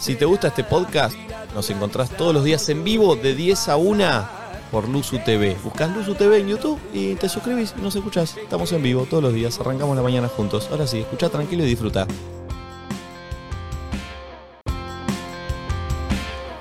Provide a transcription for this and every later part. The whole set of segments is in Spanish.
Si te gusta este podcast, nos encontrás todos los días en vivo de 10 a 1 por Luzu TV. Buscás Luzu TV en YouTube y te suscribís y nos escuchás. Estamos en vivo todos los días, arrancamos la mañana juntos. Ahora sí, escucha tranquilo y disfruta.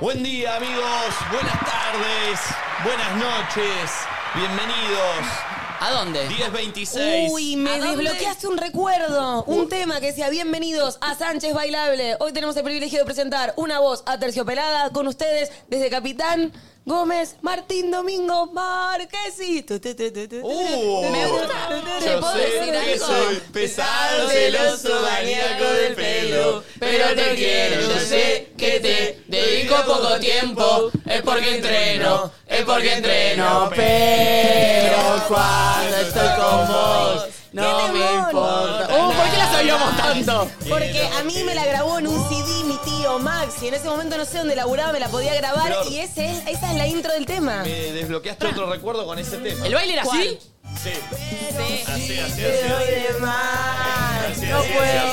Buen día amigos, buenas tardes, buenas noches, bienvenidos. ¿A dónde? 10.26. Uy, me ¿A dónde? desbloqueaste un recuerdo, un tema que decía bienvenidos a Sánchez Bailable. Hoy tenemos el privilegio de presentar una voz aterciopelada con ustedes desde Capitán Gómez Martín Domingo Marquesi. Tu, tu, tu, tu, tu, tu. Uh, Me gusta. Che, Yo ¿puedo sé decir que algo? soy pesado, celoso, maníaco del pelo, pero te quiero, yo sé que te dedico poco tiempo, es porque entreno, es porque entreno, pero cuando estoy con vos, no ¡Qué me temón! importa. Uh, ¿por qué las oíamos tanto? Porque a mí me la grabó en un CD mi tío Max y en ese momento no sé dónde laburaba, me la podía grabar Flor. y ese es- esa es la intro del tema. Me Eh, desbloqueaste otro recuerdo con ese tema. Ah. ¿El baile era así? Sí. Así, así, así. Te doy de más, no puedo,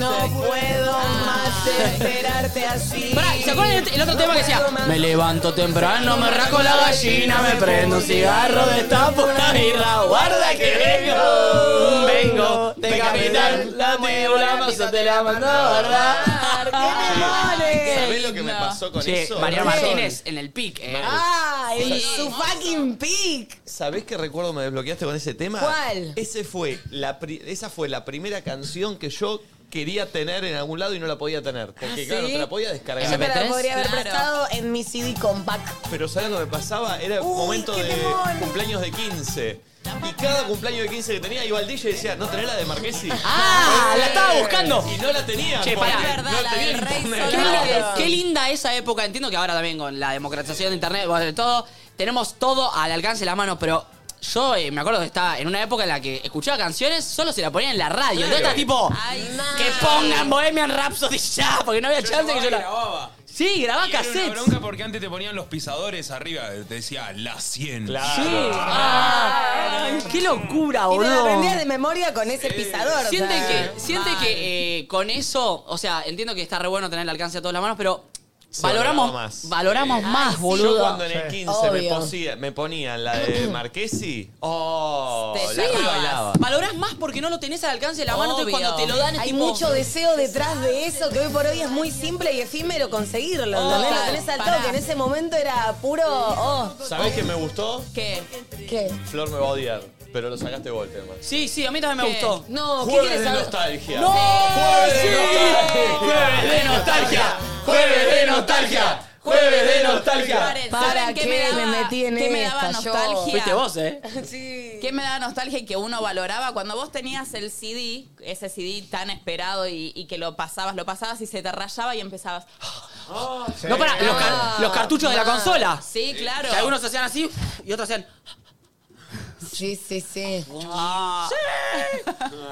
no puedo más esperarte así. ah, Pará, ¿se acuerdan el, el otro tema que decía? puedo más. Me levanto temprano, me rasco la gallina, me prendo un cigarro, destapo una birra, guarda que vengo, vengo de capital, la tribuna moza te la mando, ¿verdad? ¿Sabés lo que me pasó con Che, eso? Mariano Razón. Martínez en el pic, eh. ¡Ah! el- ¡Su fucking pick! ¿Sabés qué recuerdo me desbloqueaste con ese tema? ¿Cuál? Ese fue la pri- esa fue la primera canción que yo quería tener en algún lado y no la podía tener. Porque, ¿sí? claro, te la podía descargar. Yo te la ¿MP3? podría haber Claro. prestado en mi CD compact. Pero ¿sabes lo que me pasaba? Era el Uy, momento qué de temón. cumpleaños de 15. Y cada cumpleaños de 15 que tenía, iba al DJ y decía, ¿no tenés la de Marquesi? ¡Ah! ¡La estaba buscando! Y no la tenía. Che, porque pará. no la tenía en internet. Qué, linda, qué linda esa época. Entiendo que ahora también con la democratización de internet, bueno, de todo, tenemos todo al alcance de la mano, pero yo eh, me acuerdo que estaba en una época en la que escuchaba canciones, solo se la ponía en la radio. Entonces está tipo, que pongan Bohemian Rhapsody ya, porque no había chance que yo la... Ah, grababa. Sí, grababa Y era una cassettes. bronca porque antes te ponían los pisadores arriba, te decía la 100. Claro. Sí. Ah, qué locura, Y me la boludo. aprendías de memoria con ese pisador. Sienten o sea. que, sienten que eh, con eso, o sea, entiendo que está re bueno tener el alcance a todas las manos, pero Se valoramos valoraba más, más. valoramos Eh, más boludo. Yo cuando en el 15 me, Ah, Obvio. Mm. posía- me ponían la de Marquesi, oh, Te la sacabas. bailaba. Valorás más porque no lo tenés al alcance de la mano. Entonces Obvio. cuando te lo dan es Hay tipo, mucho deseo detrás de eso que hoy por hoy es muy simple y efímero conseguirlo. ¿entendés? Lo Total, tenés al Oh, pará. toque. En ese momento era puro. Oh, ¿Sabés qué me gustó? ¿Qué? ¿Qué? Flor me va a odiar, pero lo sacaste vos el tema. Sí, sí, a mí también me ¿Qué? gustó. No, ¿qué Jueves quieres de saber? nostalgia. ¡No! Jueves de ¡Sí! nostalgia. Jueves de nostalgia. Jueves de nostalgia. Jueves de nostalgia. Paren, ¿Para ¿saben qué qué me daba, me metí en qué me daba esta yo? nostalgia? Fuiste vos, ¿eh? Sí. ¿Qué me daba nostalgia y que uno valoraba? Cuando vos tenías el CD, ese CD tan esperado y, y que lo pasabas, lo pasabas y se te rayaba y empezabas. "Ah, No, para, los, Ah. car- los cartuchos de la consola. Sí, claro. Que algunos hacían así y otros hacían. Sí, sí, sí. Ah,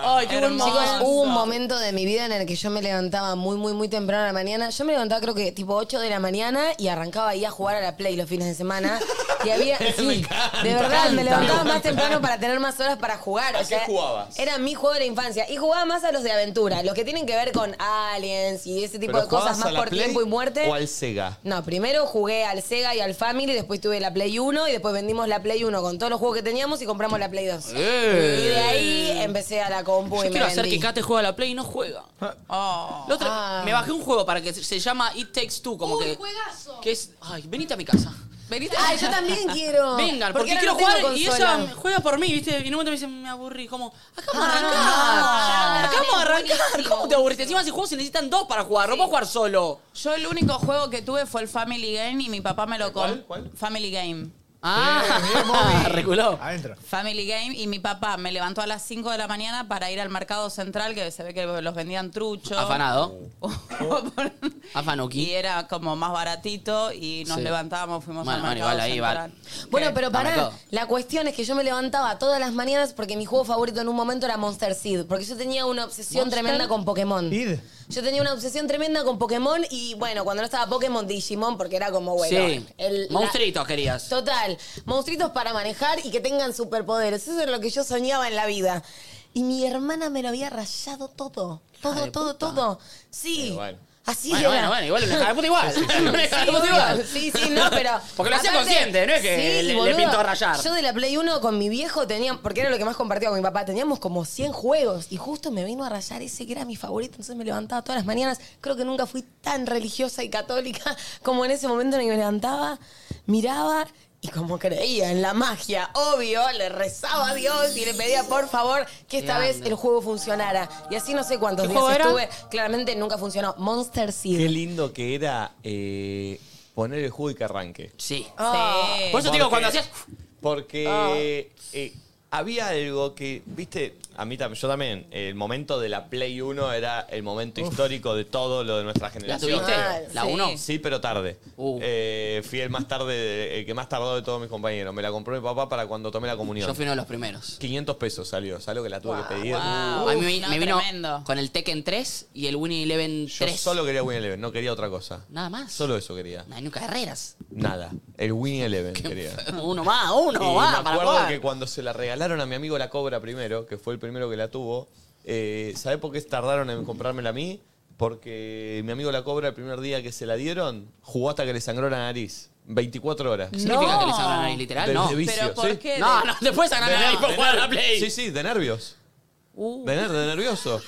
¡Ay, qué buen Hermoso. Chicos, momento! hubo un momento de mi vida en el que yo me levantaba muy, muy, muy temprano a la mañana. Yo me levantaba creo que tipo 8 de la mañana y arrancaba ahí a jugar a la Play los fines de semana. Y había, sí, de verdad, me levantaba más temprano para tener más horas para jugar. ¿A qué jugabas? Era mi juego de la infancia. Y jugaba más a los de aventura, los que tienen que ver con aliens y ese tipo ¿Pero de cosas jugabas a más la por Play tiempo y muerte. ¿O al Sega? No, primero jugué al Sega y al Family, después tuve la Play 1 y después vendimos la Play 1 con todos los juegos que teníamos y compramos la Play 2. Y de ahí empecé a la compu y "Eh, Yo me quiero hacer vendí. que Kate juegue a la Play y no juega. Ah. oh. La otra- Ah. Me bajé un juego para que se, se llama It Takes Two, como que. juegazo! que es. Ay, venite a mi casa. Venite. Ay, yo también quiero. Vengan, porque, ahora quiero no jugar tengo y consola. ella juega por mí, ¿viste? Y en un momento me dice, me aburrí, como, acá vamos a Ah, arrancar, acá vamos a Ah, arrancar, buenísimo. ¿cómo te aburriste? Encima ese juego se necesitan dos para jugar, no puedo jugar solo. Yo el único juego que tuve fue el Family Game y mi papá me lo compró. Family Game. Ah, reculó. Adentro. Family Game y mi papá me levantó a las 5 de la mañana para ir al mercado central que se ve que los vendían truchos. Afanado, y afanuki. era como más baratito y nos Sí. levantábamos, fuimos Bueno, al bueno, mercado igual ahí va. central. Bueno, pero pará, Dame todo. la cuestión es que yo me levantaba todas las mañanas porque mi juego favorito en un momento era Monster Seed, porque yo tenía una obsesión tremenda con Pokémon. Id. Yo tenía una obsesión tremenda con Pokémon y bueno, cuando no estaba Pokémon, Digimon, porque era como, bueno, Sí, el, la- monstruitos querías. Total, monstruitos para manejar y que tengan superpoderes. Eso es lo que yo soñaba en la vida. Y mi hermana me lo había rayado todo. Hija Todo, de todo, todo. Sí. Pero bueno. Así era. bueno, bueno, bueno, igual una hija de puta igual. Una hija de Sí, puta obvio. igual. sí, sí, no, pero. Porque lo hacía consciente, no es que le- le boludo, pintó rayar. Yo de la Play 1 con mi viejo tenía, porque era lo que más compartía con mi papá, teníamos como 100 juegos y justo me vino a rayar ese que era mi favorito, entonces me levantaba todas las mañanas. Creo que nunca fui tan religiosa y católica como en ese momento en el que me levantaba, miraba. Y como creía en la magia, obvio, le rezaba a Dios y le pedía por favor que esta Grande. vez el juego funcionara. Y así no sé cuántos ¿Qué días juego era? estuve. Claramente nunca funcionó. Monster Seed. Qué lindo que era eh, poner el juego y que arranque. Sí. Ah. Sí. Por eso te digo, cuando hacías. Porque Ah. eh, había algo que, viste, a mí también, yo también, el momento de la Play 1 era el momento histórico de todo lo de nuestra ¿La generación. tuviste? Mal, ¿La sí. uno? Sí, pero tarde. Uh. Eh, fui el más tarde, de- el que más tardó de todos mis compañeros. Me la compró mi papá para cuando tomé la comunión. Yo fui uno de los primeros. 500 pesos salió, es algo que la tuve que pedir. wow. a mí me, No, me vino tremendo. con el Tekken 3 y el Winnie Eleven Yo 3. solo quería Winnie Eleven, no quería otra cosa. Nada más. Solo eso quería. No hay nunca carreras. Nada. El Winnie Eleven quería. Uno más, uno Y más. me para acuerdo jugar. que cuando se la regalaron a mi amigo la cobra primero, que fue el primero que la tuvo, eh, ¿sabés por qué tardaron en comprármela a mí? Porque mi amigo la cobra el primer día que se la dieron, jugó hasta que le sangró la nariz. 24 horas. ¿Qué significa No. que le sangra la nariz literal? De- No. de vicio, Pero ¿por ¿sí? qué? Ah, No, no, después sangrar la De nariz por ner- jugar a de la ner- Play. Sí, sí, de nervios. De, ner- de nervioso.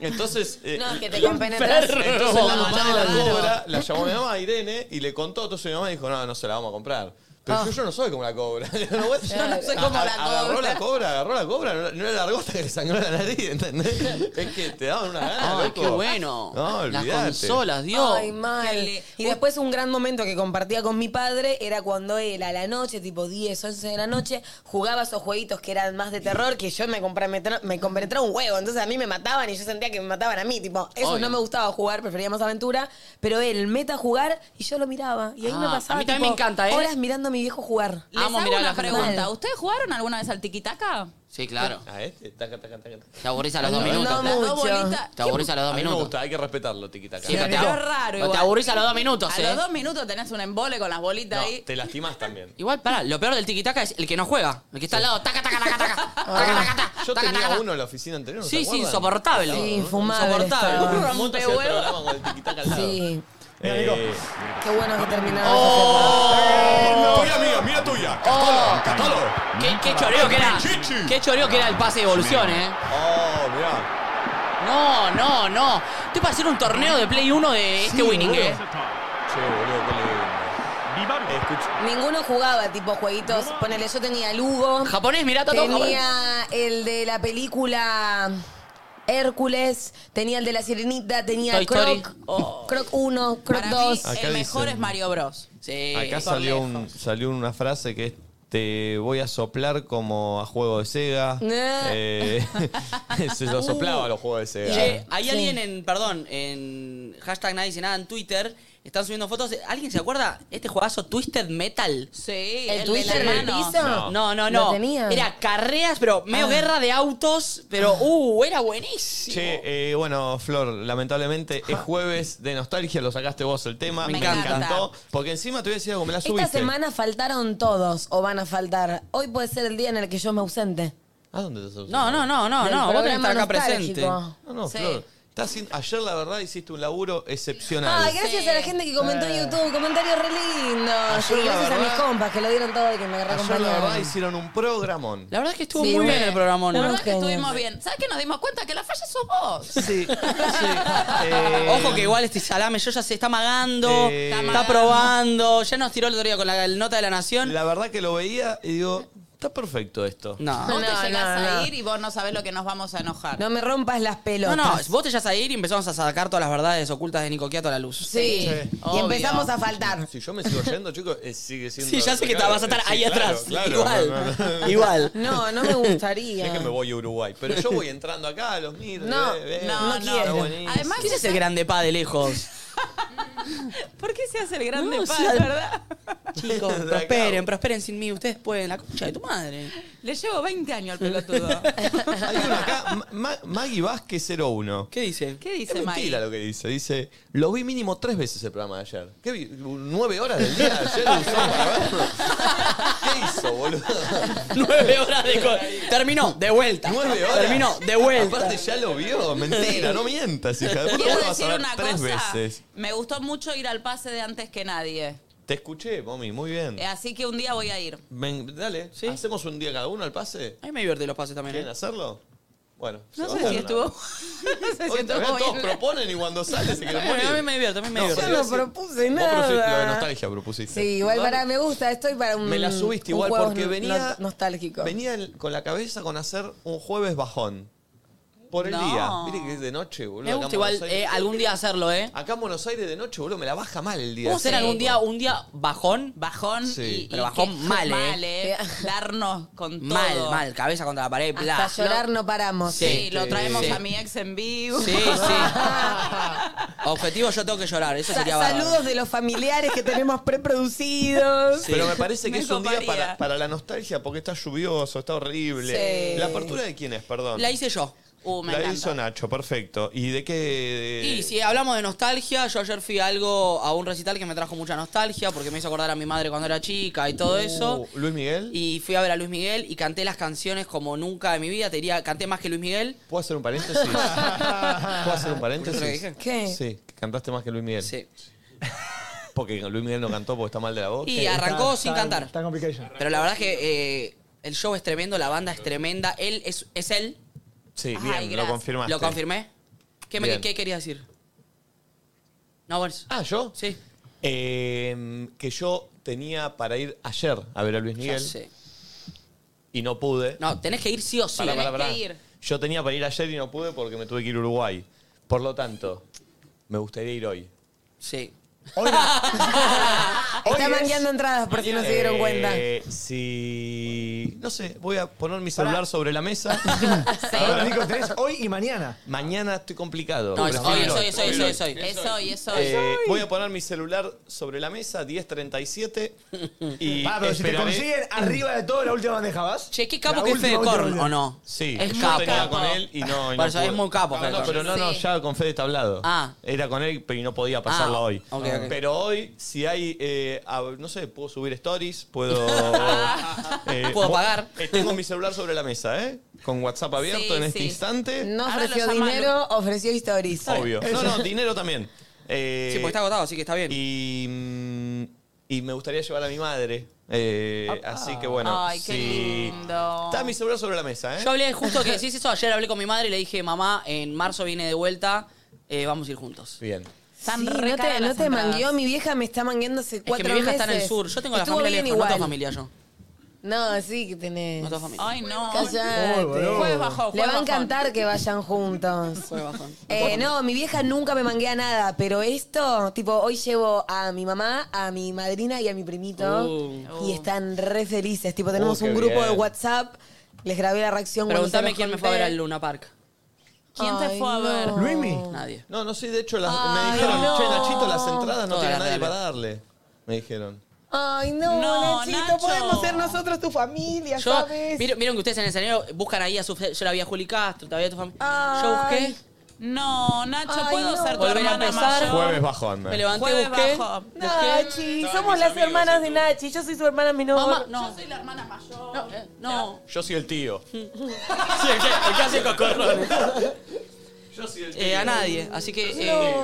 Entonces, eh, No, que te compenetras. Perro. entonces la Mamá, mamá de la raro. cobra la llamó mi mamá, Irene, y le contó todo eso. y Mi mamá dijo, no, no se la vamos a comprar. Pero yo, yo no soy como la cobra. no, vos- Yo no soy como A- la Agarró cobra. la cobra, agarró la cobra. No, no era la argosta que le sangró la nariz, ¿entendés? es que te daban una gana, loco. Ay, Ah, qué bueno. No, Las olvidate. consolas, Dios. Ay, mal. Qué le- Y después un gran momento que compartía con mi padre era cuando él a la noche, tipo 10, 11 de la noche, jugaba esos jueguitos que eran más de terror, que yo me compré, me, tra- me compenetraba un huevo. Entonces a mí me mataban y yo sentía que me mataban a mí. Tipo, eso Obvio. no me gustaba jugar, prefería más aventura. Pero él meta a jugar y yo lo miraba. Y ahí Ah, me pasaba a mí también tipo, me encanta, ¿eh? horas mirando a mi viejo jugar. Les Amo hago mirar a una la gente pregunta. jugar. ¿Ustedes jugaron alguna vez al tiquitaca? Sí, claro. A este, taca, taca, taca. taca. Te aburrís a los dos No, no, minutos. Las dos mucho. bolitas. Te aburrís a los dos A mí me minutos. gusta, hay que respetarlo, tiquitaca. Sí, pero te, Pero abu- es raro pero te igual. aburrís a los dos minutos, A eh. los dos minutos tenés un embole con las bolitas No, ahí. te lastimás también. Igual, pará, lo peor del tiquitaca es el que no juega. El que está al lado, taca, taca, taca, taca. taca, taca, taca, Yo taca, tenía taca. uno en la oficina anterior. ¿no Sí, se sí, acuerdan? insoportable. Sí, infumable Insoportable. estaba. Monta hacía el programa con el tiquitaca al lado. Sí. Eh, Qué bueno que terminamos. Oh, Tuya, mía, mía tuya. Castalo, castalo. Qué, qué choreo que era. Chichi. Qué choreo que era el pase de evolución, eh. Oh, mirá. No, no, no. Estoy para hacer un torneo de Play 1 de este winning, eh. Che, boludo, qué lindo. Eh, escucha- Ninguno jugaba tipo jueguitos. Ponele, yo tenía Lugo. Japonés, mirá, Tato. japonés. Tenía el de la película Hércules, tenía el de la sirenita, tenía Toy Story. Croc, oh. Croc 1, Croc Para 2. mí, Acá el mejor dicen- es Mario Bros. Sí. Acá por salió, un, salió una frase que es te voy a soplar como a juego de Sega. Eh. Eh, se lo soplaba a los juegos de Sega. Uh. Che, hay alguien en, perdón, en hashtag nadie dice nada en Twitter, están subiendo fotos. ¿Alguien se acuerda este juegazo Twisted Metal? Sí, ¿El el, Twitter de en la el mano. piso? No, ¿Lo no, no. tenía? Era carreras, pero medio guerra de autos, pero uh, era buenísimo. Che, eh, bueno, Flor, lamentablemente es jueves de nostalgia, lo sacaste vos el tema. Me Me, encanta. encantó. Porque encima te voy a decir algo, me la Esta subiste. semana faltaron todos o van a faltar. Hoy puede ser el día en el que yo me ausente. ¿A dónde te subiste? No, no, no, no, Del no. Vos tenés que estar acá programa presente. nostálgico. No, no, Sí. Flor. estás sin- ayer, la verdad, hiciste un laburo excepcional. Ay, gracias Sí. a la gente que comentó en YouTube, comentarios re lindos. Eh. Ayer, Y gracias la a mis verdad- compas que lo dieron todo y que me agarré ayer, la verdad, acompañaron. hicieron un programón. La verdad es que estuvo Sí, muy bien bueno. el programón. La No, verdad que genio. estuvimos bien. ¿Sabes qué nos dimos cuenta? Que la falla sos vos. Sí, sí. Eh, Ojo que igual este salame yo ya se está amagando, Eh. está, Está amagando. probando, ya nos tiró el otro día con la nota de la nación. La verdad que lo veía y digo, está perfecto esto. No. Vos No, te llegás no, a no. ir y vos no sabés lo que nos vamos a enojar. No me rompas las No, pelotas. no, vos te vas a ir y empezamos a sacar todas las verdades ocultas de Nico Quiato a la luz. Sí. Y Obvio. empezamos a faltar. Si yo me sigo yendo, chicos, eh, sigue siendo. Sí, ya sé que te vas a estar Sí, ahí claro, atrás. claro. igual, No, no, no. igual. No, no me gustaría. Es que me voy a Uruguay, pero yo voy entrando acá, los miro. No, eh, eh, no, está no. buenísimo. Además, ¿Quién es el grande pa de lejos? ¿por qué se hace el grande No, pa, o sea, verdad? Chicos, prosperen, prosperen sin mí. Ustedes pueden, la concha de tu madre. Le llevo 20 años al pelotudo. Ma- Maggie Vázquez 01. ¿Qué dice? ¿Qué dice Es mentira Mike? lo que dice. Dice, lo vi mínimo tres veces el programa de ayer. ¿Qué vi? ¿Nueve horas del día de ayer lo usó para verlo? ¿Qué hizo, boludo? Nueve horas de... co- Terminó, de vuelta. ¿Nueve horas? Terminó, de vuelta. Aparte ya lo vio. Mentira, no mientas, hija. de puta. ¿Cómo Quiero lo vas a decir ver una tres cosa. veces? Me gustó mucho ir al pase de antes que nadie. Te escuché, mami. Muy Mm. bien. Eh, Así que un día voy a ir. Ven, dale, ¿hacemos un día cada uno al pase? A mí me divierte los pases también. ¿Quieren ¿eh? hacerlo? Bueno. No se sé va a si hacer estuvo. nada. No sé si Hoy en realidad estuvo todos bien. proponen y cuando sale se quieren A mí morir. me divierte, a mí me No, divierte. Yo no propuse Vos propusiste lo de nada. nostalgia, propusiste. Sí, igual para me gusta, estoy para un. Me la subiste un igual juego porque no- venía. no- nostálgico. Venía el- con la cabeza con hacer un jueves bajón. Por el No. día. Viste que es de noche, boludo. Me acá gusta en Buenos igual Aires. eh, algún día hacerlo, ¿eh? Acá en Buenos Aires de noche, boludo, me la baja mal el día. ¿Cómo será Sí. algún día, un día bajón? Bajón Sí. y, y Pero bajón que- mal, ¿eh? eh. Darnos con todo. Mal, mal, cabeza contra la pared, bla. Hasta llorar no paramos. Sí, Sí, lo traemos sí. a mi ex en vivo. Sí, sí. Objetivo, yo tengo que llorar, eso Sa- sería bárbaro. saludos de los familiares que tenemos preproducidos. Pero me parece que Me es un día coparía. para, para la nostalgia porque está lluvioso, está horrible. Sí. ¿La apertura de quién es, perdón? La hice yo. Uh, me La encanta. hizo eh, Nacho, perfecto. ¿Y de qué? Y si hablamos de nostalgia, yo ayer fui a algo, a un recital que me trajo mucha nostalgia porque me hizo acordar a mi madre cuando era chica y todo eso. Uh, ¿Luis Miguel? Y fui a ver a Luis Miguel y canté las canciones como nunca de mi vida. Te diría, canté más que Luis Miguel. ¿Puedo hacer un paréntesis? ¿Puedo hacer un ¿Eso lo que paréntesis? dije? ¿Qué? Sí, que cantaste más que Luis Miguel. Sí. Porque Luis Miguel no cantó porque está mal de la voz. Y arrancó Está- sin está- cantar. Está complication. Pero la verdad es que eh, el show es tremendo, la banda es tremenda. Él es, es él. Sí, Ay, bien, gracias. lo confirmaste. ¿Lo confirmé? ¿Qué, me, Bien. qué quería decir? No, Boris. Ah, ¿yo? Sí. Eh, que yo tenía para ir ayer a ver a Luis Ya Miguel sé. y no pude. No, tenés que ir sí o sí. Pará, tenés pará, pará. que ir. Yo tenía para ir ayer y no pude porque me tuve que ir a Uruguay. Por lo tanto, me gustaría ir hoy. Sí. Está mangueando entradas por si no se dieron cuenta. Eh, Si. No sé, voy a poner mi celular sobre la mesa. Ahora Nico, tenés hoy y mañana. Mañana estoy complicado. No, es Prefiero hoy, es hoy, hoy. es hoy, es hoy, es hoy. Es hoy, es hoy. Eh, voy a poner mi celular sobre la mesa, 10.37. Y Ah, pero si te esperaré- consiguen arriba de todo la última bandeja, ¿vas. Che, qué capo La que es última, Fede última, Korn, última. ¿o no? Sí, Es yo capo. tenía con él y no. y Por no eso es pude. muy capo, No, Fede no, Korn. pero no, no, Sí. ya con Fede está hablado. Ah. Era con él, pero no podía pasarla Ah, hoy. ok, ok. Pero hoy, si hay, eh, ab- no sé, puedo subir stories, puedo... eh, Puedo mo- pagar. eh, tengo mi celular sobre la mesa, ¿eh? Con WhatsApp abierto Sí, en este sí. instante. No Ahora ofreció lo llaman. dinero, ofreció stories. Obvio. No, no, dinero también. Eh, Sí, porque está agotado, así que está bien. Y, mm, y me gustaría llevar a mi madre. eh, así que bueno. Ay, qué si- lindo. Está mi celular sobre la mesa, ¿eh? Yo hablé justo que decís eso, ayer hablé con mi madre y le dije, mamá, en marzo viene de vuelta, eh, vamos a ir juntos. Bien. Están Sí, re no te, caras las no te entradas. mangueó, mi vieja me está mangueando hace Es que cuatro mi meses. vieja está en el sur, yo tengo la Estuvo familia bien lejos, no igual. tengo familia yo. No, sí que tenés. No tengo familia. Ay, no. Callate. Uy, boludo. Fue bajón, fue Le va a bajón. encantar que vayan juntos. Fue bajón. Eh, no, mi vieja nunca me manguea nada, pero esto, tipo, hoy llevo a mi mamá, a mi madrina y a mi primito Uh. y están re felices. Tipo, tenemos Uh, qué un grupo de bien. WhatsApp, les grabé la reacción. cuando se Preguntame los quién me conté. fue a ver al Luna Park. ¿Quién te Ay, fue a ver? no. Luimi. Nadie. No, no sé, de hecho, las- Ay, me dijeron, no. che, Nachito, las entradas no Todas tiene las nadie reales. para darle. Me dijeron. Ay, no, No, Nachito, Nacho. podemos ser nosotros tu familia, Yo, ¿sabes? vieron, vieron que ustedes en el escenario buscan ahí a su... Yo la vi a Juli Castro, te la vi a tu familia. Yo Ay. busqué, No, Nacho, Ay, ¿puedo no. ser tu Volver a hermana empezar. mayor? Jueves bajo anda. me levanté, Jueves busqué. bajo. Nachi, Estaban somos mis las amigos, hermanas de ¿eh? Nachi, yo soy su hermana menor. Mamá, no. Soy la hermana mayor. No, eh, no. Yo soy el tío. Sí, el que, el que hace cocorrones. Yo soy el tío. Eh, a nadie, así que... eh,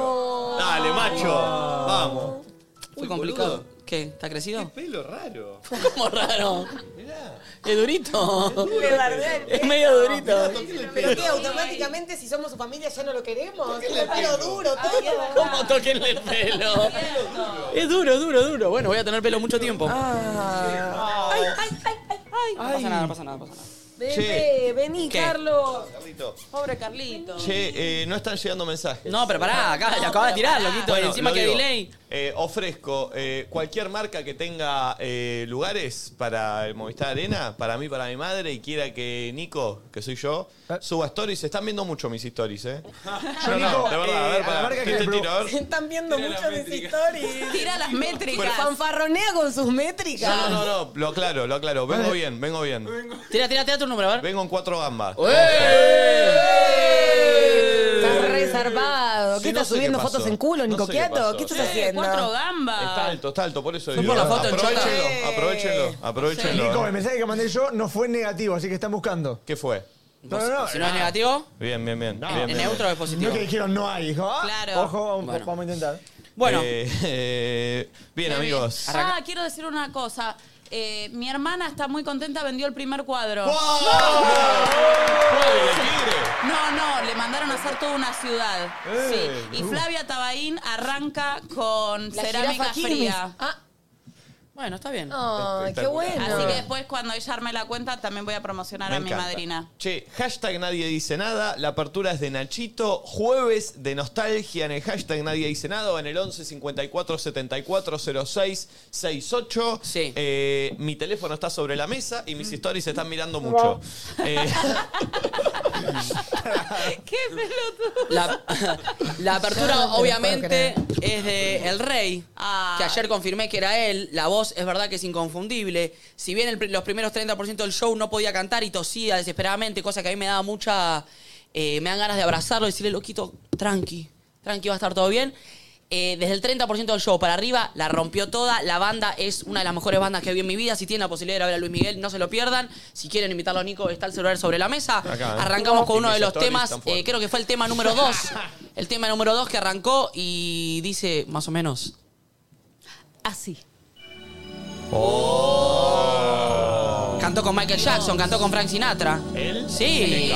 Dale, macho. Vamos. Fue complicado. ¿Qué? ¿Está crecido? Pelo raro. Ah. Como raro. Mirá. Es durito. Le bardea el Es Ah, medio durito. ¿Pero qué? ¿Automáticamente si somos su familia ya no lo queremos? Tiene el pelo duro, todo. ¿Cómo toquen el pelo? Es duro, duro, duro. Bueno, voy a tener pelo mucho tiempo. Ah. Ay, ay, ay, ay, ay. No pasa nada, no pasa nada, no pasa nada. Bebé, vení, ¿Qué? Carlos. Carlito. Pobre Carlito. Che, eh, no están llegando mensajes. No, pero pará, acá, lo acabas de tirar, loquito. Bueno, encima lo que digo. delay. Eh, ofrezco eh, cualquier marca que tenga eh, lugares para el Movistar Arena, para mí, para mi madre, y quiera que Nico, que soy yo, suba stories. Están viendo mucho mis stories, ¿eh? Eh. Yo, No, no, Nico, de verdad, a eh, ver, a pará, la marca te- que te le tiro, a ver. Están viendo mucho mis historias. Tira las métricas. Fanfarronea con sus métricas. No, no, no, lo aclaro, lo aclaro. Vengo bien, vengo bien. Tira, tira, tira tu número, a ver. Vengo en cuatro gambas. ¡Eh! Estás resarpado. ¿Qué Eh, Sí, no estás sé subiendo qué pasó. fotos en culo, No Nico sé qué Quiato? pasó. ¿Qué estás Eh, haciendo? Cuatro gambas. Está alto, está alto, por eso Fue digo. por la foto en Aprovechenlo, chota. aprovechenlo, aprovechenlo. Nico, el ¿eh? mensaje que mandé yo no fue negativo, así que están buscando. ¿Qué fue? No, no, no. Si no es negativo, Bien, bien, bien. bien, en bien, neutro bien. es positivo. No que dijeron no hay, dijo, ah, Claro. ojo, vamos, Bueno. vamos a intentar. Bueno, Eh, eh, bien, amigos. Ah, quiero decir una cosa. Eh, mi hermana está muy contenta, vendió el primer cuadro. ¡Wow! ¡Cuál es el tigre! No, no, le mandaron a hacer toda una ciudad. Eh, sí. Y Flavia Tabaín arranca con La cerámica jirafa Kirmes. fría. Ah, bueno, está bien. ay, qué Espectacular. bueno. Así que después, cuando ella arme la cuenta, también voy a promocionar Me a mi encanta. madrina. Che, hashtag nadie dice nada. La apertura es de Nachito. Jueves de nostalgia en el hashtag nadie dice nada o en el 11 54 74 06 68. Sí. Mm. Eh, mi teléfono está sobre la mesa y mis stories se están mirando mucho. Eh, ¡Qué pelotudo! La, la apertura, no te lo obviamente, puedo es de El Rey, Ah. que ayer confirmé que era él. La voz es verdad que es inconfundible. Si bien el pri- los primeros 30% del show no podía cantar y tosía desesperadamente, cosa que a mí me daba mucha. eh, me dan ganas de abrazarlo y decirle, loquito, tranqui, tranqui, va a estar todo bien. Eh, desde el 30% del show para arriba, la rompió toda. La banda es una de las mejores bandas que vi en mi vida. Si tienen la posibilidad de ir a ver a Luis Miguel, no se lo pierdan. Si quieren invitarlo a Nico, está el celular sobre la mesa. Acá, ¿eh? Arrancamos con Y uno de mis los stories temas, están fuertes. eh, creo que fue el tema número 2. El tema número 2 que arrancó y dice más o menos. Así. Cantó con Michael Jackson, cantó con Frank Sinatra. Oh. ¿Él? Sí.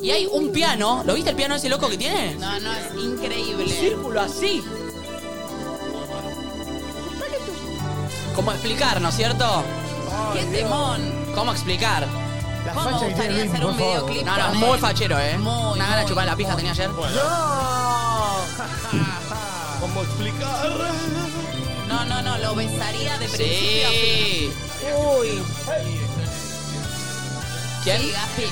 Y hay un piano. ¿Lo viste el piano ese loco que tiene? No, no, es increíble. Un círculo así. ¿Cómo explicar, no es cierto? ¡Qué temón! ¿Cómo explicar? La ¿Cómo facha que tiene gustaría Luis, hacer por un favor. videoclip? No, no, con muy él? fachero, ¿eh? Muy, Una gana de muy, chupar la pija tenía ayer. ¿Cómo explicar? No, no, no, lo besaría de principio a fin. Sí. Uy, ¿Quién? Sí, Gaspi.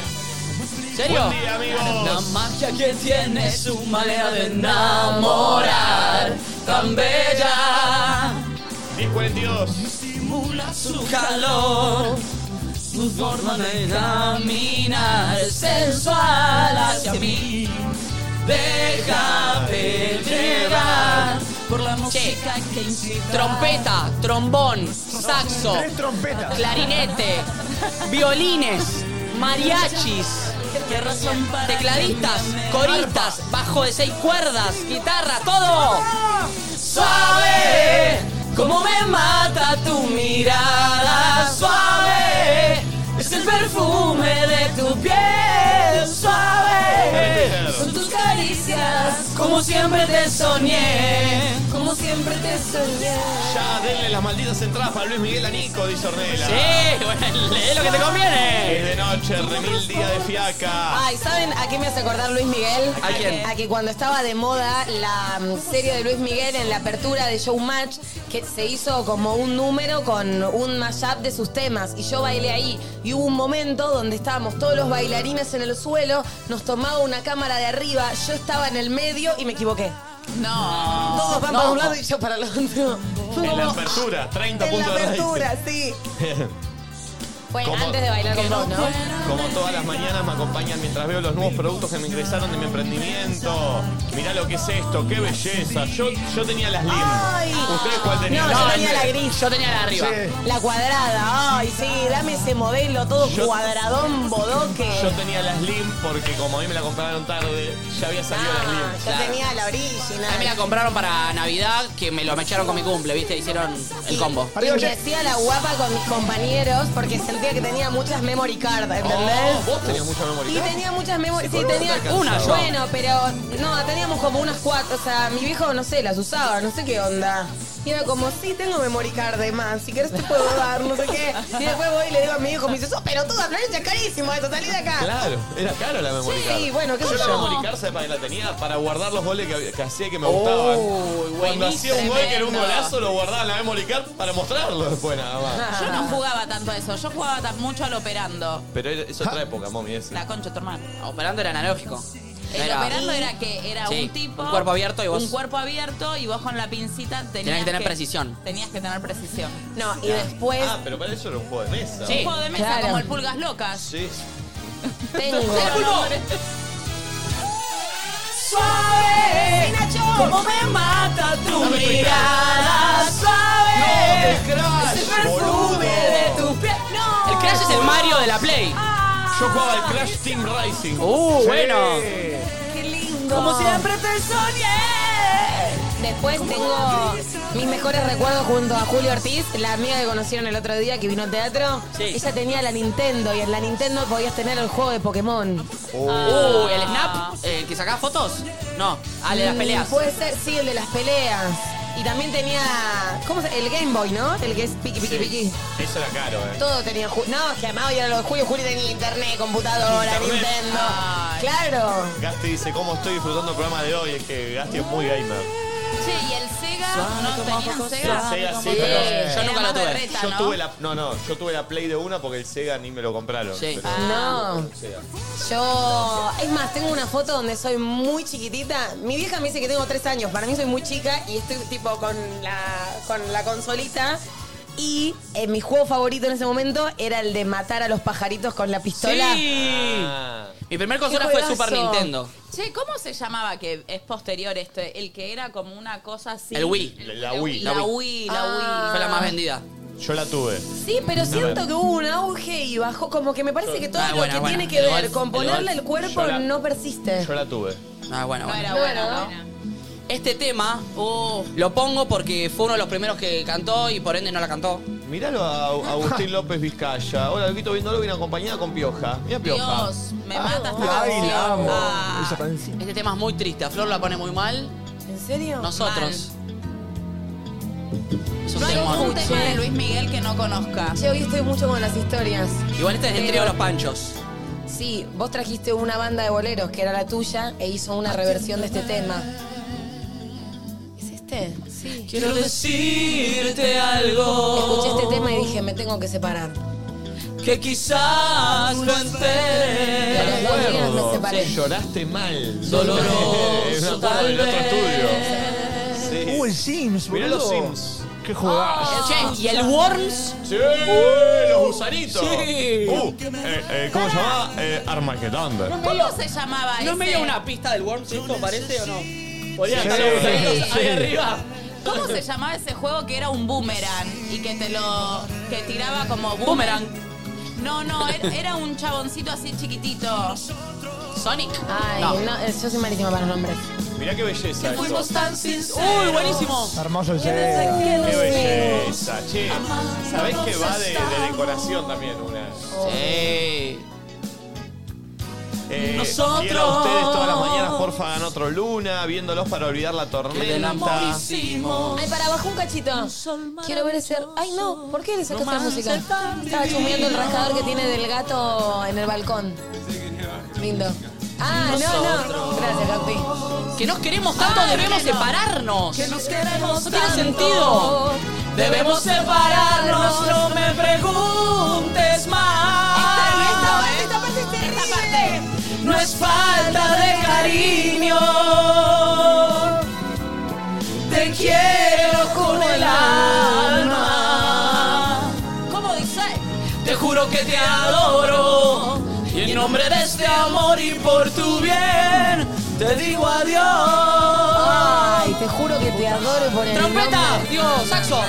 ¿En serio? Buen día, amigos. La magia que tiene su manera de enamorar, tan bella, 10.42. simula su calor, su forma de caminar sensual hacia mí. Déjate llevar por la música que incita. Trompeta, trombón, saxo, Tres trompetas. clarinete, violines, mariachis, tecladistas, coristas, bajo de seis cuerdas, guitarra, todo. Suave, como me mata tu mirada, suave, es el perfume de tu piel, suave, son tus caricias, como siempre te soñé, como siempre te soñé. Ya, denle las malditas entradas para Luis Miguel a Nico, dice Ornella. Sí, bueno, es lo que te conviene. Es de noche, remil día de fiaca. Ay, ¿saben a qué me hace acordar Luis Miguel? ¿A quién? A que cuando estaba de moda la mm, serie de Luis Miguel en la apertura de Showmatch, que se hizo como un número con un mashup de sus temas. Y yo bailé ahí. Y hubo un momento donde estábamos todos los bailarines en el suelo, nos tomaba una cámara de arriba, yo estaba en el medio y me equivoqué. No. Todos van para un lado y yo para el otro. Fue En la como, apertura, 30 en la puntos de rating. apertura, sí. Fue ¿Cómo? antes de bailar con vos, ¿no? Como todas las mañanas me acompañan mientras veo los nuevos productos que me ingresaron de mi emprendimiento. Mirá lo que es esto, qué belleza. Yo, yo tenía las Ay. lim. ¿Ustedes cuál tenían? No, yo tenía la gris. gris. Yo tenía la de arriba. La cuadrada, ay, sí, dame ese modelo todo Yo- cuadradón, bodoque. Yo tenía las lim porque como a mí me la compraron tarde, ya había salido las Ah, lim. yo Claro. tenía la A mí me la original. compraron para Navidad, que me lo mecharon con mi cumple, ¿viste? Hicieron el combo. Y me hacía la guapa con mis compañeros porque se sentía que tenía muchas memory card, ¿entendés? Oh, ¿Vos tenías mucha memoria? Y tenía muchas memorias. Sí, Sí, con una tenía te alcanzaba. Bueno, pero no, teníamos como unas cuatro. O sea, mi viejo, no sé, las usaba, no sé qué onda. Y era como, sí, tengo memory card de más, si querés te puedo dar, no sé qué. Y después voy y le digo a mi viejo, me dice, sos pelotuda, Florencia, es carísimo esto, salí de acá. Claro, era caro la memoria. Sí, bueno, qué yo. sé la yo. memory card, ¿sabes para qué la tenía? Para guardar los goles que, había- que hacía que me gustaban. Cuando hacía un gol que era un tremendo. golazo, lo guardaba en la memory card para mostrarlo después nada más. Yo no jugaba tanto a eso, yo jugaba tan mucho al operando. Pero era- es otra época, mommy, es. La concha de tu hermano. Operando era analógico. El Era- operando era que era Sí, un tipo. un cuerpo abierto y vos- Un cuerpo abierto y vos con la pincita tenías. que tener precisión. Tenías que tener precisión. No, y después Ah, pero para eso era un juego de mesa. Un juego de mesa Claro. como el Pulgas Locas. Sí. tengo. ¡Suave! ¡Cómo me mata tu mirada! ¡Suave! ¡Ese perfume de tu piel! ¡No! El Crash es el Mario de la Play. Yo jugaba al Crash Team Racing. Uh, bueno. ¡Qué lindo! Como siempre te soñé. Después tengo mis mejores recuerdos junto a Julio Ortiz, la amiga que conocieron el otro día que vino al teatro. Sí. Ella tenía la Nintendo y en la Nintendo podías tener el juego de Pokémon. Uh, Ah. el Snap, eh, que sacaba fotos. No, al de las Ah. Mm, peleas. Puede ser, sí, el de las peleas. Y también tenía. ¿Cómo se El Game Boy, ¿no? El que es piqui, piqui, piqui. Eso era caro, eh. Todo tenía. ju- No, es que amaba y era lo de Julio. Julio tenía internet, computadora, Internet. Nintendo. Ay. Claro. Gasti dice, ¿cómo estoy disfrutando el programa de hoy? Es que Gasti es muy gamer. Che, ¿y el Sega? ¿No tenían El Sega? Sega sí, Eh, pero Yo era nunca lo más de tuve. reta, yo ¿no? tuve la... No, no, yo tuve la Play de una porque el Sega ni me lo compraron. Sí. Pero- No. Sega. Yo, es más, tengo una foto donde soy muy chiquitita. Mi vieja me dice que tengo tres años. Para mí soy muy chica y estoy tipo con la, con la consolita. Y eh, mi juego favorito en ese momento era el de matar a los pajaritos con la pistola. Sí. Ah. Mi primer Qué consola fue juegazo. Super Nintendo. Che, ¿cómo se llamaba que es posterior este? El que era como una cosa así. El Wii. La Wii. La Wii, la Wii. Ah. Fue la más vendida. Yo la tuve. Sí, pero siento que hubo un auge y bajó. Como que me parece que todo Ah, lo buena, que buena. tiene que El ver golf, con el ponerle golf. el cuerpo Yo la- no persiste. Yo la tuve. Ah, bueno, No bueno. era No, buena, no. ¿no? Era. Este tema oh, lo pongo porque fue uno de los primeros que cantó y por ende no la cantó. Míralo a a Agustín López Vizcaya. Hola, Loquito Vindolo viene acompañada con Pioja. Mira Pioja. Ah, Dios, me mata esta Ay, canción. la amo. Ah. Esa canción. Este tema es muy triste. A Flor la pone muy mal. ¿En serio? Nosotros. Es un No hay temón. un tema de Luis Miguel que no conozca. Che, hoy estoy mucho con las historias. Igual este es el Pero- trío de los panchos. Sí, vos trajiste una banda de boleros que era la tuya e hizo una reversión de este tema. ¿Es este? Sí. Quiero decirte algo. Escuché este tema y dije, me tengo que separar. Que quizás lo Y a los entere. dos días me separé. Sí, lloraste mal. Doloroso, Es un tal acuerdo del otro vez. estudio. Sí. Uh, el Sims, Mirá los boludo. Sims. Qué jugadas. Oh. Che, ¿y el Worms? Sí, Eh, los gusanitos. Sí. Uh, eh, eh, ¿Cómo se llama? Eh, Armageddon. ¿Cómo se llamaba ¿No ese? es medio una pista del Worms esto, parece o no? Podrían Sí. estar los gusanitos Sí. ahí arriba. ¿Cómo se llamaba ese juego que era un boomerang y que te lo que tiraba como Boomerang. No, no, era, era un chaboncito así chiquitito. Sonic. Ay, No. no. eh, yo soy malísima para los nombres. Mirá qué belleza esto. Fuimos tan sinceros. Uy, buenísimo. Hermoso el Sega. Qué belleza, che. Sabés que va de, de decoración también una. Sí. Eh, Nosotros. bien a ustedes todas las mañanas, porfa, hagan otro luna, viéndolos para olvidar la tormenta. hicimos. Ay, para abajo un cachito. Quiero ver ese. Ay, no, ¿por qué le sacaste la música? Estaba chumeando el rascador que tiene del gato en el balcón. Lindo. Ah, no, no. Gracias, Capi. Que nos queremos tanto, debemos separarnos. Que nos queremos No tiene sentido. Debemos separarnos, no me preguntes más. Esta parte es terrible. Esta parte. No es falta de cariño. Te quiero con el alma. ¿Cómo dice? Te juro que te adoro. Y en nombre de este amor y por tu bien, te digo adiós. Ay, te juro que te adoro por el Trompeta, nombre. digo, saxo.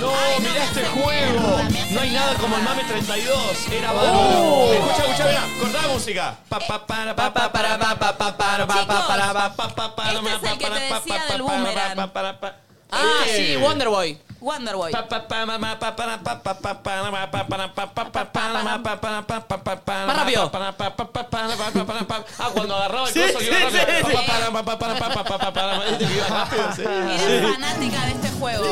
No, mirá este juego. No hay nada como el Mame 32. Era Oh. bárbaro. Escucha, escucha, mirá. Cortá la música. Pa, pa, para, pa, pa, para, pa, pa, pa, para, pa, pa, para, pa, pa, pa, para, Chicos, pa, este es el que para, te pa, decía pa, del pa, para, boomerang. pa, para, pa. Ah, Este- sí, Wonderboy. Wonderboy. Más Más rápido. Ah, cuando agarraba el Sí, coso que iba sí, rápido. sí, sí. Este que iba rápido, sí. Eres fanática de este juego.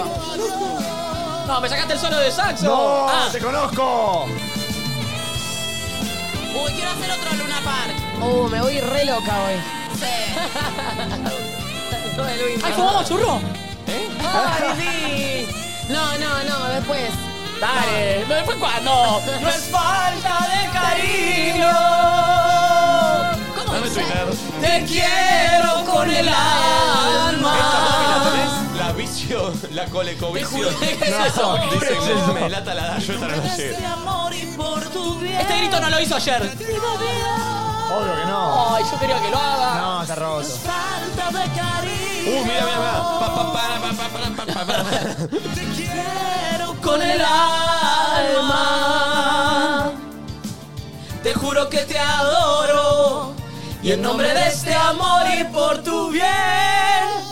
No, me sacaste el solo de saxo. ¡No! Ah, ¡Te conozco! Uy, quiero hacer otro Luna Park. Uh, me voy re loca hoy. Sí. ay, fumamos churro. Ay, sí. ¿Eh? No, no, no, después. Dale, no, después cuando. No es falta de cariño. Dame Twitter. Esta Te quiero con el alma. página Ah. tenés la vicio, la colecovicio. ¿Qué es eso? Dicen que me delata la edad, yo esta no la llegué. Este grito no lo hizo ayer. Obvio que no. Ay, yo quería que lo haga. No, está roto. Uh, mira, mira, mira. Pa, pa, pa, pa, pa, pa, pa, pa, pa. con el alma. Te juro que te adoro. Y en nombre de este amor y por tu bien.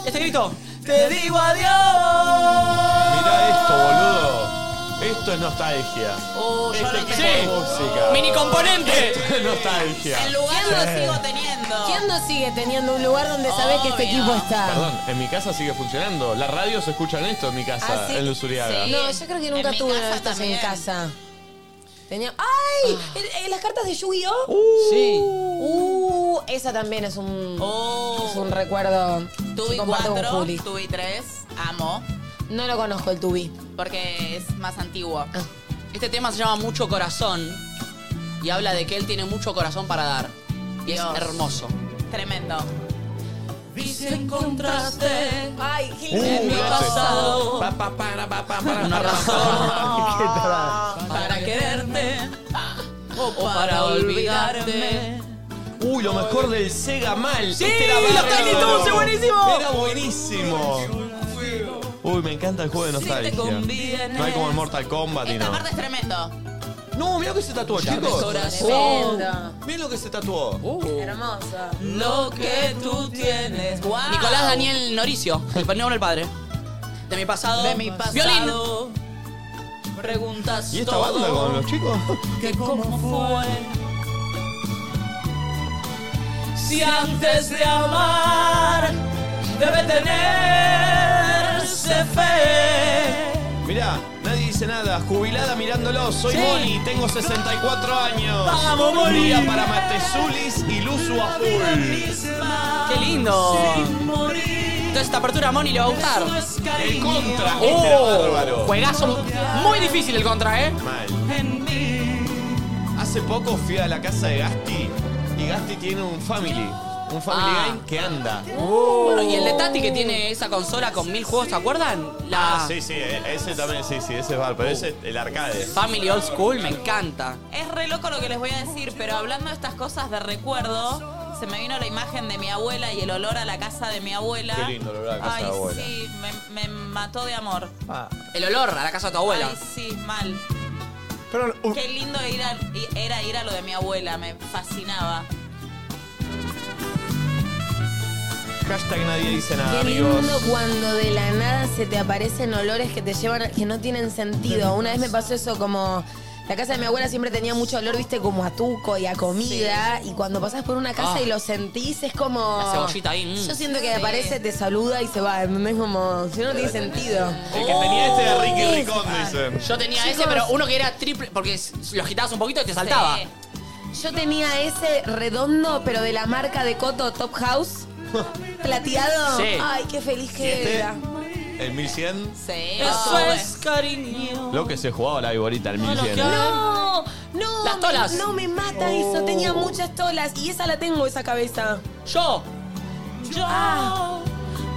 Este grito. Te digo adiós. Mirá esto, boludo. Esto es nostalgia. Oh, Uh, yo lo Este tengo. equipo de música. Mini componente. Esto es nostalgia. El lugar lo sigo teniendo. ¿Quién no sigue teniendo un lugar donde sabés que este Obvio. equipo está? Perdón, en mi casa sigue funcionando. La radio se escucha en esto en mi casa, Ah, sí. en Luzuriaga. Sí. No, yo creo que En nunca mi tuve casa una de estas en también. casa. Tenía. ¡Ay! El- el- las cartas de Yu-Gi-Oh! Sí. Uh, esa también es un. Oh. Es un recuerdo. Tubi que comparto con 4, Juli. Tubi 3, amo, No lo conozco el tubi. Ah. porque es más antiguo. Este tema se llama Mucho Corazón. Y habla de que él tiene mucho corazón para dar. Y Dios. es hermoso. Tremendo. Ay, qué En Uh, mi pasado. Pa, pa, para, pa, pa, para, Una pa, pa. razón ¿Qué tal? para quererte o para olvidarte. Uy, lo mejor del Sega Mal. Este Sí, bárbaro. los Tiny Toons, es buenísimo. Era buenísimo. Uy, me encanta el juego de nostalgia. No hay como el Mortal Kombat y Esta no. parte es tremendo. No, mira lo que se tatuó, Oh, chicos. Tremendo. Mira lo que se tatuó. Hermoso. Lo que tú tienes. Wow. Nicolás Daniel Noricio, el nombre del padre. De mi pasado. De mi pasado. Violín. Preguntas ¿Y esta banda con los chicos? que cómo fue. Si antes de amar debe tenerse fe. Mirá, nadie dice nada. Jubilada mirándolo, soy Moni, tengo 64 años. Vamos, Moni. Día para Matezulis y Luzu a full. Qué lindo. Entonces esta apertura a Moni le va a gustar. El contra, este era Oh, bárbaro. juegazo muy difícil el contra, ¿eh? Mal. Hace poco fui a la casa de Gasti y Gasti tiene un family. Un family Ah. Uh. game que anda. Bueno, y el de Tati que tiene esa consola con mil juegos, ¿se acuerdan? La Sí, sí, e- ese también, sí, sí, ese es bar, pero ese es el arcade. Family Old School me encanta. Es re loco lo que les voy a decir, pero hablando de estas cosas de recuerdo, se me vino la imagen de mi abuela y el olor a la casa de mi abuela. Qué lindo el olor a la casa Ay, de abuela. Sí, me, me mató de amor. El olor a la casa de tu abuela. Ay, sí, mal. Pero, uh, Qué lindo ir a- i- era ir a lo de mi abuela, me fascinaba. Hashtag nadie dice nada, Qué amigos. lindo cuando de la nada se te aparecen olores que te llevan, que no tienen sentido. Una vez me pasó eso como. La casa de mi abuela siempre tenía mucho olor, viste, como a tuco y a comida. Y cuando pasás por una casa Ah. y lo sentís, es como. La cebollita ahí, mm. Yo siento que aparece, te saluda y se va. Es como. Si no tiene sentido. El que tenía este de Ricky Oh, Ricón, dicen. Yo tenía Chicos. ese, pero uno que era triple, porque s- lo agitabas un poquito y te saltaba. Sí. Yo tenía ese redondo, pero de la marca de Coto Top House. Plateado. Sí. Ay, qué feliz Y que este, era. el 1100. Sí. Eso es cariño. Lo que se jugaba la viborita, el 1100. No, no. Las tolas. me- No me mata eso. Tenía muchas tolas y esa la tengo, esa cabeza. Yo. Yo. Ah.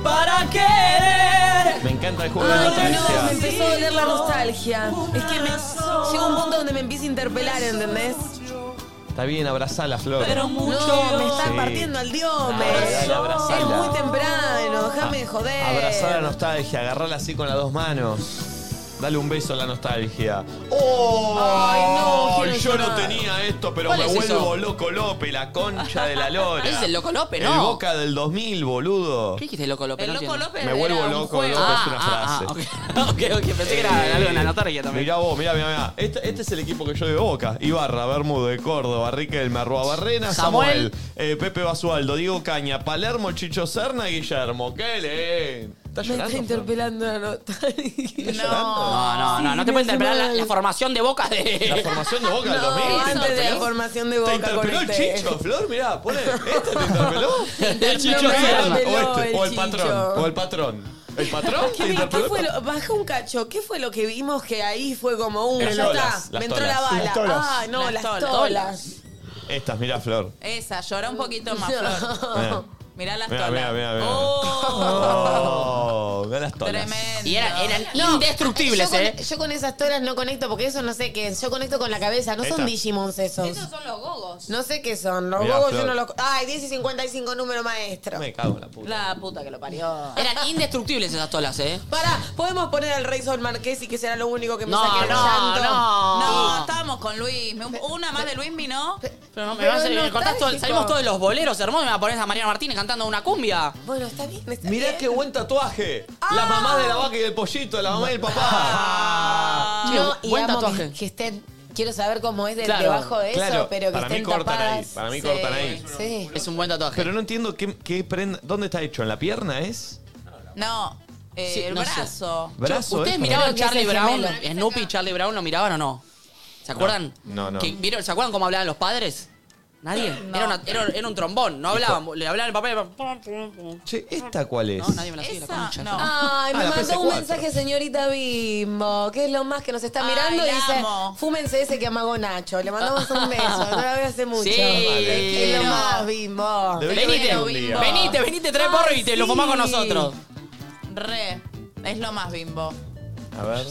Para querer. Me encanta el juego de Ay, no, me nostalgia. empezó a doler la nostalgia. Es que me, llega un punto donde me empieza a interpelar, ¿entendés? Está bien, abrazá la flor. No, me está Sí. partiendo al Dale, diome. abrazala. Es Ah, muy temprano, déjame de joder. Abrazá la nostalgia, agarrala así con las dos manos. Dale un beso a la nostalgia. ¡Oh! Ay, yo no tenía esto, pero ¿Cuál me es vuelvo eso? loco Lope, la concha de la lora. Es el Loco Lope, ¿no? El boca del 2000, boludo. ¿Qué dijiste Loco López? El Loco López Me vuelvo era un loco, juego. loco es una Ah, frase. ok, ok, pensé que era algo en la notaria también. Eh, Mirá vos, mirá, mirá, mirá. Este, este es el equipo que yo de Boca. Ibarra, Bermudo, de Córdoba, Riquelme, Arrua Barrena, Samuel, Samuel. eh, Pepe Basualdo, Diego Caña, Palermo, Chicho Serna, Guillermo. ¡Qué leen! ¿Estás Me está llorando? Fran? interpelando la nota. ¿Estás llorando? No, no, no, Sí, Ah, no me te puede interpelar la, hace mal. la formación de boca La de. formación de Boca del No, 2000. ¿te antes de la interpeló? formación de ¿Te boca con este. interpeló el ustedes. Chicho, Flor? Mirá, pone. ¿Este te interpeló? del Chicho No me Serna. interpeló o este, el o el Chicho. patrón. O el patrón. ¿El patrón? ¿Qué, te me- qué interpeló? fue lo- baja un cacho, ¿qué fue lo que vimos que ahí fue como un... Las Uh, ya tolas, está, las me entró tolas. la bala. Las tolas. Ah, no, Las las, tolas. tolas. Estas, mirá, Flor. Esa, llora un poquito más, Flor. Oh, Mirá, Mirá las mirá, tolas. mirá. mirá, mirá. Oh, Oh, mirá las tolas. tremendo. Y eran, eran Yo indestructibles, con, ¿eh? yo con esas tolas no conecto porque eso no sé qué es. Yo conecto con la cabeza. No Esta. son Digimons esos. Esos son los gogos. No sé qué son. Los Mirá, bobos yo Flor. no los. Ay, 10 y 55, número maestro. Me cago en la puta. La puta que lo parió. Eran indestructibles esas tolas, ¿eh? Para, podemos poner al Rey Sol Marqués y que será lo único que me No, saque el no, llanto. no. No, estábamos con Luis. Me- Una más de Luis, ¿mi no? Pero no, me Pero vas a- es me cortás todo- nostálgico. salimos todos los boleros hermosos y me vas a poner a Mariana Martínez cantando una cumbia. Bueno, está bien. Está Mirá bien. qué buen tatuaje. La mamá de la vaca y del pollito, la mamá y el papá. Ah, No, y Buen amo tatuaje. Que, que estén. Quiero saber cómo es de- Claro, debajo de eso, claro. pero que Para mí estén cortan tapadas. ahí, para mí Sí, cortan ahí. Sí. Es un buen tatuaje. Pero no entiendo qué, qué prenda. ¿Dónde está hecho? ¿En la pierna es? No, eh, Sí, el no sé. brazo. ¿Brazo? eh? ¿Ustedes es? miraban Creo que Charlie es el Brown? eh, gemelo. Snoopy y Charlie Brown lo miraban o no? ¿Se acuerdan? No, no. Que vieron- ¿Se acuerdan cómo hablaban los padres? Nadie. Era, una- era- era un trombón, no hablaban. Le hablaban el papel. y- Che, ¿esta cuál es? No, nadie me la sigue, la Esa, concha. no. Ay, Ah, me la mandó un PS4. mensaje señorita Bimbo, que es lo más que nos está Ay, mirando y la dice, amo. fúmense ese que amagó Nacho. Le mandamos un beso, no la veo hace mucho. Sí. Te es lo más, Bimbo. Debería Venite, venir un día. venite, venite, trae porro y Ah, te lo fumás con nosotros. Re. Es lo más bimbo. A ver.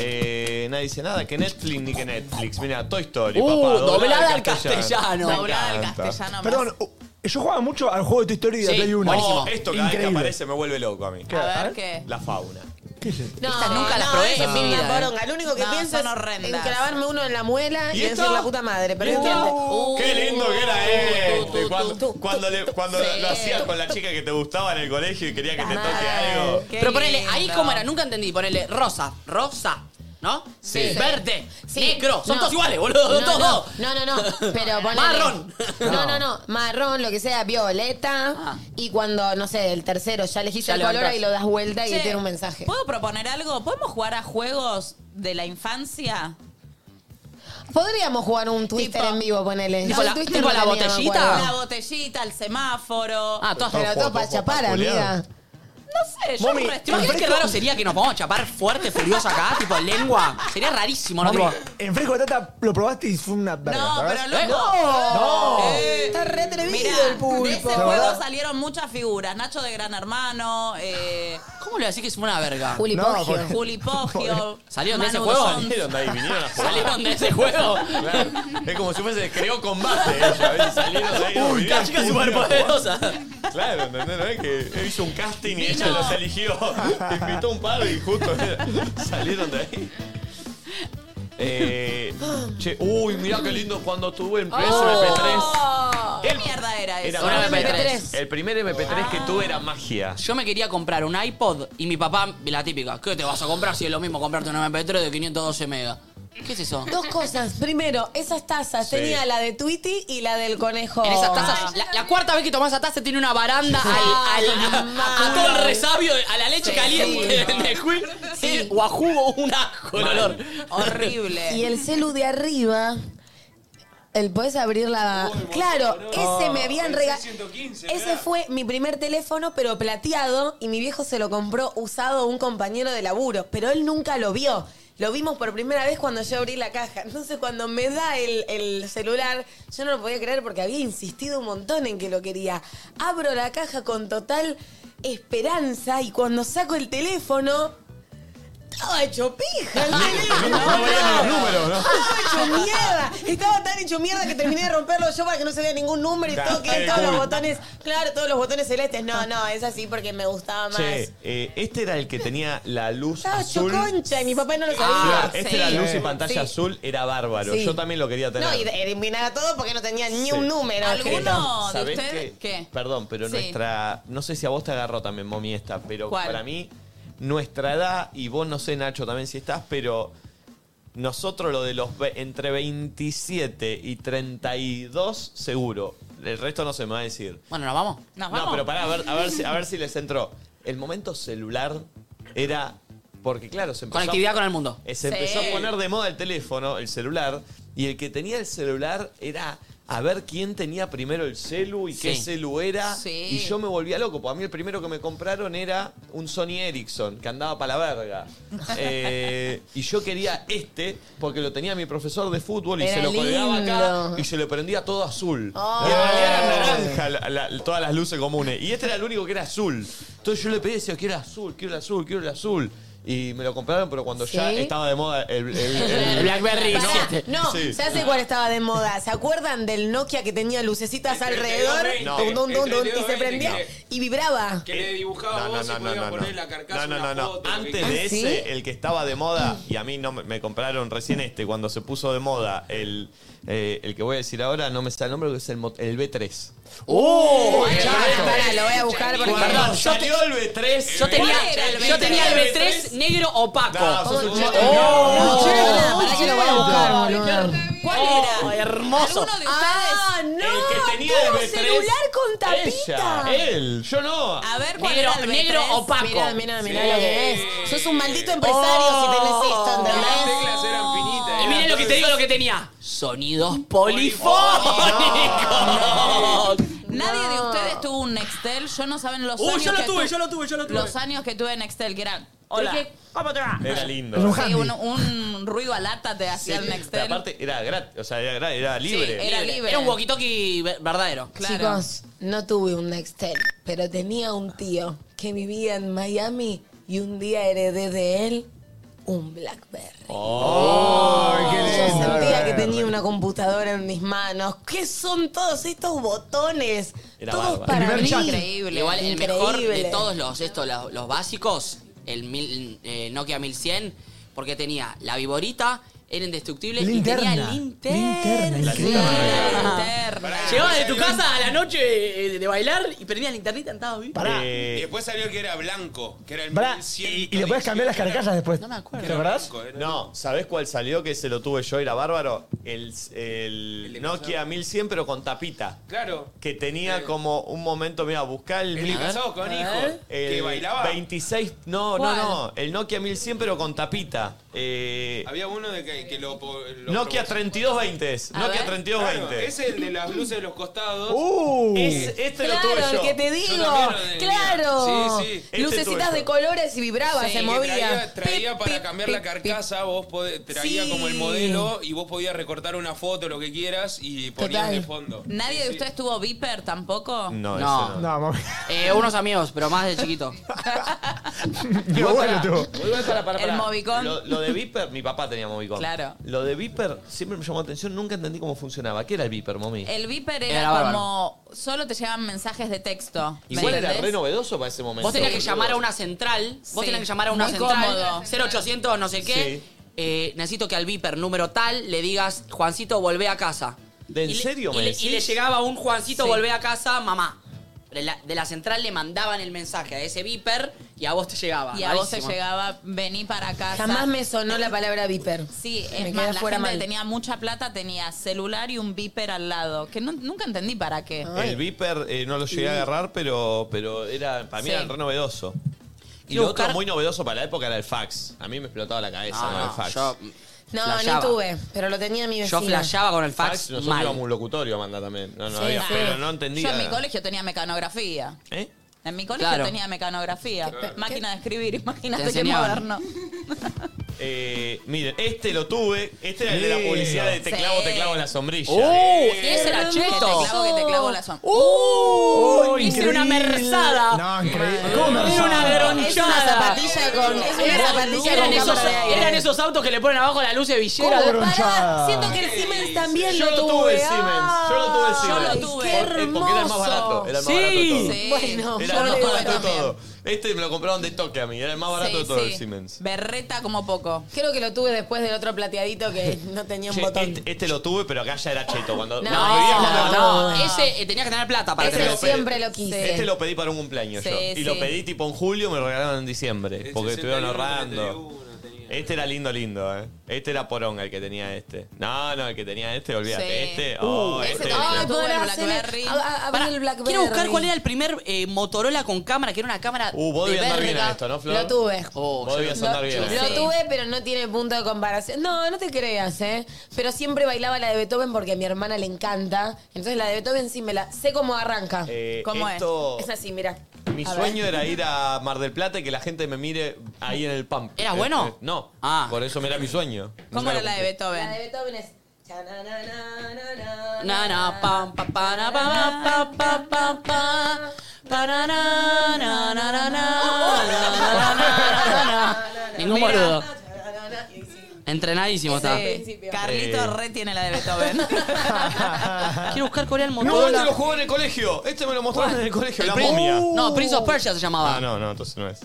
Eh, nadie dice nada, que Netflix ni que Netflix. Mira, Toy Story, Uh, papá. doblada al castellano. Me Doblada al castellano. más. Perdón, uh, yo jugaba mucho al juego de tu historia y de Sí, Play 1. buenísimo. No, Oh, esto cada vez que Increíble. aparece me vuelve loco a mí. A ver qué. La fauna. ¿Qué es esto? No, Estas nunca las probé eso en es mi una vida, eh. poronga. Lo único que No, pienso son es horrendas. en clavarme uno en la muela y, ¿Y decir esta? la puta madre. Pero ¿Y esta? entiende. Oh. Uh, ¡Qué lindo que era Uh, tú, este! tú, Cuando, tú, cuando, tú, le- tú, cuando sí. lo hacías con la chica que te gustaba en el colegio y quería que te toque Mal. algo. Qué Pero ponele, ahí lindo. como era, nunca entendí. Ponele rosa, rosa, ¿no? Sí. Verde, Sí. negro. Son No. todos iguales, boludo. No, todos. no, no, no, no, pero ponele- Marrón. No, no, no, marrón, lo que sea, violeta. Ah. Y cuando, no sé, el tercero ya elegiste Ya el color levantás. y lo das vuelta y Che, te tiene un mensaje. ¿Puedo proponer algo? ¿Podemos jugar a juegos de la infancia? Podríamos jugar un Twister Tipo- en vivo, ponele. Tipo Yo el la- Twister tipo no la tenía, me botellita. acuerdo. La botellita, el semáforo. Ah, todas. Pero todo para chapar, amiga. No sé, yo Mami, un ¿Te resto- imaginas qué raro sería que nos pongamos a chapar fuerte, furioso acá? Tipo lengua. Sería rarísimo, ¿no? Mami, Tipo, en fresco de tata lo probaste y fue una verga. No, ¿verdad? pero luego. No. Eh. Está re atrevido Mirá, el público. de ese La juego verdad. salieron muchas figuras. Nacho de Gran Hermano, eh, ¿Cómo le decís que es una verga? Juli No, Poggio. porque- Juli Poggio. ¿Salieron de ese Manu juego? Johnson. Salieron de ahí, vinieron a jugar. ¿Salieron de ese juego? Claro. Es como si fuese creó combate ella, ¿ves? Salieron de ahí. los videos. Una chica superpoderosa. Claro, ¿entendés? No es que él hizo un casting y ella Vino. los eligió. Invitó un par y justo salieron de ahí. Eh, che, uy, mirá qué lindo cuando tuve el Oh. preso MP3. ¿Qué mierda era eso? Era Un MP3. MP3. El primer MP3 que tuve era magia. Yo me quería comprar un iPod y mi papá, la típica, ¿qué te vas a comprar si es lo mismo comprarte un MP3 de 512 mega? ¿Qué es eso? Dos cosas. Primero, esas tazas. Sí. Tenía la de Tweety y la del conejo. En esas tazas, la, la cuarta vez que tomás esa taza tiene una baranda al, al- a, a todo el resabio, a la leche caliente de jugo. Sí, o a jugo, un asco, el olor. Horrible. Y el celu de arriba. El podés abrir la. claro, ese me habían regalado. Ese fue mi primer teléfono, pero plateado, y mi viejo se lo compró usado a un compañero de laburo, pero él nunca lo vio. Lo vimos por primera vez cuando yo abrí la caja. Entonces, cuando me da el, el celular, yo no lo podía creer porque había insistido un montón en que lo quería. Abro la caja con total esperanza y cuando saco el teléfono, Estaba hecho pija. el No, teléfono, no veían Ah, los boludo. números, ¿no? Estaba hecho mierda. Estaba tan hecho mierda que terminé de romperlo yo para que no se vea ningún número y Ya, todo, que eh, todos los cool. botones, claro, todos los botones celestes. No, no, es así porque me gustaba más. Che, eh, este era el que tenía la luz Estaba azul. choconcha y mi papá no lo sabía. Claro, este sí. era luz y Sí. pantalla azul, era bárbaro. Sí. Yo también lo quería tener. No, y eliminaba todo porque no tenía ni Sí. un número. ¿Alguno? Jeta. No, de ¿Sabés usted, qué? ¿qué? Perdón, pero Sí. nuestra. No sé si a vos te agarró también, momi, esta, pero ¿Cuál? para mí, nuestra edad, y vos no sé, Nacho, también si estás, pero. Nosotros lo de los ve- entre 27 y 32, seguro. El resto no se me va a decir. Bueno, nos vamos. No, ¿Nos vamos? pero pará, a ver, a ver, si, a ver si les entró. El momento celular era. Porque, claro, se empezó. a- Conectividad con el mundo. eh, Se Sí. empezó a poner de moda el teléfono, el celular, y el que tenía el celular era a ver quién tenía primero el celu y qué Sí. celu era. Sí. Y yo me volvía loco, porque a mí el primero que me compraron era un Sony Ericsson, que andaba para la verga. Eh, y yo quería este, porque lo tenía mi profesor de fútbol y Era se lo colgaba acá lindo. y se lo prendía todo azul. Oh. Y en realidad era naranja la- la- todas las luces comunes. Y este era el único que era azul. Entonces yo le pedí, decía, quiero el azul, quiero el azul, quiero el azul. Y me lo compraron, pero cuando ya ¿Sí? estaba de moda el, el- el- El Blackberry Pará, 7. no, Sí. ya sé cuál estaba de moda. ¿Se acuerdan del Nokia que tenía lucecitas alrededor? No. Tum, tum, tum, tum, y se 32, prendía y vibraba. Que le dibujaba No, no, vos no, y no, podía no, poner no. la carcasa No, no, una no, no. foto, lo que Antes quieras. de ¿Ah, sí? ese, el que estaba de moda, y a mí no me, me compraron recién este, cuando se puso de moda, el, eh, el que voy a decir ahora, no me está el nombre, que es el, mo- el B3. ¡Uh! Pará, pará, lo voy a buscar porque. Perdón, yo, te- salió el B3. yo tenía, ¿Cuál era el yo tenía el B3 B3? negro opaco. No, sos un chiste. No, ¡Oh! che, pará, pará que lo voy a buscar, boludo. ¿Cuál Oh, era? hermoso. ¿Alguno de ustedes? Ah, no. el que tenía tuvo el B3. celular con tapita. Ella, él, yo no. A ver, ¿cuál Negro, era el negro B3? opaco. Mirá, mirá, mirá lo que es. Sos un maldito empresario si Oh. tenés esto, Las ¿entendés? teclas eran finitas. Y eran miren lo que te digo, lo que tenía. Sonidos polifónicos. Nadie de ustedes tuvo un Nextel. Yo no saben los Uh, años yo lo que tuve, tu- yo lo tuve, yo lo tuve. Los años que tuve Nextel, que eran... Hola. Era lindo. Es un Sí, handy. un, un ruido a lata te Sí, hacía el pero Nextel. aparte era gratis, o sea, era, gra- era libre. era libre. Era un walkie-talkie ver- verdadero. Claro. Chicos, no tuve un Nextel, pero tenía un tío que vivía en Miami y un día heredé de él un Blackberry. Ay, qué Yo lindo, sentía que Blackberry. tenía una computadora en mis manos. ¿Qué son todos estos botones? Era todos bárbaro. para Primer mí. chat. Increíble. Igual el Increíble. mejor de todos los, estos, los, los básicos, el mil- eh, Nokia 1100, porque tenía la viborita, era indestructible y tenía Linterna. linterna. Linterna, Linterna. Llegaba de tu casa a la noche eh, de bailar y prendías la internita en todo, ¿viste? Pará. Y Eh, después salió el que era blanco, que era el Pará, 1100. y, y le podías cambiar las carcasas después. No me acuerdo. ¿Te acordás? Blanco, era- no, ¿sabés cuál salió? Que se lo tuve yo, era bárbaro. El, el El de Nokia 1100, pero con tapita. Claro. Que tenía Sí. como un momento, mira, buscar el, El de mil- casado con hijos. el Que bailaba. 26, no, ¿Cuál? no, no. El Nokia 1100, pero con tapita. Eh, Había uno de que, que lo, po- lo Nokia promocionó. 3220 es. A Nokia ver. 3220. Claro, es el de las luces de los costados. Uh, Es- este lo tuve Claro, yo. el que te digo. también lo tenía. Claro. Sí, sí. Este Lucecitas tuve de yo. colores y vibraba, Sí, se que Que movía. Traía, traía Pip, para pip, cambiar pip, la carcasa, vos podés- traía Sí. como el modelo y vos podías recortar una foto, lo que quieras, y ponías Total. de fondo. ¿Nadie de ustedes tuvo Viper tampoco? No, No. ese no. No, mami. Eh, unos amigos, pero más de chiquito. Mi abuelo tuvo. Igual, para, para, para. El Movicon. Lo, lo de Viper, mi papá tenía Movicon. Claro. Lo de Viper siempre me llamó la atención, nunca entendí cómo funcionaba. ¿Qué era el Viper, mami? El Viper era, Era bárbaro. como... Solo te llegaban mensajes de texto. ¿me Igual era re entendés? novedoso para ese momento. Vos tenías que boludo. llamar a una central. Vos Sí. tenías que llamar a una Muy central. cómodo. 0800 no sé qué. Sí. Eh, necesito que al Viper número tal le digas, Juancito, volvé a casa. ¿De en Y le- serio y me le, decís? y le llegaba un Juancito, Sí. volvé a casa, mamá. De la, de la central le mandaban el mensaje a ese Viper y a vos te llegaba. Y a vos te Rarísimo. llegaba, vení para casa. Jamás me sonó la palabra viper. Sí, Me es quedé más, la fuera gente mal. que tenía mucha plata tenía celular y un Viper al lado. Que no- nunca entendí para qué. El Viper eh, no lo llegué a agarrar, pero, pero era para mí Sí. era re novedoso. Y Quiero lo buscar- otro muy novedoso para la época era el fax. A mí me explotaba la cabeza No, con el no, fax. yo No, Flasheaba. no tuve, pero lo tenía mi vecina. Yo flasheaba con el fax, fax, nosotros mal. íbamos a un locutorio a mandar también. No, no Sí, había, sí. pero no entendía. Yo en mi colegio tenía mecanografía. ¿Eh? En mi colegio Claro. tenía mecanografía. Máquina de escribir, Te imagínate qué enseñaban. moderno. Eh, miren, este lo tuve. Este era el de la Lindo. publicidad de te clavo, Sí. te clavo en la sombrilla. ¡Oh! ¡Uh! ¡Ese era Que te clavo, cheto! que te clavo la sombra. ¡Oh, ¡Uh! Hice una increíble. merzada. No, increíble. Era una Es una gronchada. zapatilla con. Es una zapatilla Eran con esos, cámara de aire. eran esos autos que le ponen abajo la luz de ¿Cómo villera. era? Pará, Bronchada. siento que el Siemens también Yo lo lo tuve. tuve el Ay, Siemens. Yo lo tuve el Siemens. lo tuve. Qué Por- eh, Porque era el más hermoso. barato. Era el más Sí. barato de todo. Sí. Bueno, Era yo el lo más tuve barato de también. todo. Este me lo compraron de toque a mí. Era el más barato Sí, de todo sí. el Siemens. Berreta como poco. Creo que lo tuve después del otro plateadito que no tenía un Che, botón. este, este lo tuve, pero acá ya era cheto. Cuando, No, cuando vivía con- No, No, no, no. ese eh, tenía que tener plata para Ese tener. lo- siempre lo quise. Este lo pedí para un cumpleaños Sí, yo. Y lo sí. pedí tipo en julio, me lo regalaron en diciembre. Porque estuvieron ahorrando. Este era lindo, lindo, ¿eh? Este era poronga el que tenía este. No, no, el que tenía este, olvídate. Sí. Este, Uh, oh, ese este. también. Ay, Yo tuve el podrá Blackberry. ser- a- a- a ver Pará, el Blackberry. Quiero buscar cuál era el primer eh, Motorola con cámara, que era una cámara. Uh, vos de debías andar bien verga. en esto, ¿no, Flor? Lo tuve. Oh, Vos yo- debías andar bien. Lo en esto. tuve, pero no tiene punto de comparación. No, no te creas, ¿eh? Pero siempre bailaba la de Beethoven porque a mi hermana le encanta. Entonces la de Beethoven sí me la... Sé cómo arranca. Eh, ¿Cómo es? esto- Es así, mira. Mi A ver. sueño era ir a Mar del Plata y que la gente me mire ahí en el pump. ¿Era Eh, bueno? eh, no. Ah. Por eso era mi sueño. ¿Cómo Nunca era lo la de cumplí. Beethoven? La de Beethoven es... cha, na, na, na, na, na, Na, na, pam, pa, pa, na, pa, pa, pa, pa, pa, pa, pa, na, na, na, na, na, na, na, na, na, na, na. Ningún boludo. na, na, na, y sí. Entrenadísimo está. Sí. Carlito Eh. re tiene la de Beethoven. Quiero buscar cuál era el No, este lo Motorola. jugó en el colegio. Este me lo mostraron en el colegio. La Prin- momia. No, Prince of Persia se Ah, llamaba. no, no, entonces no es.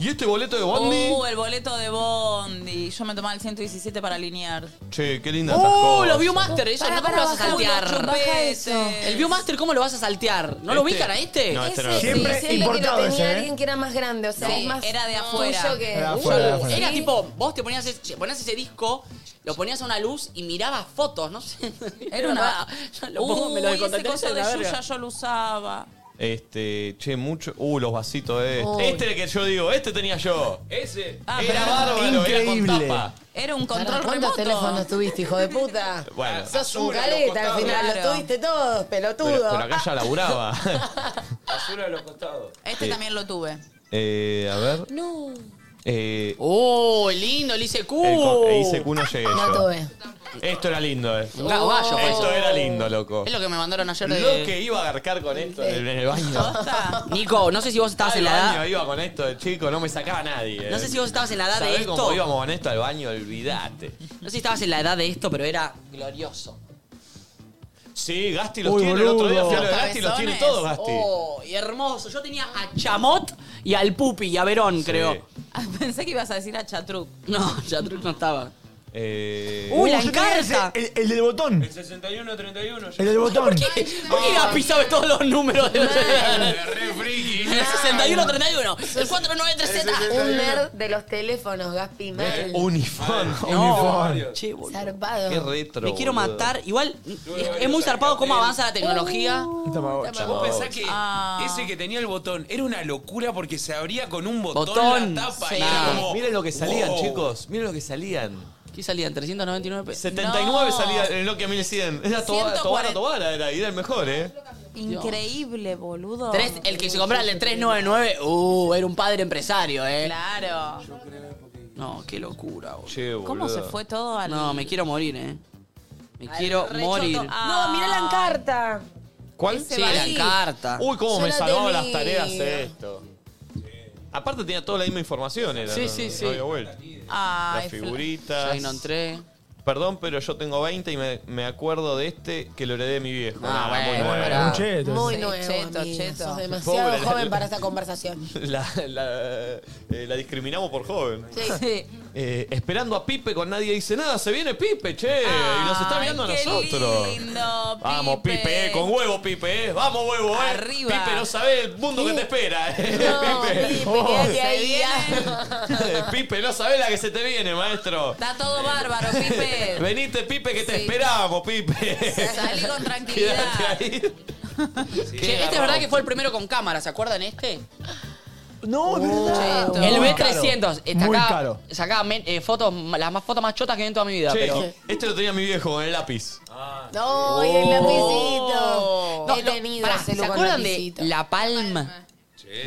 ¿Y este boleto de Bondi? Uh, el boleto de Bondi. Yo me tomaba el 117 para alinear. Che, qué linda ¡Uh! Los Viewmaster, eso Pará, no cómo pará, lo vas a baja uno, saltear. baja eso. El Viewmaster, ¿cómo lo vas a saltear? ¿No Este- lo ubican a este? No, este no Ese lo Siempre sí, siento que lo importado tenía ese, ¿eh? alguien que era más grande, o sea, Sí, es más era de afuera. tuyo que... Era afuera, era afuera. Era tipo, vos te ponías ese, ponías ese disco, lo ponías a una luz y mirabas fotos, no sé. Era una. Yo lo pongo, me lo Uy, ese descontacté, coso es de una verga. Yuya yo lo usaba. Este, che, mucho. Uh, los vasitos de este. Oh. Uy. Este era el que yo digo, este tenía yo. Ese. Ah, era pero- bárbaro, era con increíble. tapa. Era un Pará, control ¿Cuántos remoto. teléfonos tuviste, hijo de puta? Ah, Bueno. Sos un Basura, caleta al loco, final, claro. lo tuviste todos, pelotudo. Pero, pero acá ya laburaba. Azul a los costados. Este Sí. también lo tuve. eh, a ver. No. Eh, ¡Oh, lindo! El ICQ. el co- e hice Q no llegué No yo. tuve. Esto era lindo, eh. Un ga- gallo, fue Esto eso. era lindo, loco. Es lo que me mandaron ayer de. Lo que iba a agarcar con esto en el baño. Posta. Nico, no sé si vos estabas Al en la baño edad. iba con esto de chico, no me sacaba nadie. eh. No sé si vos estabas en la edad de ¿Sabés esto. cómo íbamos con esto al baño? Olvídate. No sé si estabas en la edad de esto, pero era glorioso. Sí, Gasti los Uy, tiene. El otro día fui a lo de boludo. Gasti y los tiene Cabezones. todos, Gasti. Oh, y hermoso. Yo tenía a Chamot y al Pupi y a Verón, creo. Ah, Pensé que ibas a decir a Chatruc. No, Chatruc no estaba. Eh, Uy, la yo tenía ese, encarta. El, el del botón. El 61-31. El del botón. ¿Por qué Gaspi sabe todos los números de los Re friki. El Ah, 6131, el 4937. Un nerd de los teléfonos, Gaspi, mal. Unifón. Uniforme. Che, boludo. Zarpado. Qué retro. Me quiero boludo. matar. Igual es, es muy zarpado cómo avanza la tecnología. Uh, Tamagotchi. Vos pensás que Ah. ese que tenía el botón era una locura porque se abría con un botón, Botón. la tapa Sí. y era como... Miren lo que salían, wow. chicos. Miren lo que salían. ¿Qué salían? 399 pesos. 79 No. salía en Nokia 1100. Era Tobara, 140. Tobara, Tobara era, y era el mejor, ¿eh? Increíble, boludo. Tres- el que se compraba el de 399, uh, era un padre empresario, eh. Claro. No, qué locura, boludo. Che, ¿Cómo se fue todo al.? No, me quiero morir, eh. Me quiero morir. Ah. No, mirá la encarta. ¿Cuál? Sí, la carta. Uy, cómo Yo me la salvaban tenía. las tareas esto. Aparte tenía toda la misma información, era. Sí, no- sí, no sí. había vuelta. Ay, Las Fl- Yo figuritas. ahí no entré. Perdón, pero yo tengo 20 y me, me acuerdo de este que lo heredé de mi viejo. Nada, Ah, muy bueno, nuevo. pará. Un cheto. Muy Sí, nuevo, cheto, amigo. cheto. Sos demasiado Pobre, la- joven para esta conversación. La, la- eh, la discriminamos por joven. Sí. Eh, esperando a Pipe con nadie dice nada. Se viene Pipe, che. Eh, y nos está Ay, mirando a qué nosotros. lindo, Vamos, Pipe, eh, con huevo, Pipe. eh. Vamos, huevo, eh. Arriba. Pipe, no sabe el mundo que te espera. eh. No, Pipe, Oh. quédate Se ahí. viene. Pipe, no sabe la que se te viene, maestro. Está todo bárbaro, Pipe. Venite, Pipe, que te Sí. esperamos, Pipe. Salí con Quédate tranquilidad. ahí. Che, este es verdad que fue el primero con cámara, ¿se acuerdan este? No, es verdad. cheto. El Muy B300. eh, caro. Muy sacaba- caro. Sacaba men- eh, fotos, las más fotos más chotas que vi en toda mi vida. Che, pero- este lo tenía mi viejo con el lápiz. No, y el lapicito. No, He Oh. no, tenido pará, ese ¿Se look con acuerdan de lapicito. La Palma?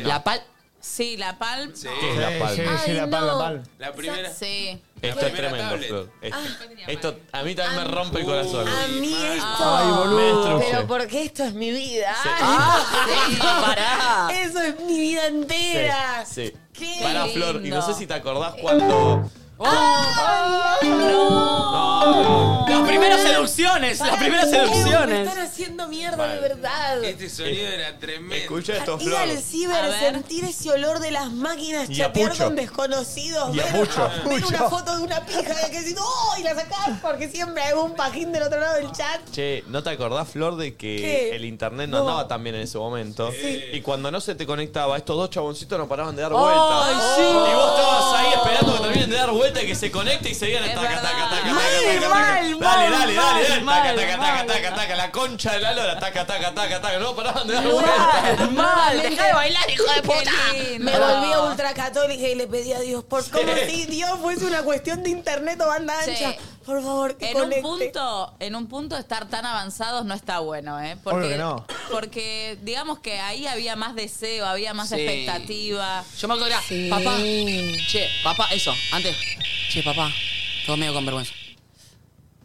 La Palma. Sí, la palma. Sí. ¿Qué es la palma? Sí, sí, la palma, la palma. La primera. Sí. Esto es tremendo, Flor. Esto, esto a mí también me rompe el corazón. A mí esto. Ay, boludo. Pero porque esto es mi vida. Ah. Sí. Ay, Ah, Ah. Eso es mi vida Sí, entera. sí. Qué Para Flor, y lindo. no sé si te acordás cuando. Oh. No. Las primeras seducciones, las primeras Diego, Me seducciones. están haciendo mierda de verdad. Este sonido era tremendo. Escucha esto, Ir Flor. al A ciber, ver. sentir ese olor de las máquinas, Y a chatear pucho. con desconocidos, Y a ver, pucho. ver una Pucho. foto de una pija que decís, ¡oh! Y la sacás porque siempre hay un pajín del otro lado del chat. Che, ¿no te acordás, Flor, de que ¿Qué? el internet no, No. andaba tan bien en ese momento? Y cuando no se te conectaba, estos dos chaboncitos no paraban de dar Ay, vueltas. sí. Y vos estabas ahí esperando que terminen de dar vuelta y que se conecte y seguían Es taca, taca, verdad. taca, taca, Mal, taca, taca. mal, Dale, mal, dale, dale, dale. mal, Taca, taca, taca, mal. taca, taca. La concha de la lora. Taca, taca, taca, taca. No paraban de dar vueltas. Mal, mal. Dejá de bailar, hijo de puta. Me volví ultracatólica y le pedí a Dios, por como si Dios fuese una cuestión de internet o banda Sí. ancha. Por favor, que En conecte. un punto, en un punto estar tan avanzados no está bueno, ¿eh? Obvio que no. porque digamos que ahí había más deseo, había más Sí. expectativa. Yo me acuerdo, que era, papá, che, papá, eso, antes, che, papá, todo medio con vergüenza.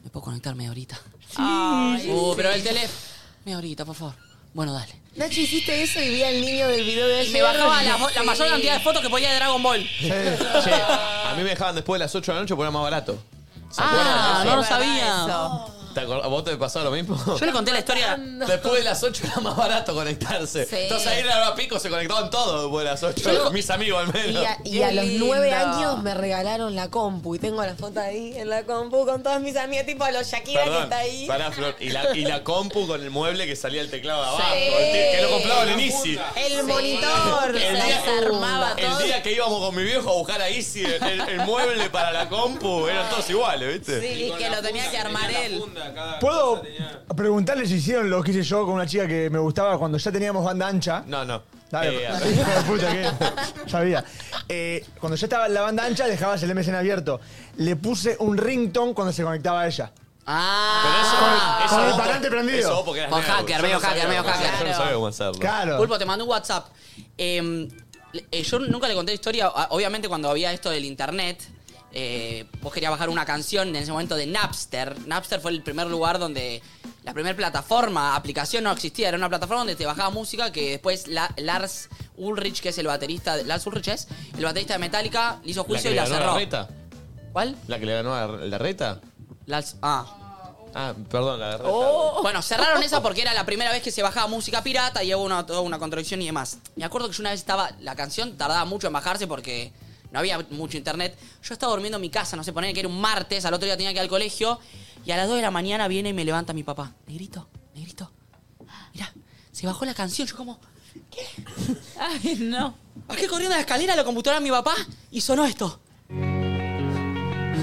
¿Me puedo conectar media horita? Ay, Uh, sí. pero el teléfono, media horita, por favor. Bueno, dale. Nacho, hiciste eso y vi al niño del video de Y ayer. me bajaba la, la Sí. mayor cantidad de fotos que podía de Dragon Ball. Che, a mí me dejaban después de las 8 de la noche porque era más barato. ¿Se Ah, acuerdan de no eso? lo Es verdad sabía. eso. ¿Te acordás? ¿Vos te pasó lo mismo? Yo le conté la historia. Después de las 8 era más barato conectarse. Sí. Entonces ahí en la hora pico se conectaban todos después de las 8. mis amigos al Y menos. a, y Qué a los lindo. nueve años me regalaron la compu y tengo la foto ahí en la compu con todas mis amigas, tipo a los Shakira que Perdón, está ahí. pará, Flor. Y la, y la compu con el mueble que salía el teclado de abajo. Sí. el te- que lo compraba Lenisi. El monitor. Se El día- desarmaba El todo. día que íbamos con mi viejo a buscar a Isi el, el mueble para la compu, eran todos iguales, ¿viste? Sí, Con que la lo tenía funda, que armar tenía la él. funda, cada ¿Puedo cosa tenía- preguntarle si hicieron lo que hice yo con una chica que me gustaba cuando ya teníamos banda ancha? No, no. Dale, Eh, hijo de puta, ¿qué? Sabía. Eh, cuando yo estaba en la banda ancha, dejabas el MSN abierto. Le puse un ringtone cuando se conectaba a ella. pero eso, Ah, eso con el vos- parante prendido. eso vos porque eras Con nerd, hacker, yo medio no sabía hacker, medio cómo hacerlo, Yo no hacker. sabía cómo hacerlo. Claro. Pulpo, te mandé un WhatsApp. Eh, eh, yo nunca le conté la historia. o- Obviamente, cuando había esto del internet, eh, vos querías bajar una canción en ese momento de Napster. Napster fue el primer lugar donde. La primera plataforma, aplicación no existía, era una plataforma donde te bajaba música que después la- Lars Ulrich, que es el baterista, de- Lars Ulrich es el baterista de Metallica, le hizo ¿La juicio que le y la ganó a la cerró. reta? ¿Cuál? ¿La que le ganó a la reta? Lars, ah, Ah, perdón, la reta. Oh. Bueno, cerraron esa porque era la primera vez que se bajaba música pirata y hubo una, toda una contradicción y demás. Me acuerdo que yo una vez estaba, la canción tardaba mucho en bajarse porque no había mucho internet. Yo estaba durmiendo en mi casa, no sé, poner que era un martes, al otro día tenía que ir al colegio y a las 2 de la mañana viene y me levanta mi papá. Negrito, negrito, mirá, se bajó la canción. Yo como, Ay, no. bajé corriendo a la escalera, a la computadora de mi papá y sonó esto.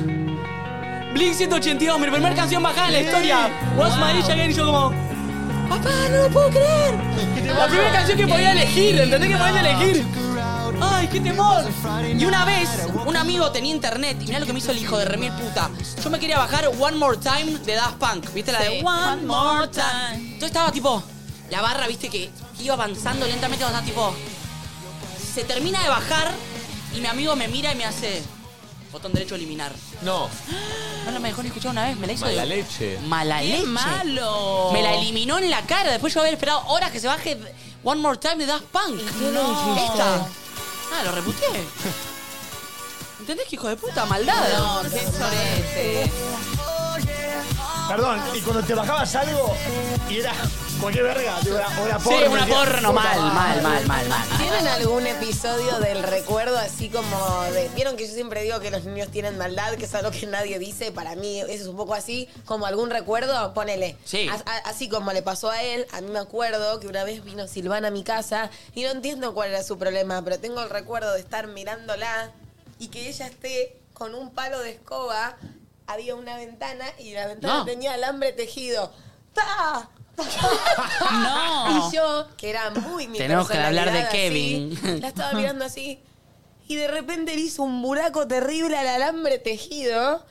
Blink 182, mi primer canción bajada en la historia. What's My Age Again y yo como... ¡Papá, no lo puedo creer! La primera canción que podía elegir, ¿entendés que podía elegir? ¡Ay, qué temor! Y una vez, un amigo tenía internet y mirá lo que me hizo el hijo de remil puta. Yo me quería bajar One More Time de Daft Punk, ¿viste? La de Sí. One One More More Time. Time. Entonces estaba tipo, la barra, ¿viste? Que iba avanzando lentamente, estaba tipo... Se termina de bajar y mi amigo me mira y me hace... Botón derecho eliminar. No, No, no me dejó ni escuchar una vez, me la hizo mala de- leche. Mala Qué leche. malo. Me la eliminó en la cara. Después yo haber esperado horas que se baje One More Time de Daft no Punk. dijiste? Esta. Ah, lo reputé. ¿Entendés que hijo de puta? Maldad. No, qué sorete. Perdón, y cuando te bajabas algo y era cualquier verga, tipo, era una sí, porno. una decías, porno. puta Mal, madre. mal, mal, mal, mal. ¿Tienen algún episodio del recuerdo así como de... Vieron que yo siempre digo que los niños tienen maldad, que es algo que nadie dice, para mí eso es un poco así, como algún recuerdo, ponele. Sí. A- a- así como le pasó a él, a mí me acuerdo que una vez vino Silvana a mi casa y no entiendo cuál era su problema, pero tengo el recuerdo de estar mirándola y que ella esté con un palo de escoba, había una ventana y la ventana No. tenía alambre tejido. ¡Ta! No. Y yo, que era muy mi Tenemos que hablar de personalidad Kevin. así, la estaba mirando así. Y de repente le hizo un buraco terrible al alambre tejido.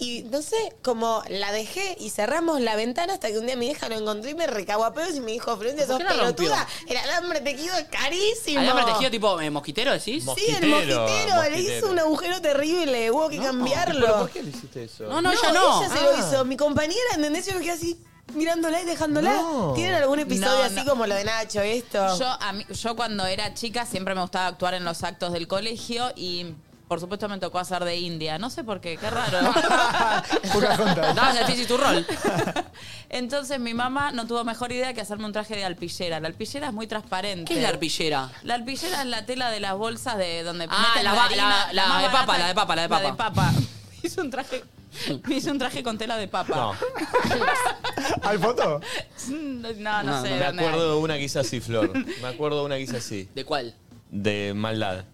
y no sé, como la dejé y cerramos la ventana hasta que un día mi hija lo encontró y me recagó a pedos y me dijo, Florencia, sos ¿Por qué la rompió? pelotuda. El alambre tejido es carísimo. Alambre tejido tipo eh, mosquitero, decís. Sí, el mosquitero, le hizo un agujero terrible, hubo que cambiarlo. ¿Pero por qué le hiciste eso? No, no, ella no. Ella se lo hizo. Mi compañera, ¿entendés? Yo me quedé así mirándola y dejándola. No. ¿Tienen algún episodio No, así no. como lo de Nacho, esto? Yo, a mí- yo cuando era chica siempre me gustaba actuar en los actos del colegio y por supuesto me tocó hacer de India. No sé por qué, qué raro. Poca conta. Dabas el tizi tu rol. Entonces mi mamá no tuvo mejor idea que hacerme un traje de alpillera. La alpillera es muy transparente. ¿Qué es la arpillera? La alpillera es la tela de las bolsas de donde Ah, meten la la, ba- harina, la- la más de papa, barata. la de papa, la de La de papa. papa. Me hice un traje, me hice un traje con tela de papa. No, ¿Hay foto? No, no, No, no sé. de me dónde acuerdo de una que hice así, Flor. Me acuerdo de una que hice así. ¿De cuál? de maldad.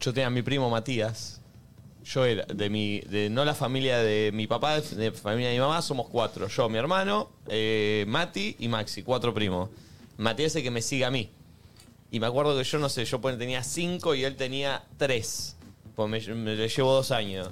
Yo tenía a mi primo Matías. Yo era de mi, de no la familia de mi papá, de la familia de mi mamá, somos cuatro. Yo, mi hermano, eh, Mati y Maxi, cuatro primos. Matías es el que me sigue a mí. Y me acuerdo que yo, no sé, yo pone- tenía cinco y él tenía tres. Pues me, me- le llevo dos años.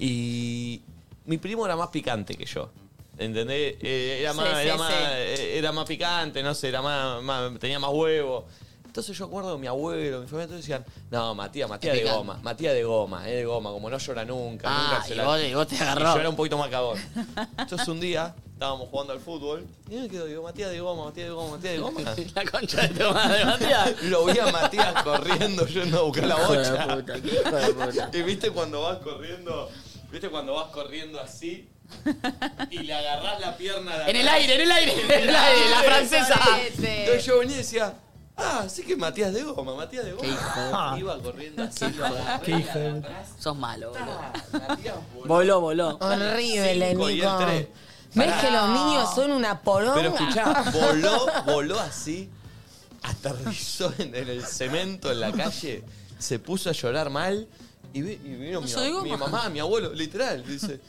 Y mi primo era más picante que yo. ¿Entendés? Eh, era, Sí, más, sí, era, más, sí. eh, era más picante, no sé, era más, más- tenía más huevo. Entonces yo acuerdo que mi abuelo, mi familia, todos decían, no, Matías, Matías Es de picante. goma, Matías de goma, eh". es de goma, como no llora nunca, Ah, nunca se y la- vos, y vos te y yo era agarró. un poquito macabón. Entonces un día estábamos jugando al fútbol y me quedo, digo, Matías de goma, Matías de goma, Matías de goma. La concha de tu madre, Matías. Lo vi a Matías corriendo yendo a buscar la Hijo de bocha. puta, qué hijo de puta. Y viste cuando vas corriendo, viste cuando vas corriendo así y le agarrás la pierna de En el atrás? aire, en el aire, en el aire, la francesa. Entonces yo venía y decía, ah, sí que Matías de goma, Matías de goma. Ah. Iba corriendo así, lo agarré Qué hijo de- de atrás. Sos malo, boludo. Ah, Matías voló. Voló, voló. Horrible, Cinco Nico. y el tres. ¿Ves Pará. que los niños son una poronga? Pero escuchá, voló, voló así, aterrizó en, en el cemento en la calle, se puso a llorar mal y, vi- y vino mi, soy ma- mi goma. mamá, mi abuelo, literal, dice,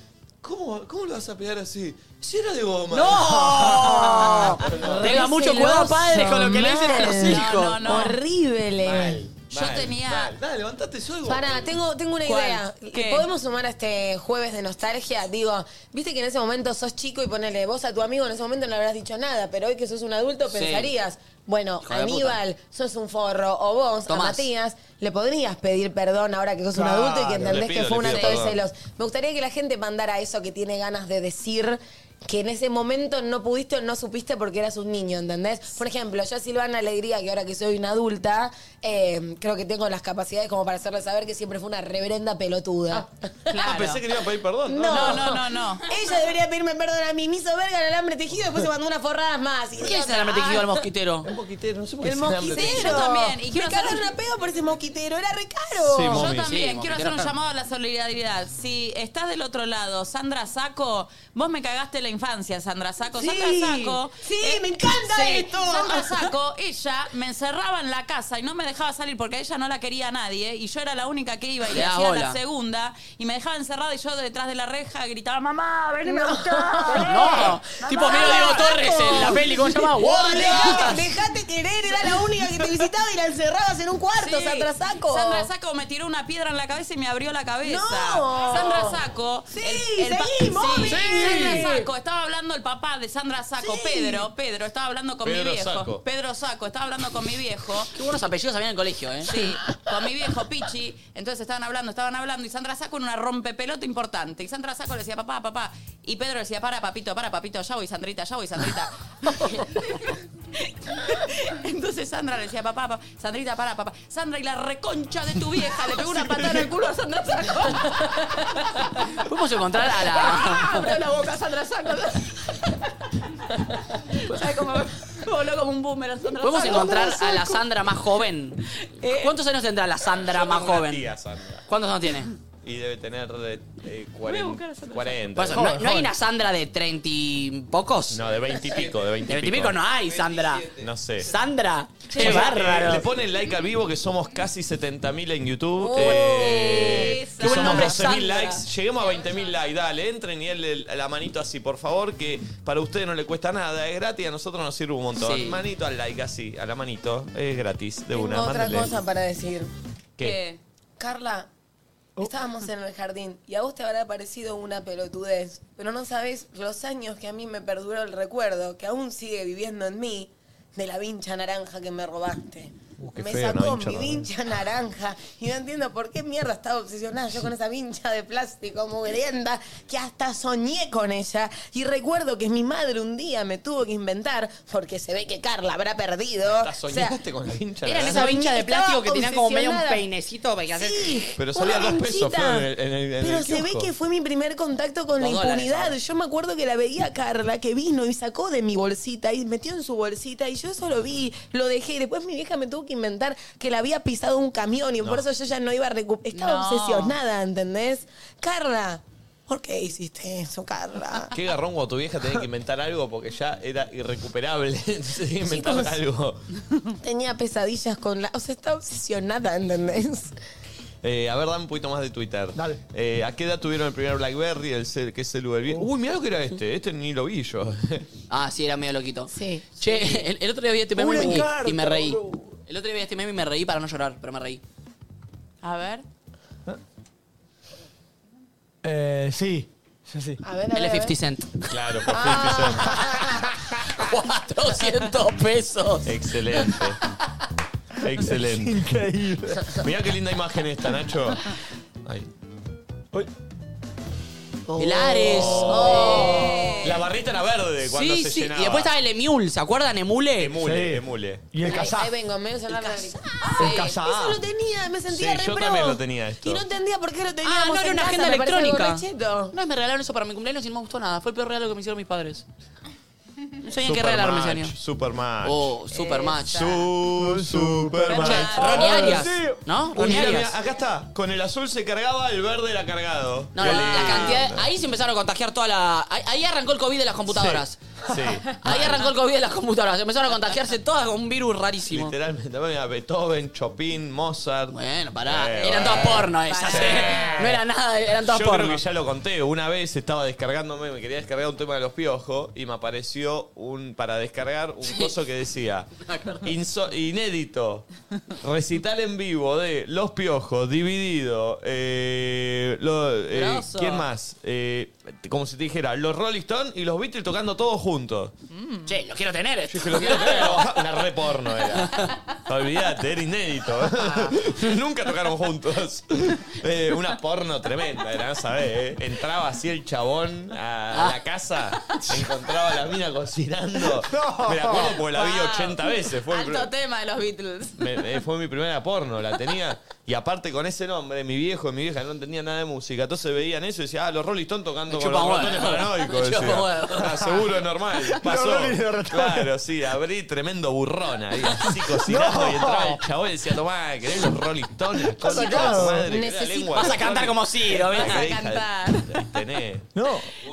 ¿cómo, cómo lo vas a pegar así? Si era de goma. ¡No! Tenga Re mucho cuidado, celoso, padres, con lo que le dicen a los mal. hijos. No, no, no. Horrible. Mal, Yo mal, tenía- mal. Dale, levantate, soy goma. Pará, tengo, tengo una ¿Cuál? idea. ¿Qué? ¿Podemos sumar a este jueves de nostalgia? Digo, viste que en ese momento sos chico y ponele vos a tu amigo, en ese momento no le habrás dicho nada, pero hoy que sos un adulto Sí. pensarías, bueno, Hijo de Aníbal, sos un forro, o vos, a Tomás. Matías, le podrías pedir perdón ahora que sos Claro, un adulto y que entendés le pido, que fue un le pido acto de perdón. celos. Me gustaría que la gente mandara eso que tiene ganas de decir. Que en ese momento no pudiste o no supiste porque eras un niño, ¿entendés? Por ejemplo, yo a Silvana Alegría, que ahora que soy una adulta, eh, creo que tengo las capacidades como para hacerle saber que siempre fue una reverenda pelotuda. Claro. Ah, pensé que le iba a pedir perdón. No. No, no, no, no. Ella debería pedirme perdón a mí, me hizo verga el alambre tejido y después se mandó unas forradas más. ¿Qué es el alambre tejido al mosquitero? Un poquitero, no sé por qué El se me hambre- Sí, mosquitero. yo también. Y quiero me cagaron hacer- a pedo por ese mosquitero, era re caro. Sí, mo- Yo Mami. también Sí, quiero mami, hacer un claro. llamado a la solidaridad. Si estás del otro lado, Sandra Saco, vos me cagaste la infancia, Sandra Saco. Sí. Sandra Saco. Sí, me encanta esto. Sandra Saco, ella me encerraba en la casa y no me dejaba salir porque a ella no la quería nadie y yo era la única que iba y Le da hacía bola. la segunda y me dejaba encerrada y yo detrás de la reja gritaba, mamá, ven y me gustás". Eh, No, tipo medio Diego Torres en la peli, ¿cómo se llama? Dejate, dejate querer, era la única que te visitaba y la encerrabas en un cuarto, Sí. Sandra Saco. Sandra Saco me tiró una piedra en la cabeza y me abrió la cabeza. No. Sandra Saco. Sí, pa- seguí, mami. Sandra Saco. Estaba hablando el papá de Sandra Saco, Sí. Pedro. Pedro, estaba hablando con mi Pedro viejo. Sacco. Pedro Saco, estaba hablando con mi viejo. Qué buenos apellidos había en el colegio, ¿eh? Sí, con mi viejo Pichi. Entonces estaban hablando, estaban hablando y Sandra Saco en una rompepelota importante. Y Sandra Saco le decía, papá, papá. Y Pedro le decía, para, papito, para, papito, ya voy, Sandrita, ya voy, Sandrita. Entonces Sandra le decía, papá, papá, Sandrita, para, papá. Sandra y la reconcha de tu vieja le pegó una patada en el culo a Sandra Saco. Podemos encontrar a la. Abrió la boca, Sandra Saco. ¿Sabes cómo voló como un boomerang Sandra Podemos Saco? encontrar a la Sandra más joven. ¿Cuántos años tendrá la Sandra más Una joven? tía, Sandra. ¿Cuántos años tiene? Y debe tener eh, eh, buscar a 40. Sandra 40. Por eso, ¿no, no hay una Sandra de treinta y pocos? No, de 20 y pico, de 20 De veintipico no hay, Sandra. No sé. Sandra, qué Eh, Le bárbaro. ponen like al vivo que somos casi 70.000 en YouTube. Uy, eh, Sandra. que somos nombre, 12.000 Sandra. likes. Lleguemos a 20.000 likes. Dale, entren y denle la manito así, por favor, que para ustedes no le cuesta nada. Es gratis, a nosotros nos sirve un montón. Sí. Manito al like así, a la manito. Es gratis, de Tengo una. otra mándenle. cosa para decir. ¿Qué? Carla, Estábamos en el jardín y a vos te habrá parecido una pelotudez, pero no sabés los años que a mí me perduró el recuerdo, que aún sigue viviendo en mí, de la vincha naranja que me robaste. Uh, qué me feo, sacó una vincha mi vincha naranja. naranja y no entiendo por qué mierda estaba obsesionada yo con esa vincha de plástico mugrienta que hasta soñé con ella y recuerdo que mi madre un día me tuvo que inventar porque se ve que Carla habrá perdido. Hasta O sea, soñaste este con la hincha. Eran naranja. esas vinchas de Estaba plástico que tenían como medio un obsesionada. peinecito para que hacer- Pero una salía dos pesos, vinchita. Flor, en el- en el- en el Pero se ve kiosco. que fue mi primer contacto con la Dos dólares, impunidad. ahora. Yo me acuerdo que la veía a Carla, que vino y sacó de mi bolsita y metió en su bolsita. Y yo eso lo vi, lo dejé. Después mi vieja me tuvo que inventar que la había pisado un camión y por eso yo ya no iba a recuperar. Estaba No. obsesionada, ¿entendés? Carla, ¿por qué hiciste eso, Carla? Qué garrón cuando tu vieja tenía que inventar algo porque ya era irrecuperable. Entonces tenía que inventar Chicos. algo. Tenía pesadillas con la. O sea, estaba obsesionada, ¿entendés? Eh, a ver, dame un poquito más de Twitter. Dale. Eh, ¿A qué edad tuvieron el primer Blackberry? El cel, ¿Qué es el Uber? Uy, mirá lo que era este. Este ni lo vi yo. Ah, sí, era medio loquito. Sí. Che, el, el otro día vi este meme Una y, carta, y me reí. bro. El otro día vi este meme y me reí para no llorar, pero me reí. A ver. Eh, sí, sí, sí. A ver, a El ver. de a ver. 50 Cent. claro, por Ah. ¡400 50 pesos! cent. Excelente. Excelente. Increíble. Mirá qué linda imagen esta, Nacho. Ay. Uy, Oh. El Ares. La barrita era verde cuando Oh. sí, se sí. llenaba. Y después estaba el Emule, ¿se acuerdan? Emule. Emule, Sí. emule. Y el Ahí- casado. Ahí vengo, me voy a sonar la El casado. Eso lo tenía, me sentía Sí, re yo pro. también lo tenía esto. Y no entendía por qué lo teníamos Ah, no, era en una casa, agenda me parece electrónica. algo recheto. Una vez me regalaron eso para mi cumpleaños y no me gustó nada. Fue el peor regalo que me hicieron mis padres. No sabían qué regalarme ese año. Supermatch. Supermatch. Oh, Supermatch. Su, Supermatch. Che, Ronnie Ah, Arias. sí. ¿No? Uy, Ronnie mira, Arias. mira, acá está. Con el azul se cargaba, el verde era cargado. No, no, la Ah. cantidad. de- ahí se empezaron a contagiar toda la. Ahí, ahí arrancó el COVID de las computadoras. Sí. Ahí arrancó el COVID de las computadoras. Empezaron a contagiarse todas con un virus rarísimo. Literalmente, también era Beethoven, Chopin, Mozart. Bueno, pará. Eh, bueno. eran todas porno esas, Sí. eh. No era nada, eran todas Yo creo porno. que ya lo conté. Una vez estaba descargándome, me quería descargar un tema de los piojos y me apareció un para descargar un coso que decía "Inso- inédito recital en vivo de los piojos dividido eh, lo- eh, Grosso. quién más Eh, como si te dijera los Rolling Stones y los Beatles tocando todos juntos. Che, lo quiero tener. Yo dije, Mm. lo quiero tener. Una re porno era. Olvídate, era inédito. Nunca tocaron juntos. Eh, una porno tremenda, era, ¿sabes? Eh, Entraba así el chabón a la casa, encontraba a la mina cocinando. Me la acuerdo porque la vi 80 veces. Fue, el Alto pr- tema de los Beatles. me- me- fue mi primera porno, la tenía. Y aparte con ese nombre, mi viejo y mi vieja no entendían nada de música. Entonces veían eso y decían, ah, los Rolling Stones tocando con Chupa los huevo. botones paranoicos. Chupa decía. huevo. Ah, seguro, normal. Pasó. Rolling Stones. Claro, sí, abrí tremendo burrón ahí, así cocinando y entraba el chabón y decía, tomá, ¿querés los Rolling Stones? La concha de tu sacado. madre, que la Necesito- lengua Vas a de cantar Rolling- como Ciro, Ah, ¿ves? a que hija de- cantar. ahí tenés. No.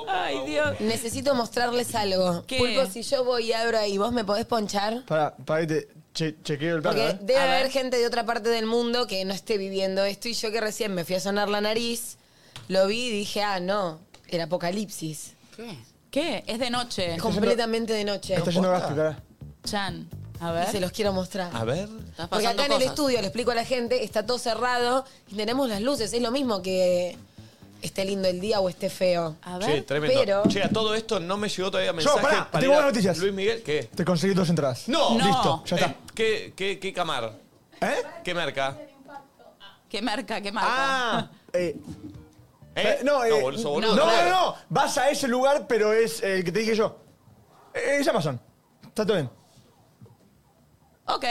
Ay, Dios. Necesito mostrarles algo. ¿Qué? Pulpo, si yo voy y abro ahí, ¿vos me podés ponchar? Para, para que te che- chequeo el plan. Porque ¿eh? debe A ver. haber gente de otra parte del mundo que no esté viviendo esto. Y yo que recién me fui a sonar la nariz, lo vi y dije, ah, no, el apocalipsis. ¿Qué? Es de noche. Completamente de noche. Está yendo gas, cara. Chan. A Y se ver. los quiero mostrar. A ver. Estás Porque pasando acá en el cosas. estudio, le explico a la gente, está todo cerrado y tenemos las luces. Es lo mismo que esté lindo el día o esté feo. A Che, ver. tremendo. pero- Che, a todo esto no me llegó todavía mensaje pará, para tengo ir a- buenas noticias. Luis Miguel, ¿qué? Te conseguí dos entradas. No. No. Listo, ya está. Eh, ¿Qué, qué, qué camar? ¿Eh? ¿Qué marca? ¿Qué marca? ¿Qué marca? Ah. Eh, ¿Eh? eh, no, eh, no, boludo, sos boludo. no, no, no. Vas a ese lugar, pero es el que te dije yo. Eh, es Amazon. Está todo bien. Ok.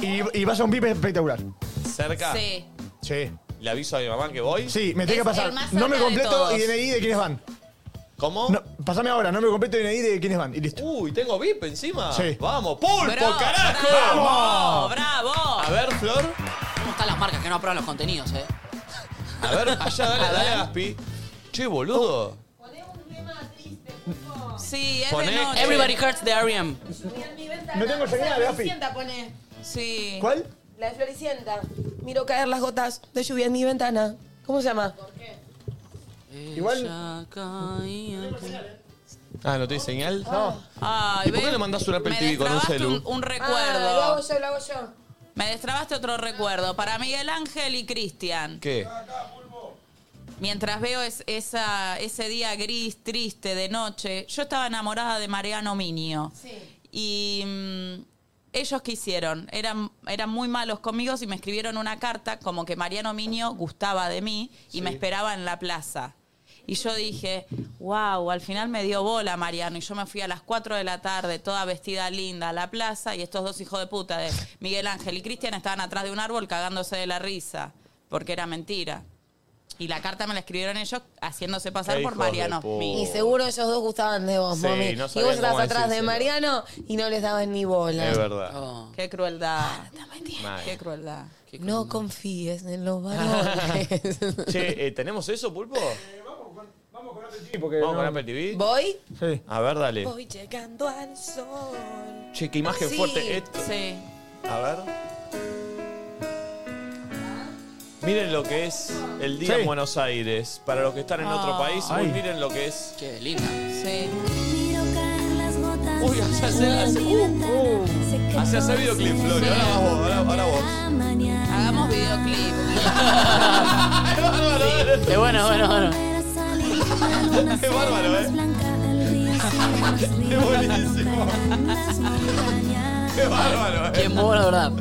Y, y vas a un pipe espectacular. Cerca. Sí. Sí. Le aviso a mi mamá que voy. Sí, me tiene Es que pasar. el más No me cerca de completo todos. y DNI de quiénes van. ¿Cómo? No, pasame ahora, no me completo DNI de quiénes van. Y listo. Uy, tengo VIP encima. Sí. Ah, Vamos, pulpo, Bro, carajo. ¡Bravo! ¡Bravo! A ver, Flor. ¿Cómo están las marcas que no aprueban los contenidos, eh? A ver, allá, dale, dale, Gaspi. Che, Oh. boludo. Sí, es Poné- de noche. Everybody hurts E the R.E.M. No tengo señal, Gafi. pone. Sí. ¿Cuál? La de Floricienta. Miro caer las gotas de lluvia en mi ventana. ¿Cómo se llama? Igual- Ella caía- Ah, ¿no tiene señal? No. Ay, ¿Y por qué ves? le mandás un Apple Me TV con un destrabaste celu? Un, un Ah, lo hago recuerdo. yo, lo hago yo. Me destrabaste otro recuerdo. Para Miguel Ángel y Cristian. ¿Qué? Mientras veo es- esa, ese día gris, triste, de noche, yo estaba enamorada de Mariano Minio. Y mm, ellos qué hicieron? Eran, eran muy malos conmigo y me escribieron una carta como que Mariano Minio gustaba de mí y me esperaba en la plaza. Y yo dije, wow, al final me dio bola Mariano. Y yo me fui a las 4 de la tarde, toda vestida linda, a la plaza. Y estos dos hijos de puta de Miguel Ángel y Cristian estaban atrás de un árbol cagándose de la risa. Porque era mentira. Y la carta me la escribieron ellos haciéndose pasar Qué por hijos de Mariano. puta. Mini. Y seguro ellos dos gustaban de vos, Sí, mami. no y sabían vos estabas cómo atrás de decírselo. Mariano y no les dabas ni bola. Es verdad. Qué crueldad. Mal. Oh. Ah, Qué crueldad. Ah. No confíes en los varones. Che, eh, ¿tenemos eso, Pulpo? Eh, Sí, porque Vamos no- con Apple TV. Voy, Sí. A ver, dale. voy llegando al sol. Che, qué imagen Sí. fuerte. Esto. Sí. A ver. Miren lo que es el día Sí. en Buenos Aires. Para los que están en otro país, uy, Ay. miren lo que es. Qué linda. Sí. Uy, hace hacer, hace, uh, uh. hace hacer videoclip, Flori. Ahora vas vos, ahora, ahora vos. Hagamos videoclip. Es bárbaro, Qué bueno, bueno, bueno. es bárbaro, eh. Es buenísimo. Es bárbaro, eh. Qué bueno, la verdad.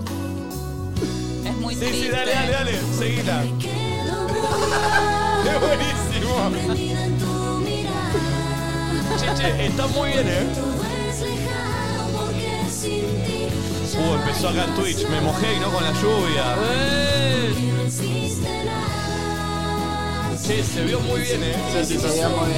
Es muy Sí, triste. sí, dale, dale, dale. Seguila. Es buenísimo. Che, che, está muy bien, eh. Uh, empezó acá en Twitch. Me mojé y no con la lluvia. Che, se vio muy bien, eh. muy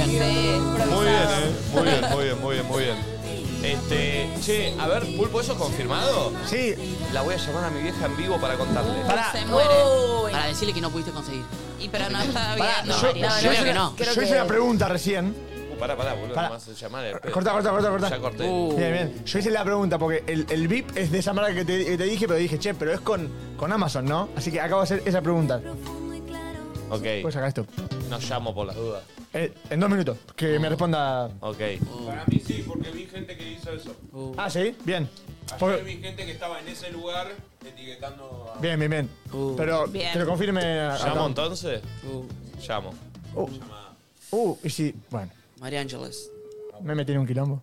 bien. Muy bien, eh. Muy bien, muy bien, muy bien, muy bien. Este, che, a ver, Pulpo, ¿eso es confirmado? Sí, La voy a llamar a mi vieja en vivo para contarle. pará. Se muere. Para decirle que no pudiste conseguir. Y pero no está Pará, bien. yo- Mariano. Yo creo que no. Creo Yo hice que- una pregunta recién. Uh, pará, pará, boludo. Pará. Me vas a llamar al pedo. Corta, corta, corta, corta. Eh, Ya corté. Uh. Bien, bien. Yo hice la pregunta porque el, el VIP es de esa marca que te, que te dije, pero dije, che, pero es con, con Amazon, ¿no? Así que acabo de hacer esa pregunta. Puedes Ok, sacar Pues esto. no llamo por las dudas. Eh, en dos minutos, que me responda. Ok. Para mí sí, porque vi gente que hizo eso. Uh. Ah, sí, bien. Ayer Porque- vi gente que estaba en ese lugar etiquetando a... Bien, bien, bien. Uh. Pero Bien. que lo confirme. a- ¿Llamo a- entonces? Uh, Llamo. Uh, uh, y si. Bueno, María Ángeles. me metí en un quilombo.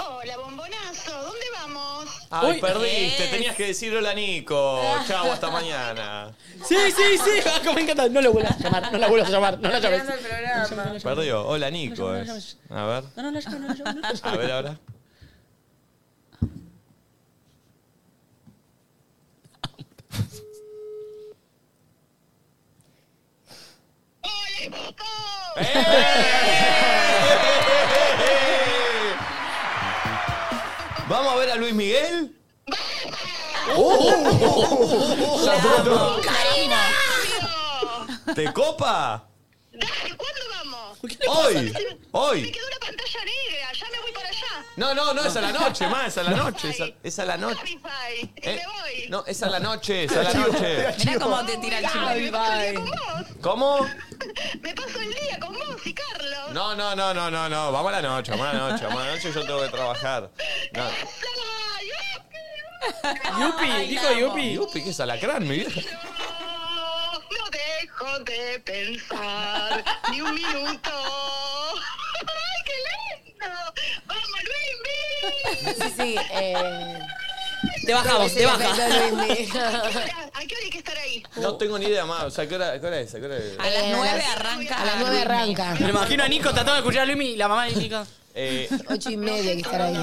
Hola, bombonazo, ¿dónde vamos? Eh. Ay, Uy. perdiste. Es. Tenías que decir hola, Nico. Chau, hasta mañana. Sí, sí, sí. Ah, como me encanta. No la vuelvas a llamar. No la vuelvas a llamar. No la llames. Perdió. Hola, Nico. es. A ver. A ver ahora. ¡Eh! ¿Vamos a ver a Luis Miguel? ¡Uh! ¿Te copa? Dale, ¿cuándo vamos? Hoy, hoy. Me quedó una pantalla negra, ya me voy para allá. No, no, no, es a la noche, más, es a la noche, es a, es a la noche. Cabify, y Eh, me voy. No, es a la noche, es a la noche. Mirá cómo te tira el Me chivo. paso el día con vos, ¿Cómo? me paso el día con vos y Carlos. No, no, no, no, no, no. Vamos a la noche, vamos a la noche, vamos a la noche, yo tengo que trabajar. No. Ay, ay, Yupi, dijo Yupi. Yupi, que es alacrán, mi vieja. no, no dejo de pensar ni un minuto. ¡Ay, qué lindo! ¡Vamos, Luis! Sí, sí, sí. Eh, Te bajamos, te baja. ¿A qué hora hay que estar ahí? No tengo ni idea más. O sea, ¿qué hora, qué hora es? ¿A qué hora es? A las Eh, a 9 las- arranca. A las nueve arranca. Me imagino a Nico tratando de escuchar a Luis y la mamá de Nico. Eh, Ocho y media hay que estar ahí.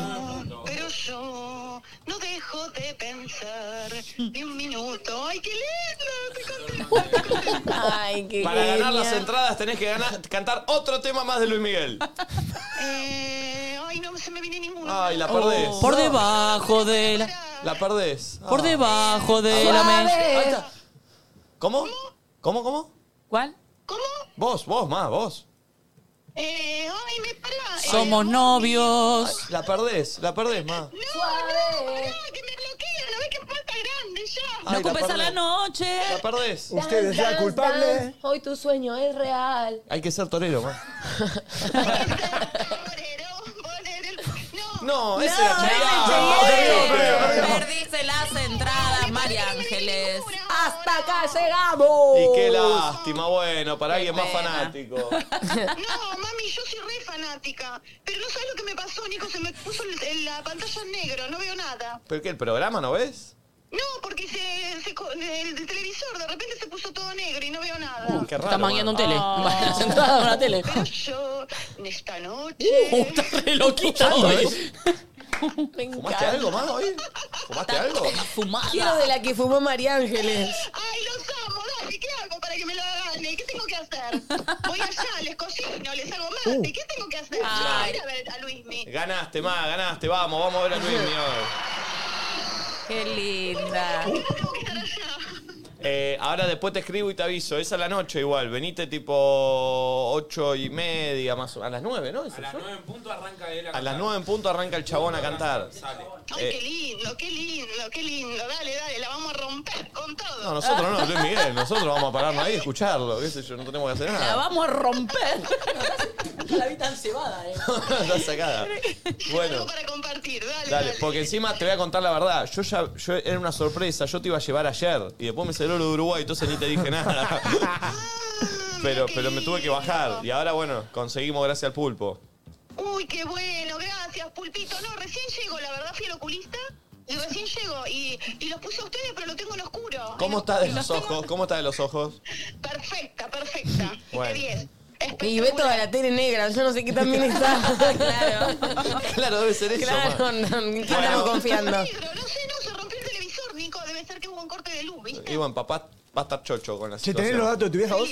Pero yo no dejo de pensar ni un minuto. ¡Ay, qué lindo! Estoy contenta. Ay, qué para ganar las genia. entradas tenés que ganar- cantar otro tema más de Luis Miguel. Eh, ay, no se me viene ninguno. Ay, la perdés. Por debajo de la. La perdés. Ah. Por debajo de la mesa. Ahí Suave. está. ¿Cómo? ¿Cómo, cómo? ¿Cuál? ¿Cómo? Vos, vos, más, vos. Eh, ay, me pará. Eh, Somos novios. La perdés, la perdés, más. No, no, pará, que me bloquean. No ves que falta grande ya. No Ay, la ocupes a la perdés. noche. La perdés. Usted es la culpable. Hoy tu sueño es real. Hay que ser torero, más. Bolero, bolero. No, No, ese No, era Cheyenne. Chayanne. Perdiste las entradas, María Ángeles. Hasta acá llegamos. Y qué lástima, bueno, para alguien más pena. fanático. No, mami, yo soy re fanática. Pero no sabes lo que me pasó, Nico. Se me puso el- en la pantalla en negro. No veo nada. ¿Pero qué, el programa no ves? No, porque se, se co- el, el televisor de repente se puso todo negro y no veo nada. Qué raro. Está mangueando un tele. Ah. Bueno, sentada con una tele. Yo, esta noche. Uh, está re loquita eh? hoy. Me ¿Fumaste algo más hoy? ¿Fumaste algo? Quiero de la que fumó María Ángeles. Ay, los amo, dale, ¿qué hago para que me lo gane? ¿Qué tengo que hacer? Voy allá, les cocino, les hago mate, ¿qué tengo que hacer? Ay. Voy a ir a ver a Luismi. Ganaste más, ganaste, vamos, vamos a ver a Luis hoy. Qué linda. Eh, ahora después te escribo y te aviso, es a la noche igual, venite tipo ocho y media, más o a las nueve, ¿no? ¿Es A las eso? 9 en punto arranca él a A las cantar. nueve en punto arranca el chabón a cantar. Sale. Ay, qué Eh, lindo, qué lindo, qué lindo. Dale, dale, la vamos a romper con todo. no, nosotros no, Luis Miguel, nosotros vamos a pararnos ahí y escucharlo, qué sé yo, no tenemos que hacer La nada. vamos a romper. La vi tan cebada, eh. Está sacada. Bueno. Para compartir, dale. Dale, porque encima te voy a contar la verdad. Yo ya yo era una sorpresa, yo te iba a llevar ayer y después me salió lo de Uruguay, entonces ni te dije nada. pero, pero me tuve que bajar y ahora bueno, conseguimos gracias al pulpo. Uy, qué bueno, gracias, Pulpito. No, recién llego, la verdad, fui al oculista y recién llego. Y, y los puse a ustedes, pero lo tengo en oscuro. ¿Cómo está de los ojos? ¿Cómo está de los ojos? Perfecta, perfecta. Bueno. Qué bien. Y ve toda la tele negra, yo no sé qué también está. Claro, debe ser eso. claro, man. no, ¿en qué estamos confiando? Iban, papá va a estar chocho con la Che, ¿tenés situación. los datos de tu vieja vos?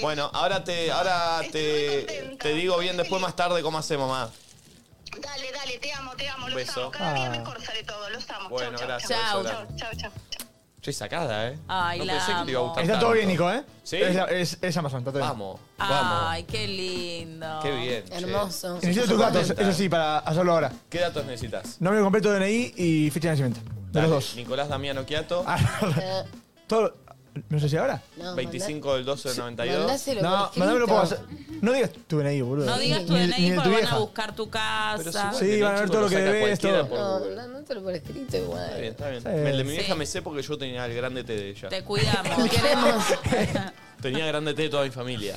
Bueno, ahora te ahora te, te digo bien después más tarde cómo hacemos, mamá. Dale, dale, te amo, te amo. Un Los beso. amo. Cada Ah. día mejor sale todo. Los amo. Bueno, chau, gracias, Chau, beso chau, chau, chau. Estoy sacada, ¿eh? Ay, no la pensé que te iba a amo. gustar Está todo tanto. bien, Nico, ¿eh? Sí. Es, la- es- es Amazon, está todo bien. Vamos, vamos. Ay, qué lindo. Qué bien. che. Hermoso. Necesito tus datos, eso sí, para hacerlo ahora. ¿Qué datos necesitas? Nombre completo, DNI y ficha de nacimiento. De Dale, los dos. Nicolás Damiano Quiato, Todo- no sé si ahora. No, 25 del 12 del 92. mandáselo No, por mandámelo por escrito. WhatsApp. No digas tu DNI, boludo. No digas tu Ni- ni DNI de porque van vieja. a buscar tu Pero si casa. vos Sí, tenés van a ver chicos, todo lo lo que saca debes, cualquiera todo. por No, Google. no, te lo por escrito Está bien, igual. está bien. Sí. El de mi Sí. vieja me sé porque yo tenía el grande T de ella. Te cuidamos. Queremos. Tenía grande T de toda mi familia.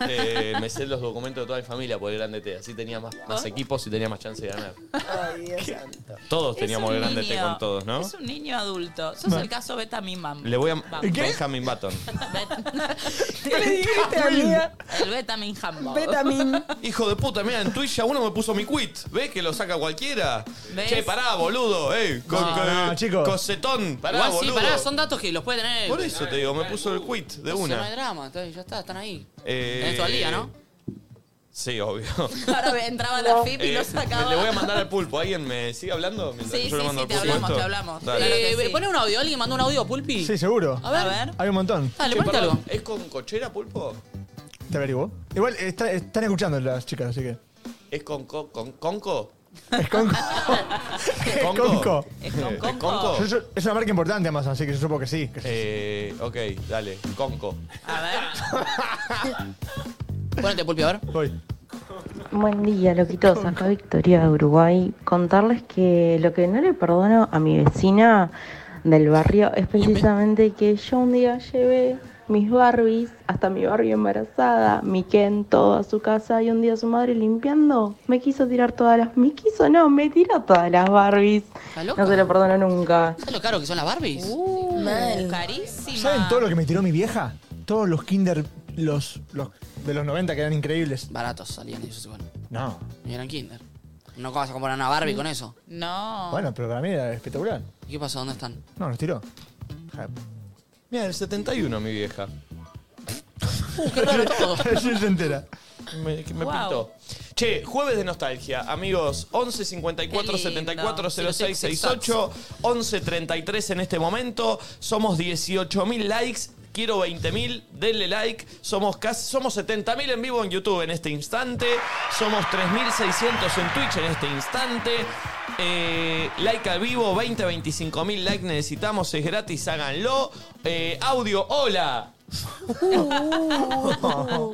Eh, me sé los documentos de toda mi familia por el grande T. Así tenía más, más equipos y tenía más chance de ganar. Ay, Dios santo. Todos Es teníamos un el grande T niño. con todos, ¿no? Es un niño adulto. Sos el caso Beta Mi Mam. Le voy a... Vamos. ¿Qué? Benjamin Button. ¿Qué le dijiste, amiga? El Beta Mi Ham. Vetamin. Hijo de puta, mira, en Twitch ya uno me puso mi quit. ¿Ves que lo saca cualquiera? ¿Ves? Che, pará, boludo. Ey, co- No, co- no, chicos. Cosetón. Pará, Igual sí, boludo. pará, son datos que los puede tener. Por eso te digo, me puso el quit de No hay una. drama, está bien, ya está, están ahí. Eh, Tenés todo el día, ¿no? Sí, obvio. Ahora entraba la FIP y Eh, lo sacaba. le voy a mandar al pulpo. ¿Alguien me sigue hablando? Mientras Sí, yo sí, le mando sí, al te pulpo hablamos, esto? te hablamos. Dale. Claro que Eh, sí. Pone un audio, alguien mandó un audio, Pulpi. Sí, seguro. A ver. A ver. Hay un montón. Dale, Che, ponete perdón, algo. ¿Es con cochera, pulpo? Te averiguo. Igual está- están escuchando las chicas, así que. ¿Es con, co- con conco? Es Conco. Es ¿Conco? Conco. Es con Eh, Conco. Yo- yo- es una marca importante Amazon, así que yo supongo que sí. que sí. Eh, ok, dale, conco. A ver. Ponete, Pulpi, a ver. Voy. Buen día, loquitos. Acá Victoria de Uruguay. Contarles que lo que no le perdono a mi vecina del barrio es precisamente que yo un día llevé mis Barbies, hasta mi Barbie embarazada, mi Ken, todo a su casa y un día su madre limpiando me quiso tirar todas las... Me quiso, no, me tiró todas las Barbies. ¿Estás loca? No se lo perdono nunca. ¿Sabes lo caro que son las Barbies? Mal. Carísima. Ah. ¿Saben todo lo que me tiró mi vieja? Todos los Kinder los, los de los 90 que eran increíbles. Baratos salían ellos igual. No. Y eran Kinder. No vas a comprar una Barbie con eso. No. Bueno, pero para mí era espectacular. ¿Y ¿Qué pasó? ¿Dónde están? No, los tiró. Ja. Mira, el 71, mi vieja. Sí, se entera. Me, que me Wow. pintó. Che, jueves de nostalgia, amigos. 11 54 Qué lindo. 74 06 Sí, los 68 11 33 en este momento. Somos 18.000 likes. Quiero 20.000, denle like. Somos casi, somos 70.000 en vivo en YouTube en este instante. Somos 3.600 en Twitch en este instante. Eh, like al vivo, 20, 25.000 likes necesitamos. Es gratis, háganlo. Eh, audio, hola.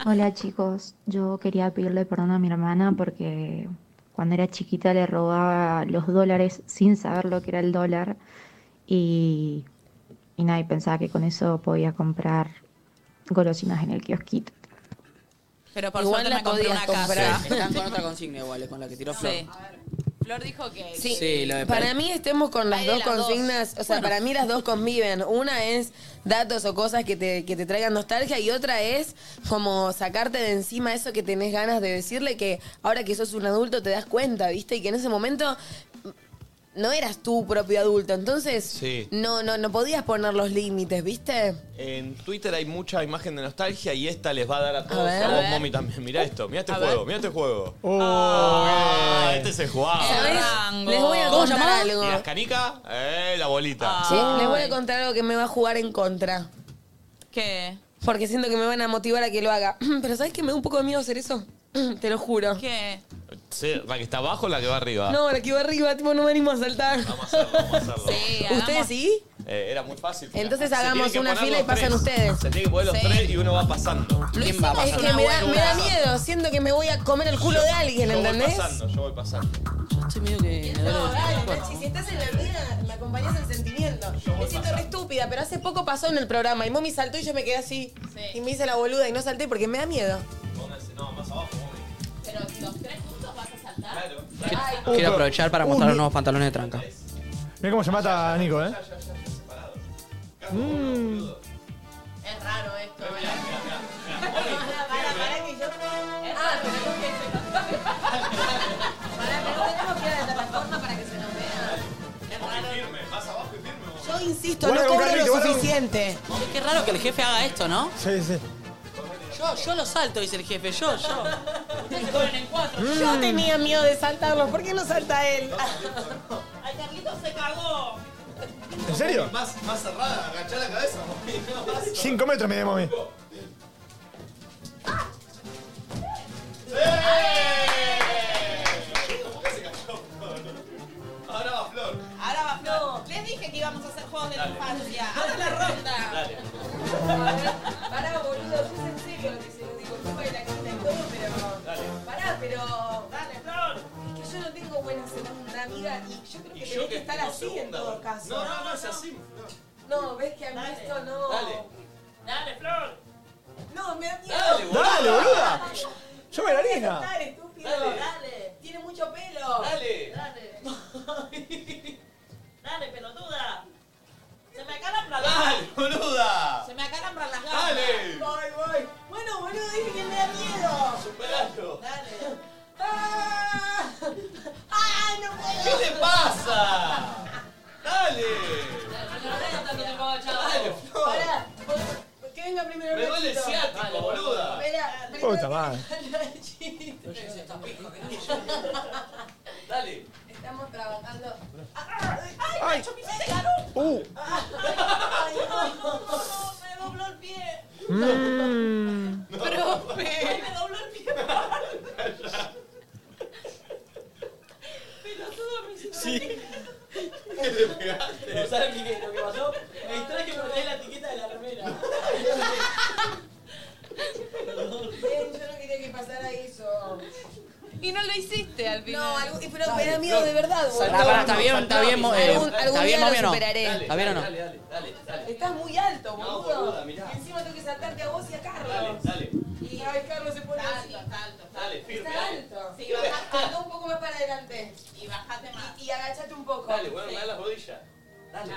Hola chicos, yo quería pedirle perdón a mi hermana porque Cuando era chiquita le robaba los dólares sin saber lo que era el dólar y, y nadie pensaba que con eso podía comprar golosinas en el kiosquito. Pero por Igual suerte la me compré podías una casa. comprar. Están con otra consigna igual, es con la que tiró Flor. Sí. Flor dijo que. Sí, Sí, lo de para Pau. mí estemos con las Hay de dos las dos. consignas, o sea, Bueno. para mí las dos conviven. Una es datos o cosas que te, que te traigan nostalgia y otra es como sacarte de encima eso que tenés ganas de decirle que ahora que sos un adulto te das cuenta, ¿viste? Y que en ese momento no eras tu propio adulto, entonces Sí. no, no, no podías poner los límites, ¿viste? En Twitter hay mucha imagen de nostalgia y esta les va a dar a todos. ver. A, A vos, ver. mommy, también. Mirá esto, mirá este A juego, ver. mirá este juego. Oh. Ah, este se jugaba. ¿Sabés? Les voy a ¿Cómo contar llamaba? algo. Ah. ¿Y las canicas? Eh, la bolita. Sí, les voy a contar algo que me va a jugar en contra. ¿Qué? Porque siento que me van a motivar a que lo haga. Pero ¿sabes que me da un poco de miedo hacer eso? Te lo juro. Ah. ¿Qué? Sí, la que está abajo o la que va arriba. No, la que iba arriba, tipo, no me animo a saltar. ¿Ustedes sí? Eh, era muy fácil. Entonces Se hagamos tienen que una poner fila y los pasan tres. ustedes. Se tiene que poner los Sí. tres y uno va pasando. ¿Quién va Es que me da, me da miedo, siento que me voy a comer el culo de alguien, Yo voy ¿entendés? pasando, yo voy pasando. Estoy medio que. me duele. Nachi, si estás en la mía, me acompañas el sentimiento. Me siento re estúpida, pero hace poco pasó en el programa y Mommy saltó y yo me quedé así. Y me hice la boluda y no salté porque me da miedo. No, más abajo, Pero los tres juntos vas a saltar. Claro. Quiero aprovechar para mostrar los nuevos pantalones de tranca. Mira cómo se mata a Nico, ¿eh? Mm. Es raro esto, ¿verdad? Para, para, para que yo. Ah, Yo insisto, Guarda no con cobro carrito, lo guarda con- suficiente. Qué raro que el jefe haga esto, ¿no? Sí, sí. Yo, yo lo salto, dice el jefe. Yo, yo. Ustedes se ponen en cuatro. Yo tenía miedo de saltarlo, ¿por qué Mm. no salta él? Ah. Ay, Carlitos se cagó. ¿En serio? Más, más cerrada, agachá la cabeza, mami. No más. Cinco metros me dio mami. Ahora va Flor. Ahora va Flor. Les dije que íbamos a hacer juegos de la infancia. Ahora la ronda. Dale. Pará, boludo, yo es en serio lo que se lo digo. Yo bailo la quinta y todo, pero. Pará, pero. Dale, Flor. Es que yo no tengo buena segunda amiga y yo creo que tenés que estar así en todo caso. No, no, no, es así. No, ves que a mí esto no. Dale. Dale, Flor. No, me da miedo. Dale, boluda. Dale, boluda. Yo bailarina. Dale, estúpido. Dale. Dale. Tiene mucho pelo. Dale. Dale. Dale, pelotuda. Se me acalambran las Dale, boluda. Se me acalambran las ganas. Dale. Voy, voy. Bueno, boludo, dije que me da miedo. Superalo. Dale. ¡Ah! ¡Ah, no puedo! ¿Qué te pasa? Dale. Dale, Flor. Pará, vos- que venga primero Me duele el Nachito. ciático, boluda. Espera, primero Puta madre. Nachito. Dale. Estamos trabajando. ¡Ay, Ay. Nacho, me hiciste calor! Uh. ¡Ay, no, no, no, no! ¡Me dobló el pie! Mm. ¡Ay, me dobló el pie! ¡Pelotudo, me hiciste Sí. ¿Qué le pegaste? ¿Sabes qué, lo que pasó? Me distraje por traer la etiqueta de la remera. Ven, yo no quería que pasara eso. Y no lo hiciste al final. No, algo- pero me da miedo de verdad, boludo. Pará, pará, está bien, está bien, mo- eh, Algún- está algún bien, día mami, o lo no. superaré. ¿Está bien o no? dale, dale, dale. Estás muy alto, boludo. boluda, mirá. Y encima tengo que saltarte a vos y a Carlos. dale. Y a ver, Carlos se pone así. Salto, salto, salto. Dale, firme, Está dale. alto. Sí, bajate. Anda un poco más para adelante. Y bajate más. Y agachate un poco. Dale, bueno, me da las rodillas. Dale.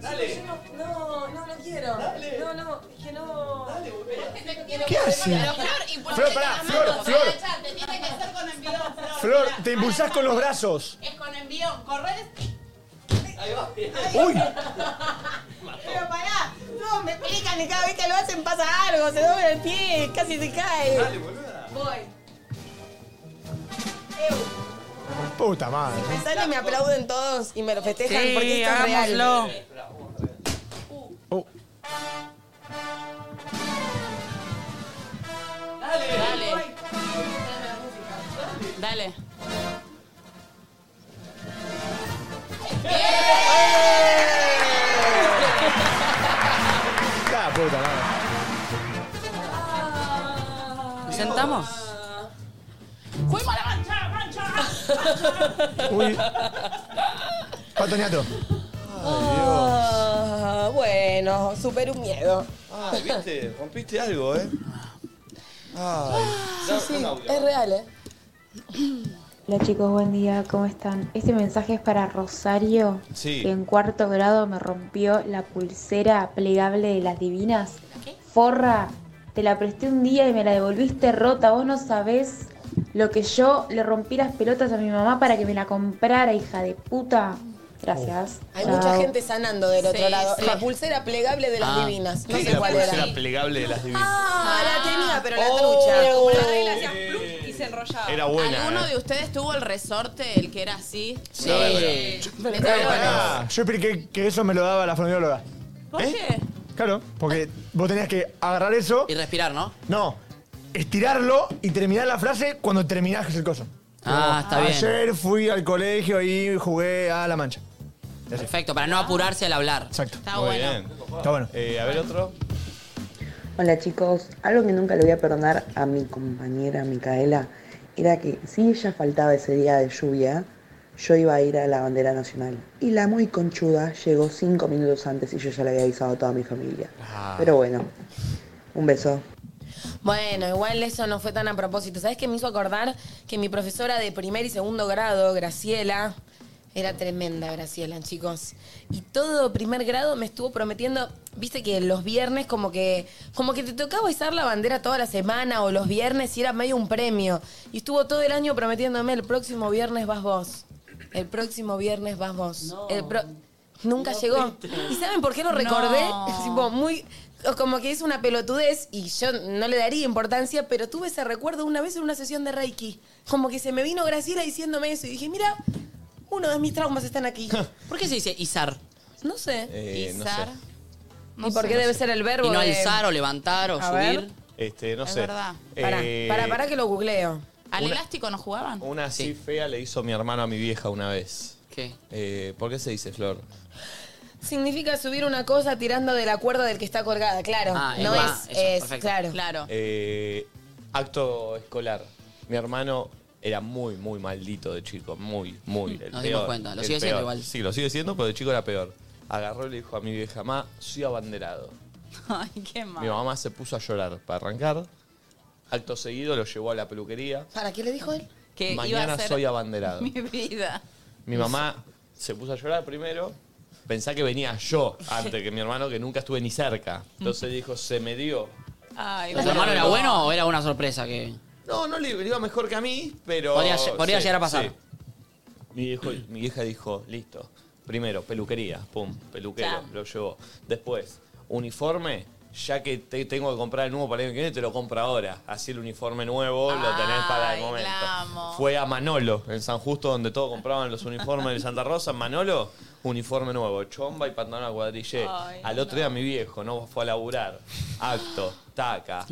Dale. Yo no, no, no, no quiero. Dale. No, no, es que no. Este Dale, boluda. ¿Qué hace? Flor, pará, Flor, Flor. Te tiene que hacer con envión, Flor. Flor, Mirá, te impulsás con los brazos. Es con envión. Corres. Ahí va. Uy. Pero pará, no, me explican que cada vez que lo hacen pasa algo, se dobla el pie, casi se cae. Dale, boluda. Voy. Eu, Puta madre. me sale y me aplauden todos y me lo festejan Sí, porque esto es real. hagámoslo. Uh. Dale. Dale. La puta madre. ¿Nos sentamos? ¡Fuimos a la mancha, mancha! Uy. Pato Ñato. Ah, bueno, super un miedo. Ay, viste, rompiste algo, ¿eh? Ay, da- Sí, da un audio. es real, ¿eh? Hola chicos, buen día, ¿cómo están? Este mensaje es para Rosario, Sí. que en cuarto grado me rompió la pulsera plegable de las divinas. Forra, te la presté un día y me la devolviste rota, vos no sabés lo que yo le rompí las pelotas a mi mamá para que me la comprara, hija de puta. Gracias. Hay Chao. mucha gente sanando del otro Sí, lado. sí. La pulsera plegable de las Ah. divinas. No ¿Qué sé era cuál la era. pulsera Oh, plegable de las divinas? Ah, la tenía, pero la Como trucha. la regla hacías plup y se enrollaba. Era buena, ¿Alguno eh. de ustedes tuvo el resorte, el que era así? Sí. Una verga. Me Claro, salió bueno. pará. Yo expliqué que eso me lo daba la fonoaudióloga. ¿Por ¿Eh? qué? Claro, porque vos tenías que agarrar Oh. eso. Y respirar, ¿no? No, estirarlo y terminar la frase cuando terminás el coso. Ah, está bien. Ayer fui al colegio y jugué a la mancha. Perfecto, para no apurarse al hablar. Exacto. Está Muy bien. Está bueno. Eh, a ver otro. Hola chicos, algo que nunca le voy a perdonar a mi compañera Micaela era que si ella faltaba ese día de lluvia, yo iba a ir a la bandera nacional. Y la muy conchuda llegó cinco minutos antes y yo ya le había avisado a toda mi familia. Ah. Pero bueno, un beso. Bueno, igual eso no fue tan a propósito. ¿Sabes qué me hizo acordar? Que mi profesora de primer y segundo grado, Graciela, era tremenda Graciela, chicos. Y todo primer grado me estuvo prometiendo, viste que los viernes como que como que te tocaba izar la bandera toda la semana o los viernes y era medio un premio. Y estuvo todo el año prometiéndome, el próximo viernes vas vos. El próximo viernes vas vos. El pro- Nunca llegó. ¿Y saben por qué lo recordé? No. Tipo, muy. Como que es una pelotudez y yo no le daría importancia, pero tuve ese recuerdo una vez en una sesión de Reiki. Como que se me vino Graciela diciéndome eso y dije, mira, uno de mis traumas están aquí. ¿Por qué se dice izar? No sé. Eh, no Izar. sé. ¿Y por qué debe ser el verbo? Y no de- alzar o levantar o eh. A ver. subir. Este, no Es sé. verdad. Eh, Para, para que lo googleo. ¿Al Una- elástico no jugaban? Una así fea le hizo mi hermano a mi vieja una vez. ¿Qué? Eh, ¿Por qué se dice flor? Significa subir una cosa tirando de la cuerda del que está colgada, claro. Ah, es no más, es, eso, es- perfecto. claro. Eh, acto escolar. Mi hermano era muy, muy maldito de chico. Muy, muy. el Mm, Nos dimos peor, cuenta. Lo el sigue siendo peor. igual. Sí, lo sigue siendo, pero de chico era peor. Agarró y le dijo a mi vieja, mamá, soy abanderado. Ay, qué mal. Ah. Mi mamá se puso a llorar para arrancar. Acto seguido lo llevó a la peluquería. ¿Para qué le dijo él? Eh, Que iba Mañana a ser soy abanderado. Mi vida. Mi mamá se puso a llorar primero. Pensá que venía yo antes que mi hermano, que nunca estuve ni cerca. Entonces dijo, se me dio. Ay, ¿Tu hermano era Mm. bueno o era una sorpresa que.? No, no le le iba mejor que a mí, pero. Podría lle- podría llegar a pasar. Mi, viejo- mi vieja dijo, listo. Primero, peluquería, pum, peluquero, Claro. lo llevó. Después, uniforme, ya que te tengo que comprar el nuevo para el año que viene, te lo compro ahora. Así el uniforme nuevo lo tenés para el momento. Fue a Manolo, en San Justo, donde todos compraban los uniformes de Santa Rosa. En Manolo, uniforme nuevo, chomba y pantalón a cuadrille. Ay, Al otro día mi viejo, ¿no? Fue a laburar. Acto, taca.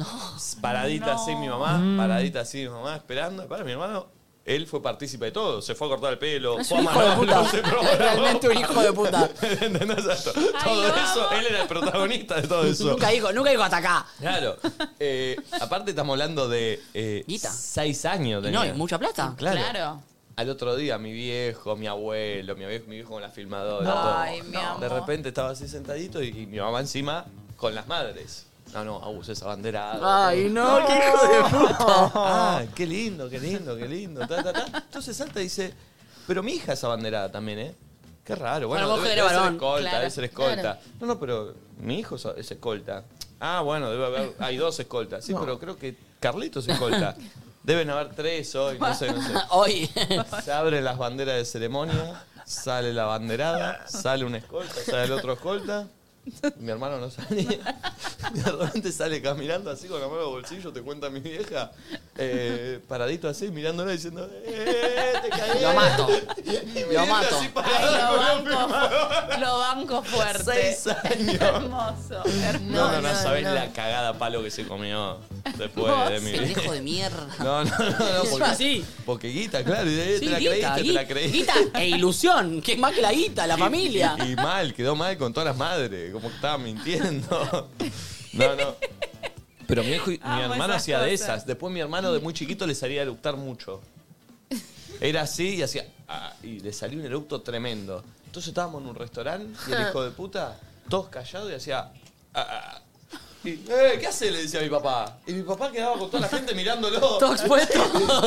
Paradita así mi mamá, Mm. paradita así mi mamá, esperando. Para mi hermano, él fue partícipe de todo. Se fue a cortar el pelo, Es fue a un hijo de Manolo, puta. se probó Es la realmente un ropa. hijo de puta. ¿Entendés? Exacto. todo eso, él era el protagonista de todo eso. Nunca dijo, nunca dijo hasta acá. Claro. Eh, aparte estamos hablando de eh, seis años. Y de no, y mucha plata. Claro. Al otro día, mi viejo, mi abuelo, mi viejo, mi viejo con la filmadora. todo. Ay, mi amor. De repente estaba así sentadito y, y mi mamá encima con las madres. No, no, abusé esa bandera. Eh, Ay, no, qué hijo de puta. Ah, qué lindo, qué lindo, qué lindo. ta, ta, ta. Entonces salta y dice, pero mi hija es abanderada también, ¿eh? Qué raro. Bueno, Bueno, vos debe, que eres debe ser varón. escolta, Claro. debe ser escolta. Claro. No, no, pero mi hijo es- es escolta. Ah, bueno, debe haber, hay dos escoltas. Sí, pero creo que Carlitos es escolta. Deben haber tres hoy, no sé, no sé. Hoy. Se abren las banderas de ceremonia, sale la banderada, sale un escolta, sale el otro escolta. Mi hermano no sale. De repente sale caminando así con la mano en el bolsillo, te cuenta mi vieja, eh, paradito así, mirándola diciendo, ¡eh, te este caí! Lo mato. Y mi Lo vieja mato. así parada con la Ay, lo banco, lo banco fuerte. Seis años. Hermoso, hermoso. No, no, no, sabés la cagada palo que se comió después de mi vida. Hijo de mierda. No, no, no, no, Es porque, así. porque guita, claro, y de ahí Sí, te la guita, creíste, te guita, la creíste. guita e ilusión, que es más que la guita, la familia. Y, y mal, quedó mal con todas las madres, como que estaba mintiendo. No, no. Pero mi, hijo y- mi Amo hermano esas hacía de cosas. esas. Después mi hermano de muy chiquito le salía a eructar mucho. Era así y hacía. ah, y le salió un eructo tremendo. Entonces estábamos en un restaurante y el hijo de puta, todos callados y hacía. ah, ah. Y, "Eh, ¿Qué hace? Le decía a mi papá. Y mi papá quedaba con toda la gente mirándolo. Todo expuesto.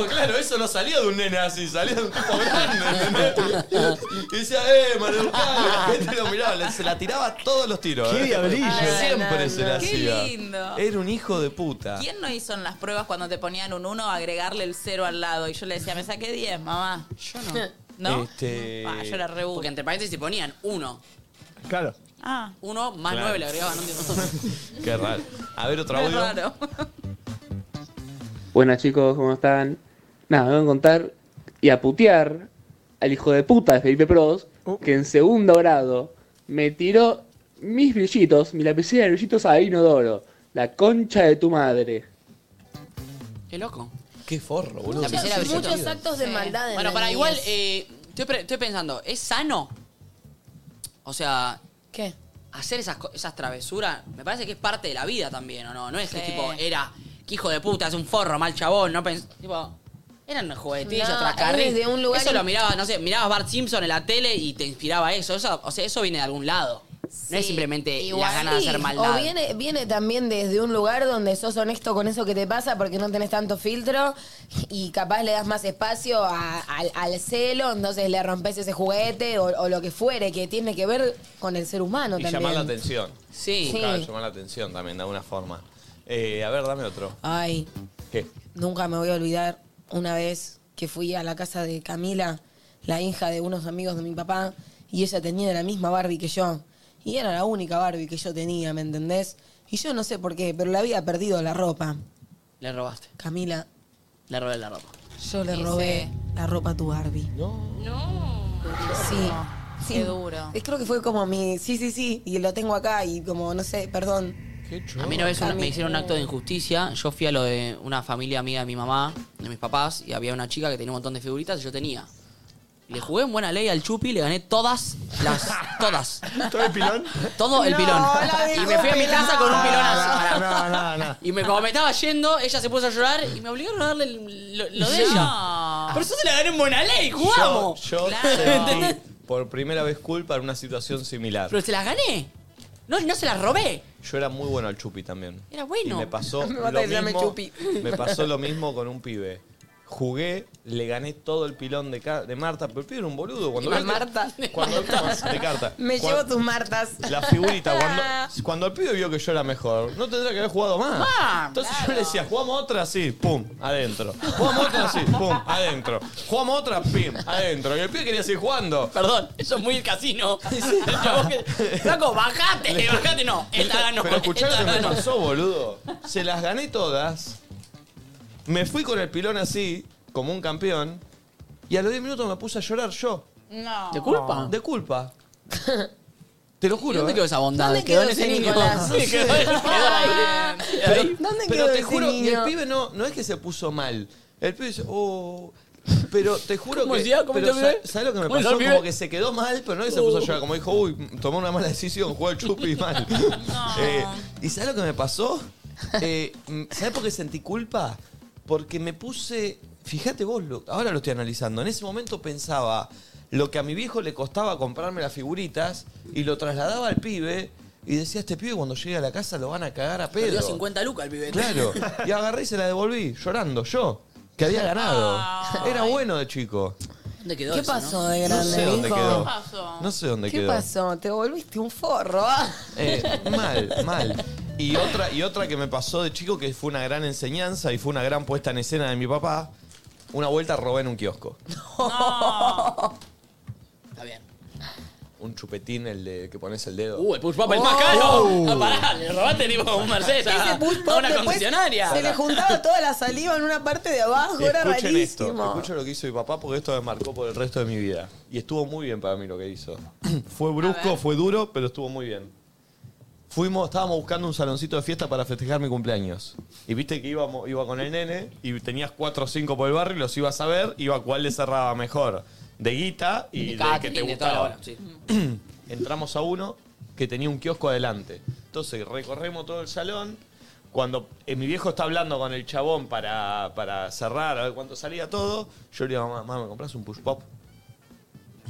claro, eso no salía de un nene así, salía de un tipo grande, ¿entendés? Y decía, eh, maleducado. Y la gente Este lo miraba, le- se la tiraba a todos los tiros. ¡Qué ¿eh? diablillo! Ay, Siempre no, se no. la Qué hacía. lindo. Era un hijo de puta. ¿Quién no hizo en las pruebas cuando te ponían un 1 agregarle el 0 al lado? Y yo le decía, me saqué 10, mamá. Yo no. ¿No? Este... Ah, yo era re Porque entre paréntesis te ponían uno. Claro. Ah. Uno más Claro. nueve le agregaban. ¿no? Qué raro. A ver, otro Qué audio. raro. Buenas chicos, ¿cómo están? Nada, me voy a contar y a putear al hijo de puta de Felipe Pros, Oh. que en segundo grado me tiró mis brillitos, mi lapicera de brillitos a inodoro. La concha de tu madre. Qué loco. Qué forro, boludo. La piscina brilló. Muchos actos de maldad. en Bueno, la para niñez. igual, eh, estoy, pre- estoy pensando, ¿es sano? O sea. ¿Qué? Hacer esas, co- esas travesuras, me parece que es parte de la vida también, ¿o no? No es que Sí. tipo, era, que hijo de puta, es un forro, mal chabón, no pens Tipo, eran juguetillos, No, trascarrillos. es de un lugar Eso in- lo miraba, no sé, mirabas Bart Simpson en la tele y te inspiraba eso. eso o sea, eso viene de algún lado. no es simplemente la gana de Sí, hacer maldad. O viene, viene también desde un lugar donde sos honesto con eso que te pasa porque no tenés tanto filtro y capaz le das más espacio a- al, al celo, entonces le rompes ese juguete o, o lo que fuere, que tiene que ver con el ser humano Y también. llamar la atención. Sí. Claro, Sí. llamar la atención también, de alguna forma. Eh, a ver, dame otro. Ay, ¿Qué? nunca me voy a olvidar una vez que fui a la casa de Camila, la hija de unos amigos de mi papá, y ella tenía la misma Barbie que yo. Y era la única Barbie que yo tenía, ¿me entendés? Y yo no sé por qué, pero le había perdido la ropa. Le robaste, Camila, le robé la ropa. yo le Y robé la ropa a tu Barbie. No. Sí. sí. Qué duro. Es, creo que fue como mi. Sí, sí, sí. Y lo tengo acá y como, no sé, perdón. A mí una vez un- me hicieron un acto de injusticia. Yo fui a lo de una familia amiga de mi mamá, de mis papás, y había una chica que tenía un montón de figuritas y yo tenía. Le jugué en buena ley al Chupi, le gané todas las. Todas. ¿Todo el pilón? Todo el No, pilón. la Y me fui a mi casa con un pilón No, así. no, no, no. Y me, como me estaba yendo, ella se puso a llorar y me obligaron a darle el- lo, lo de ella. Por eso se la gané en buena ley, jugamos. Yo, yo Claro. sentí por primera vez culpa en una situación similar. Pero se las gané. No, no se las robé. Yo era muy bueno al chupi también. Era bueno. Y me pasó Me mata lo que se llame mismo. chupi. Me pasó lo mismo con un pibe. Jugué, le gané todo el pilón de, ca- de Marta, pero el pibe era un boludo. Cuando vio que- Marta. Cuando de carta. Me Cuando- llevo tus martas. La figurita, cuando, cuando el pibe vio que yo era mejor, no tendría que haber jugado más. Ah, Entonces yo le decía, jugamos otra así, pum, adentro. Jugamos otra así, pum, adentro. Jugamos otra, pim, adentro. Y el pibe quería seguir jugando. Perdón, eso es muy el casino. El chabón que- Flaco, bajate, bajate, no. Esta ganó. Pero escuchá lo esta que me ganó. pasó, boludo. Se las gané todas. Me fui con el pilón así, como un campeón. Y a los 10 minutos me puse a llorar yo. No. De culpa. Te lo juro. ¿Y dónde ¿eh? quedó esa bondad? ¿Dónde Quedó en quedó ese ese niño. Nicolás? Sí, quedó- quedó ahí. Pero- Pero, quedó te ese juro, y el niño? pibe no, no es que se puso mal. El pibe dice, oh. Pero te juro ¿Cómo que. decía? ¿Cómo pero decía el sa- ¿Sabes pibe? lo que me ¿Cómo decía pasó? el pibe? Como que se quedó mal, pero no que se puso a llorar. Como dijo, uy, tomó una mala decisión, jugó el chupi mal. Eh, ¿Y sabes lo que me pasó? Eh, mm, ¿Sabes por qué sentí culpa? Porque me puse. Fíjate vos, lo- ahora lo estoy analizando. En ese momento pensaba lo que a mi viejo le costaba comprarme las figuritas y lo trasladaba al pibe y decía: Este pibe cuando llegue a la casa lo van a cagar a Perdió pedo. 50 lucas el pibe. Claro. Y agarré y se la devolví, llorando, yo, que había ganado. Era bueno de chico. ¿Dónde quedó ¿Qué eso, pasó no? de grande, No sé dónde hijo? quedó. No sé dónde ¿Qué quedó. pasó? Te volviste un forro. Eh, mal, mal. Y otra, y otra que me pasó de chico que fue una gran enseñanza y fue una gran puesta en escena de mi papá. Una vuelta robé en un kiosco. Está bien. Un chupetín, el de que pones el dedo. Oh. Uh, el push pop, el más caro. Ah, pará, le robaste tipo un Mercedes a, a una Después concesionaria. Se le juntaba toda la saliva en una parte de abajo. Era Escuchen rarísimo. esto, escuchen lo que hizo mi papá porque esto me marcó por el resto de mi vida. Y estuvo muy bien para mí lo que hizo. fue brusco, fue duro, pero estuvo muy bien. Fuimos, estábamos buscando un saloncito de fiesta para festejar mi cumpleaños. Y viste que íbamos, iba con el nene y tenías cuatro o cinco por el barrio y los ibas a ver, iba a cuál le cerraba mejor. De guita y de que te Catering, de toda gustaba. la bola, sí. Entramos a uno que tenía un kiosco adelante. Entonces recorremos todo el salón, cuando eh, mi viejo está hablando con el chabón para, para cerrar, a ver cuánto salía todo, yo le digo, mamá, mamá, ¿me compras un push pop?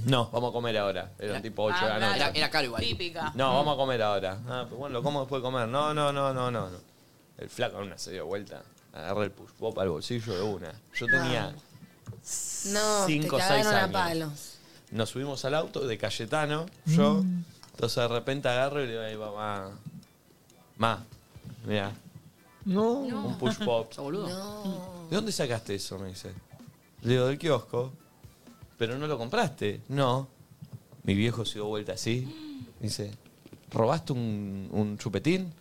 No, vamos a comer ahora. Era tipo 8 de la noche. Ah, Era, era caro igual. Típica. No, vamos a comer ahora. Ah, pues bueno, lo como después de comer. No, no, no, no, no. no. El flaco en una se dio vuelta. Agarré el push pop al bolsillo de una. Yo tenía. No, Cinco, te seis cagaron a años. palos. Nos subimos al auto de Cayetano, yo. Entonces de repente agarro y le digo, "Ay, mamá. Ma, mira, No. un push pop. ¿De dónde sacaste eso? Me dice. Le digo, del kiosco. Pero no lo compraste. No. Mi viejo se dio vuelta así. Dice, ¿robaste un, un chupetín?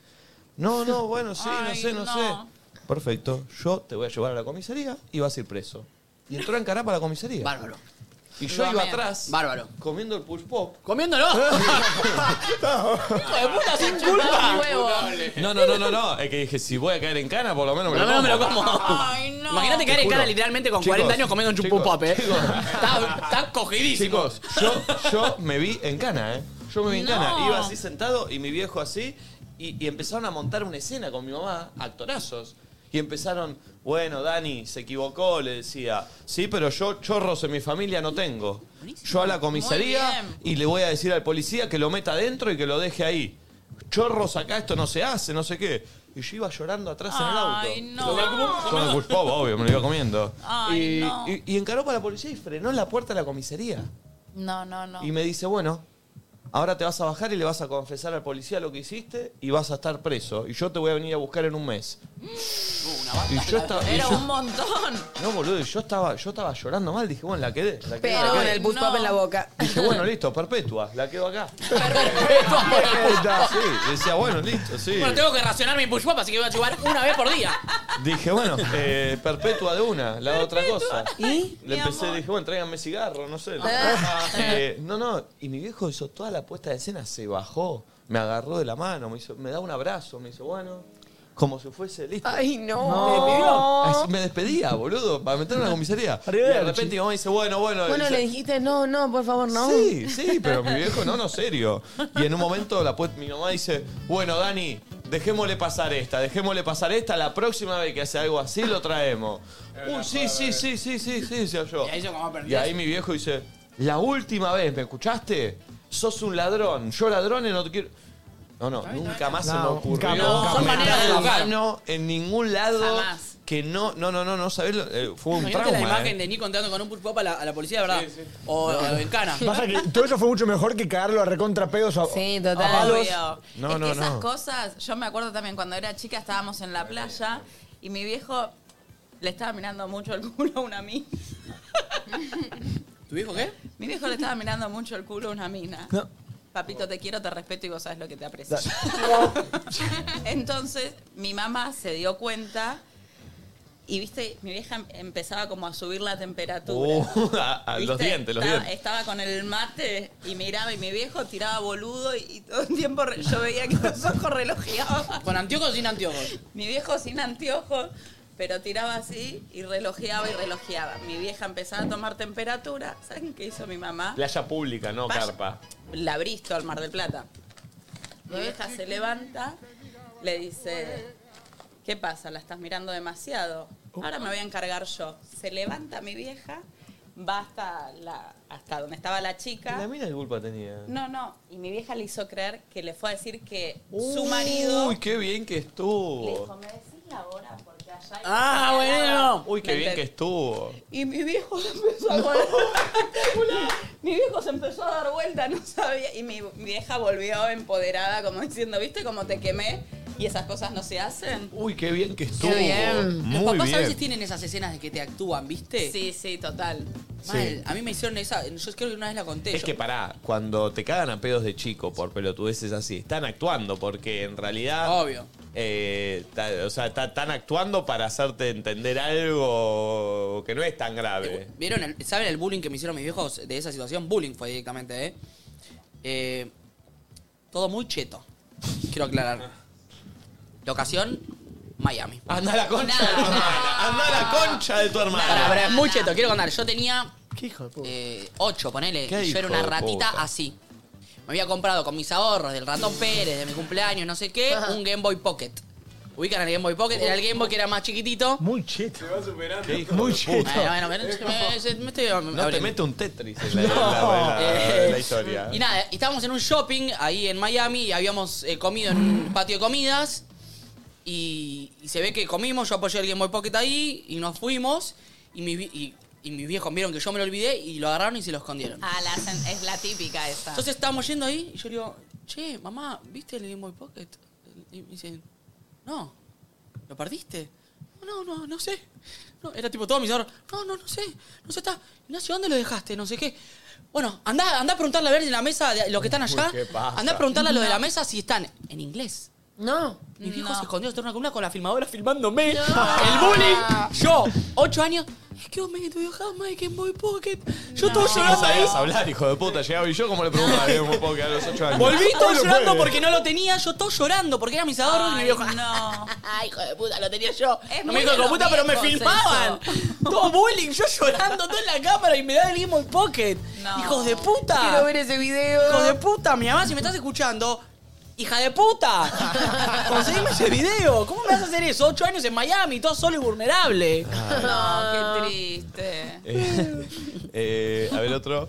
No, no, bueno, sí, no sé, no, sé. Perfecto, yo te voy a llevar a la comisaría y vas a ir preso. Y entró en carapa a la comisaría. Bárbaro. Y yo Lo iba amé. atrás. Bárbaro. Comiendo el push pop. ¡Comiéndolo! ¡Hijo de puta, sin Chupaba culpa! un huevo. No, no, no, no, no. Es que dije, si voy a caer en cana, por lo menos me Por lo lo como. menos me lo como. Ay, no. Imagínate caer en Te juro. cara literalmente con Chicos, 40 años comiendo un chupu pop, eh. chicos. Está, está cogidísimo. Chicos, yo, yo me vi en cana, ¿eh? Yo me vi en No. cana. Iba así sentado y mi viejo así. Y, y empezaron a montar una escena con mi mamá, actorazos. Y empezaron, bueno, Dani se equivocó, le decía, sí, pero yo chorros en mi familia no tengo. Yo a la comisaría Muy y le voy a decir al policía que lo meta adentro y que lo deje ahí. Chorros acá, esto no se hace, no sé qué. Y yo iba llorando atrás en el auto. Ay, no. Yo me culpaba, obvio, me lo iba comiendo. y, Ay, no. y- y encaró para la policía y frenó en la puerta de la comisaría. No, no, no. Y me dice, bueno, ahora te vas a bajar y le vas a confesar al policía lo que hiciste y vas a estar preso. Y yo te voy a venir a buscar en un mes. y yo estaba... y Era yo- un montón. no, boludo, y yo estaba, yo estaba llorando mal. Dije, bueno, la quedé. La quedé, Pero la con quedé. el push pop en la boca. Dije, bueno, listo, perpetua. La quedo acá. Sí, decía, bueno, listo, sí. Bueno, tengo que racionar mi push pop, así que voy a chupar una vez por día. Dije, bueno, eh, perpetua de una, la otra cosa. ¿Y? Le empecé, dije, bueno, tráiganme cigarro, no sé. Ah, eh, no, no, y mi viejo hizo toda la puesta de escena, se bajó, me agarró de la mano, me, hizo, me da un abrazo, me dice, bueno, como si fuese listo. Ay, no. Así me despedía, boludo, para meterme en la comisaría. Y de repente mi mamá dice, bueno, bueno. Bueno, dice, le dijiste, no, no, por favor, no. Sí, sí, pero mi viejo no, no, serio. Y en un momento la pu- mi mamá dice, bueno, Dani, dejémosle pasar esta, dejémosle pasar esta, la próxima vez que hace algo así lo traemos. Uy, sí, sí, sí, sí, sí, sí, decía yo. Y ahí yo como perdí. Y ahí mi viejo dice, la última vez, ¿me escuchaste? Sos un ladrón, yo ladrón y no te quiero... No, no, nunca más se me No, ocurrió. nunca más, nunca Son más. maneras de Jamás. educar. No, en ningún lado Jamás. que no, no, no, no, no, sabés, lo- eh, fue un Imagínate trauma. la imagen eh. de Nico entrando con un push pop a la, a la policía, ¿verdad? O, o en cana. Pasa que todo eso fue mucho mejor que cagarlo a recontrapedos a, sí, a palos. Obvio. No, es que no, esas no. cosas, yo me acuerdo también cuando era chica estábamos en la playa y mi viejo le estaba mirando mucho el culo a una mina. ¿Tu viejo qué? Mi viejo le estaba mirando mucho el culo a una mina. No. Papito, te quiero, te respeto y vos sabes lo que te aprecio. Entonces, mi mamá se dio cuenta y, viste, mi vieja em- empezaba como a subir la temperatura. Uh, a- a los ¿Viste? dientes, los estaba, dientes. Estaba con el mate y miraba y mi viejo tiraba boludo y, y todo el tiempo re- yo veía que los ojos relojeaban. ¿Con anteojos o sin anteojos? Mi viejo sin anteojos, pero tiraba así y relojeaba y relojeaba. Mi vieja empezaba a tomar temperatura. ¿Saben qué hizo mi mamá? Playa pública, no Vaya- carpa. La Bristol, Mar del Plata. Mi vieja se levanta, le dice, ¿qué pasa? La estás mirando demasiado. Ahora me voy a encargar yo. Se levanta mi vieja, va hasta, la, hasta donde estaba la chica. La mina de culpa tenía. No, no. Y mi vieja le hizo creer que le fue a decir que su marido... Uy, qué bien que Le dijo, estuvo. ¿me decís la hora? Porque allá... hay- ¡Ah, bueno! Uy, qué ¿Me bien que entendés? estuvo. Y mi viejo se empezó a poner- Mi viejo se empezó a dar vuelta, no sabía. Y mi vieja volvió empoderada, como diciendo, ¿viste cómo te quemé? Y esas cosas no se hacen. Uy, qué bien que estuvo. Los Muy papás a veces bien. tienen esas escenas de que te actúan, ¿viste? Sí, sí, total. Mal. A mí me hicieron esa. Yo creo que una vez la conté. Es yo. que pará, cuando te cagan a pedos de chico por pelotudeces así, están actuando porque en realidad. Obvio. eh, ta- o sea, ta- están actuando para hacerte entender algo que no es tan grave. ¿Vieron el- ¿Saben el bullying que me hicieron mis viejos de esa situación? Bullying fue directamente, ¿eh? Eh, todo muy cheto. Quiero aclarar. Locación, Miami. Anda a la concha de tu hermana. Anda a la concha de tu Pará, hermana. pará, es muy cheto, quiero contar. Yo tenía ¿Qué hijo de puta? eh, ocho, ponele. ¿Qué y yo era hijo una de ratita puta? así. Me había comprado con mis ahorros del ratón Pérez, de mi cumpleaños, no sé qué, un Game Boy Pocket. Ubican al Game Boy Pocket, era el Game Boy que era más chiquitito. Muy cheto. Se va superando. ¿Qué hijo Muy de puta? Eh, Bueno, bueno, me, me- me estoy No te abriendo. mete un Tetris en la, No. en la- en la- en la Eh, historia. Y nada, estábamos en un shopping ahí en Miami y habíamos eh, comido en un patio de comidas. Y, y se ve que comimos, yo apoyé el Game Boy Pocket ahí y nos fuimos. Y mis, vi- y- y mis viejos vieron que yo me lo olvidé y lo agarraron y se lo escondieron. Ah, la hacen- es la típica esa. Entonces estábamos yendo ahí y yo le digo, che, mamá, ¿viste el Game Boy Pocket? Y me dicen, no, ¿lo perdiste? No, no, no sé. No, era tipo todo mis ahorros. No, no, no sé. No sé, está. Ignacio, ¿dónde lo dejaste? No sé qué. Bueno, andá, andá a preguntarle a ver en la mesa de los que están allá. Uy, ¿qué pasa? Andá a preguntarle a los de la No. mesa si están en inglés. No. Mi viejo se escondió detrás de una columna con la filmadora filmándome. El bullying. Yo, ocho años. Es que vos me dejaste más de Game Boy Pocket. Yo todo No llorando ahí. sabías hablar, hijo de puta. Llegaba y yo, como le preguntaba a un poco a los 8 años. Volví todo Hoy lo llorando puede. porque no lo tenía, yo todo llorando porque era mis ahorros y mi viejo. No. Ay, hijo de puta, lo tenía yo. no me dijo muy de hijo de los puta, pero me viejos filmaban. Todo bullying, yo llorando todo en la cámara y me da el Game Boy Pocket. Hijos de puta. Quiero ver ese video. Hijos de puta, mi mamá, si me estás escuchando. Hija de puta. Conseguime ese video. ¿Cómo me vas a hacer eso? Ocho años en Miami, todo solo y vulnerable. No, qué triste. Eh, eh, a ver otro.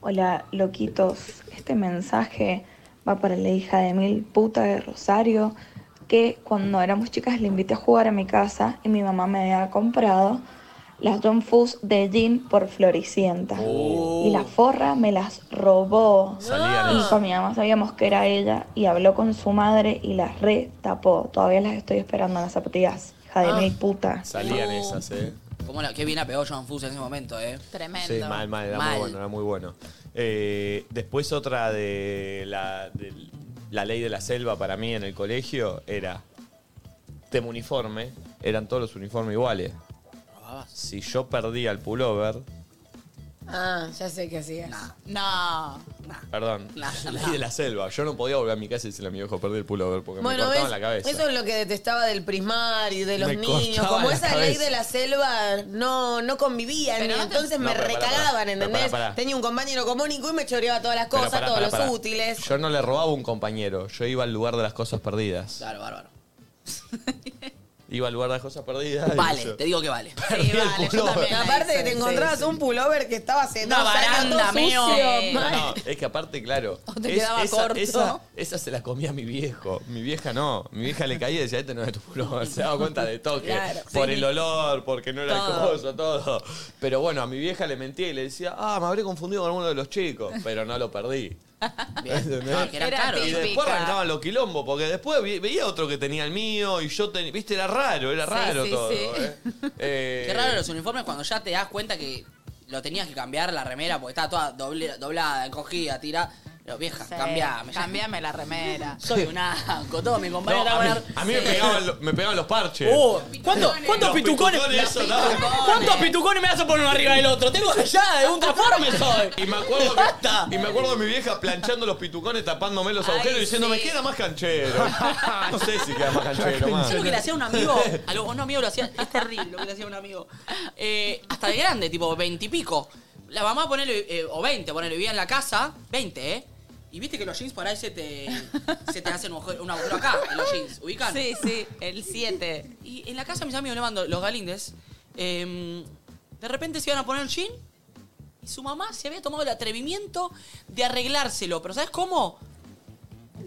Hola, loquitos. Este mensaje va para la hija de mil puta de Rosario, que cuando éramos chicas le invité a jugar a mi casa y mi mamá me había comprado las John Fus de Jean por Floricienta. Y la forra me las robó. Salían Y con mi mamá sabíamos que era ella y habló con su madre y las retapó. Todavía las estoy esperando en las zapatillas. Hija de Ah. mil puta. Salían esas, eh. ¿Cómo la, qué bien apegó John Fuss en ese momento, eh? Tremendo. Sí, mal, mal, era muy bueno, era muy bueno. Eh, después otra de la, de la ley de la selva para mí en el colegio era tema uniforme, eran todos los uniformes iguales. Si yo perdía el pullover, Ah, ya sé qué hacías. No. perdón, Nah, la ley nah. de la selva, yo no podía volver a mi casa y decirle a mi viejo perdí el pullover porque me Bueno, ¿ves? cortaban la cabeza. eso es lo que detestaba del prismar y de los Me niños. cortaban Como la esa ley cabeza. de la selva no, no convivían, y entonces No, me pero pará, recagaban, pará. ¿entendés? Pero pará, pará. Tenía un compañero comúnico y me choreaba todas las Pero cosas, pará, todos pará, los pará. útiles. Yo no le robaba a un compañero, yo iba al lugar de las cosas perdidas. Claro, bárbaro. Iba al lugar de las cosas perdidas. y Vale, yo- te digo que vale. Perdí el pullover. Aparte que te sí, encontrabas sí. un pullover que estaba Una sentado baranda, baranda, meo. No, no, es que aparte, claro. O te es- quedaba esa, corto. Esa, esa se la comía mi viejo. Mi vieja no. Mi vieja le caía y decía, este no es tu pullover. Se daba cuenta de toque. Claro. por Sí. el olor, porque no era Todo. el coso, todo. Pero bueno, a mi vieja le mentía y le decía, ah, me habré confundido con uno de los chicos. Pero no lo perdí. ¿Entendés? No, que eran Era caros. y típica. después arrancaban los quilombos, porque después vi- veía otro que tenía el mío y yo tenía. Viste, era raro, era Sí, raro sí, todo. sí. ¿eh? Eh, Qué raro los uniformes cuando ya te das cuenta que lo tenías que cambiar la remera porque estaba toda doble- doblada, encogida, tira. Pero vieja, Sí, cambiame. ya. Cambiame la remera. Soy un asco, todos mis No, compañeros a mí, estaban- a mí me, Sí. pegaban, lo- me pegaban los parches. Oh, ¿cuánto- ¿Cuántos Los pitucones? pitucones, eso, no. ¿Cuántos pitucones me vas a poner uno arriba del otro? Tengo ya de un transforme soy. Y me acuerdo que, y me acuerdo de mi vieja planchando los pitucones, tapándome los Ay, agujeros y diciendo, sí. me queda más canchero. No sé si queda más canchero, Yo lo que le más. hacía a un amigo, a lo- a un amigo lo hacía, es terrible lo que le hacía a un amigo. Eh, hasta de grande, tipo veintipico. La mamá ponele, eh, o veinte, ponele, vivía en la casa, veinte, ¿eh? Y viste que los jeans por ahí se te, se te hacen un agujero, un agujero acá, en los jeans, ubican. Sí, sí, el 7. Y en la casa de mis amigos, le mando los galindes, eh, de repente se iban a poner un jean y su mamá se había tomado el atrevimiento de arreglárselo. Pero ¿sabes cómo?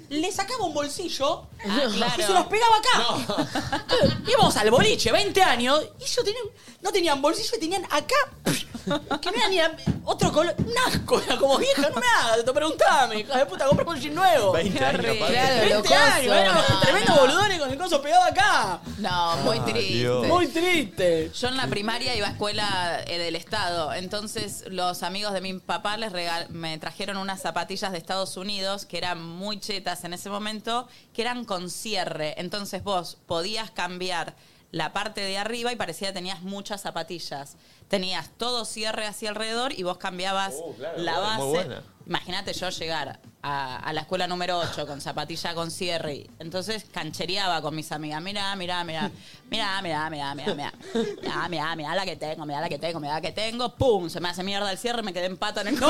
Le sacaba un bolsillo Ah, claro. y se los pegaba acá. Íbamos al boliche, 20 años, y ellos tenían, no tenían bolsillo y tenían acá. Que no era ni la- otro color. Un asco, era como vieja, no me hagas, te preguntame, hija de puta, compré un jean nuevo. 20 años, Qué padre. Claro, 20 locoso. años, éramos No, tremendos no. boludones con el coso pegado acá. No, muy Ah, triste. Dios. Muy triste. Yo en la primaria iba a escuela eh, del Estado, entonces los amigos de mi papá les regal- me trajeron unas zapatillas de Estados Unidos que eran muy chetas en ese momento, que eran con cierre. Entonces vos podías cambiar la parte de arriba y parecía que tenías muchas zapatillas. Tenías todo cierre hacia alrededor y vos cambiabas la Oh, muy base. buena. Imagínate yo llegar a, a la escuela número 8 con zapatilla con cierre. y Entonces canchereaba con mis amigas. Mirá, mirá, mirá. Mirá, mirá, mirá, mirá, mirá. Mirá, mirá, mirá la que tengo, mirá la que tengo, mirá la que tengo. ¡Pum! Se me hace mierda el cierre, me quedé en pata en el ¡No!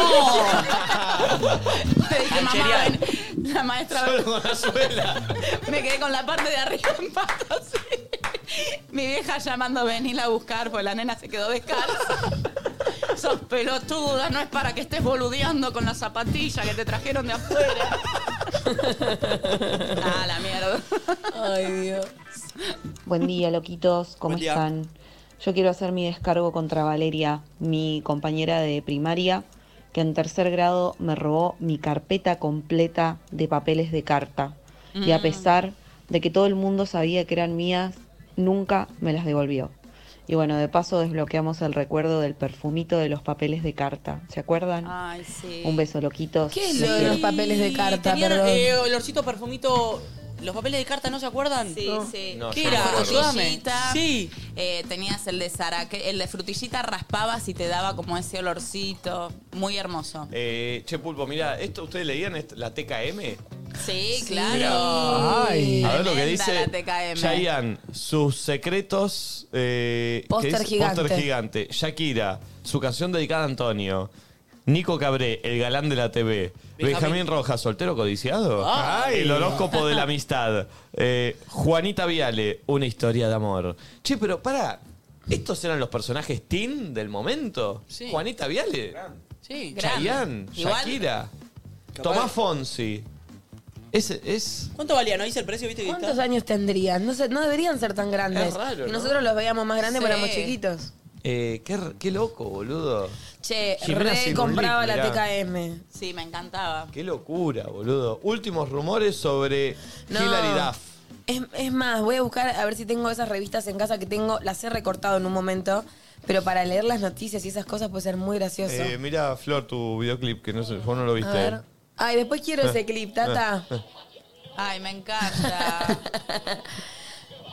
Te dije, mamá, ven. la maestra Solo con la suela. me quedé con la parte de arriba en patas. Mi vieja llamando, venila a buscar, porque la nena se quedó descalza. Sos pelotuda, no es para que estés boludeando con la zapatilla que te trajeron de afuera. ah, la mierda. Ay, Dios. Buen día, loquitos. ¿Cómo Buen día. están? Yo quiero hacer mi descargo contra Valeria, mi compañera de primaria, que en tercer grado me robó mi carpeta completa de papeles de carta. Y a Mm. pesar de que todo el mundo sabía que eran mías, nunca me las devolvió. Y bueno, de paso desbloqueamos el recuerdo del perfumito de los papeles de carta. ¿Se acuerdan? Ay, sí. Un beso, loquitos. ¿Qué Los es lo de quiero. los papeles de carta? Tenían, perdón. eh, olorcito perfumito. ¿Los papeles de carta no se acuerdan? Sí, sí. ¿Qué era? Ayúdame. Sí. Eh, tenías el de Sara, que- el de frutillita raspabas y te daba como ese olorcito. Muy hermoso. Eh, che, Pulpo, mira, ¿esto ustedes leían est- la TKM? Sí, Mirá. claro. a ver lo que Tremenda dice la TKM. Chayanne, sus secretos. Eh, Póster que es gigante. Póster gigante. Shakira, su canción dedicada a Antonio. Nico Cabré, el galán de la TV. Benjamín, Rojas, soltero codiciado. Ay. El horóscopo de la amistad. Eh, Juanita Viale, una historia de amor. Che, pero para, ¿estos eran los personajes teen del momento? Juanita Viale. Sí. Chayanne, Igual- Shakira, Tomás Fonsi. Es, es ¿Cuánto valía? ¿No hice el precio? ¿Viste que ¿Cuántos está? años tendrían? No, sé, no deberían ser tan grandes. Es raro, y ¿no? nosotros los veíamos más grandes Sí. porque éramos chiquitos. eh, qué, qué loco, boludo. Che, Jimena Sirulnik, Compraba la mirá. TKM. Sí, me encantaba. Qué locura, boludo. Últimos rumores sobre No. Hilary Duff. Es, es más, voy a buscar a ver si tengo esas revistas en casa que tengo. Las he recortado en un momento. Pero para leer las noticias y esas cosas puede ser muy gracioso. Eh, mira, Flor, tu videoclip, que no sé, vos no lo a viste. Eh, ver. Ay, después quiero ese clip, Tata. Ay, me encanta.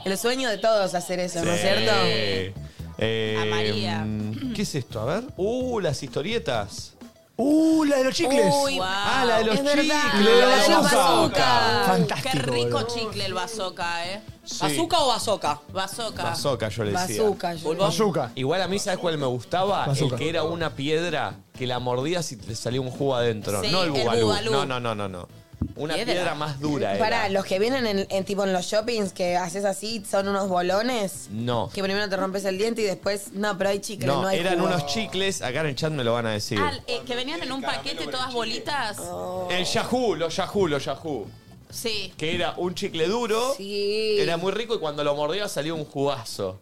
El sueño de todos hacer eso, ¿no es Sí. cierto? Eh, mm, A María. ¿Qué es esto? A ver. Uh, las historietas. Uh, la de los chicles. Uy, wow. Ah, la de los Es verdad, chicles. la de los bazooka. bazooka. Fantástico, Qué rico boludo. chicle el bazooka, ¿eh? Sí. ¿Bazooka ¿Bazooka o bazooka? Bazooka. Bazooka, yo le decía. Igual a mí, ¿sabes cuál me gustaba? Bazooka. El que era una piedra que la mordías y te salía un jugo adentro. Sí, no el el bugalú. bugalú. No, no, no, no, no. Una Piedra. piedra, más dura era. Para los que vienen en, en tipo en los shoppings que haces así, son unos bolones. No. Que primero te rompes el diente y después. No, pero hay chicle, no, No, hay eran jugo. unos chicles. Acá en el chat me lo van a decir. Ah, eh, que venían en un paquete todas bolitas. El Yahoo, los Yahoo, los Yahoo. Sí. Que era un chicle duro. Era muy rico y cuando lo mordías salía un jugazo.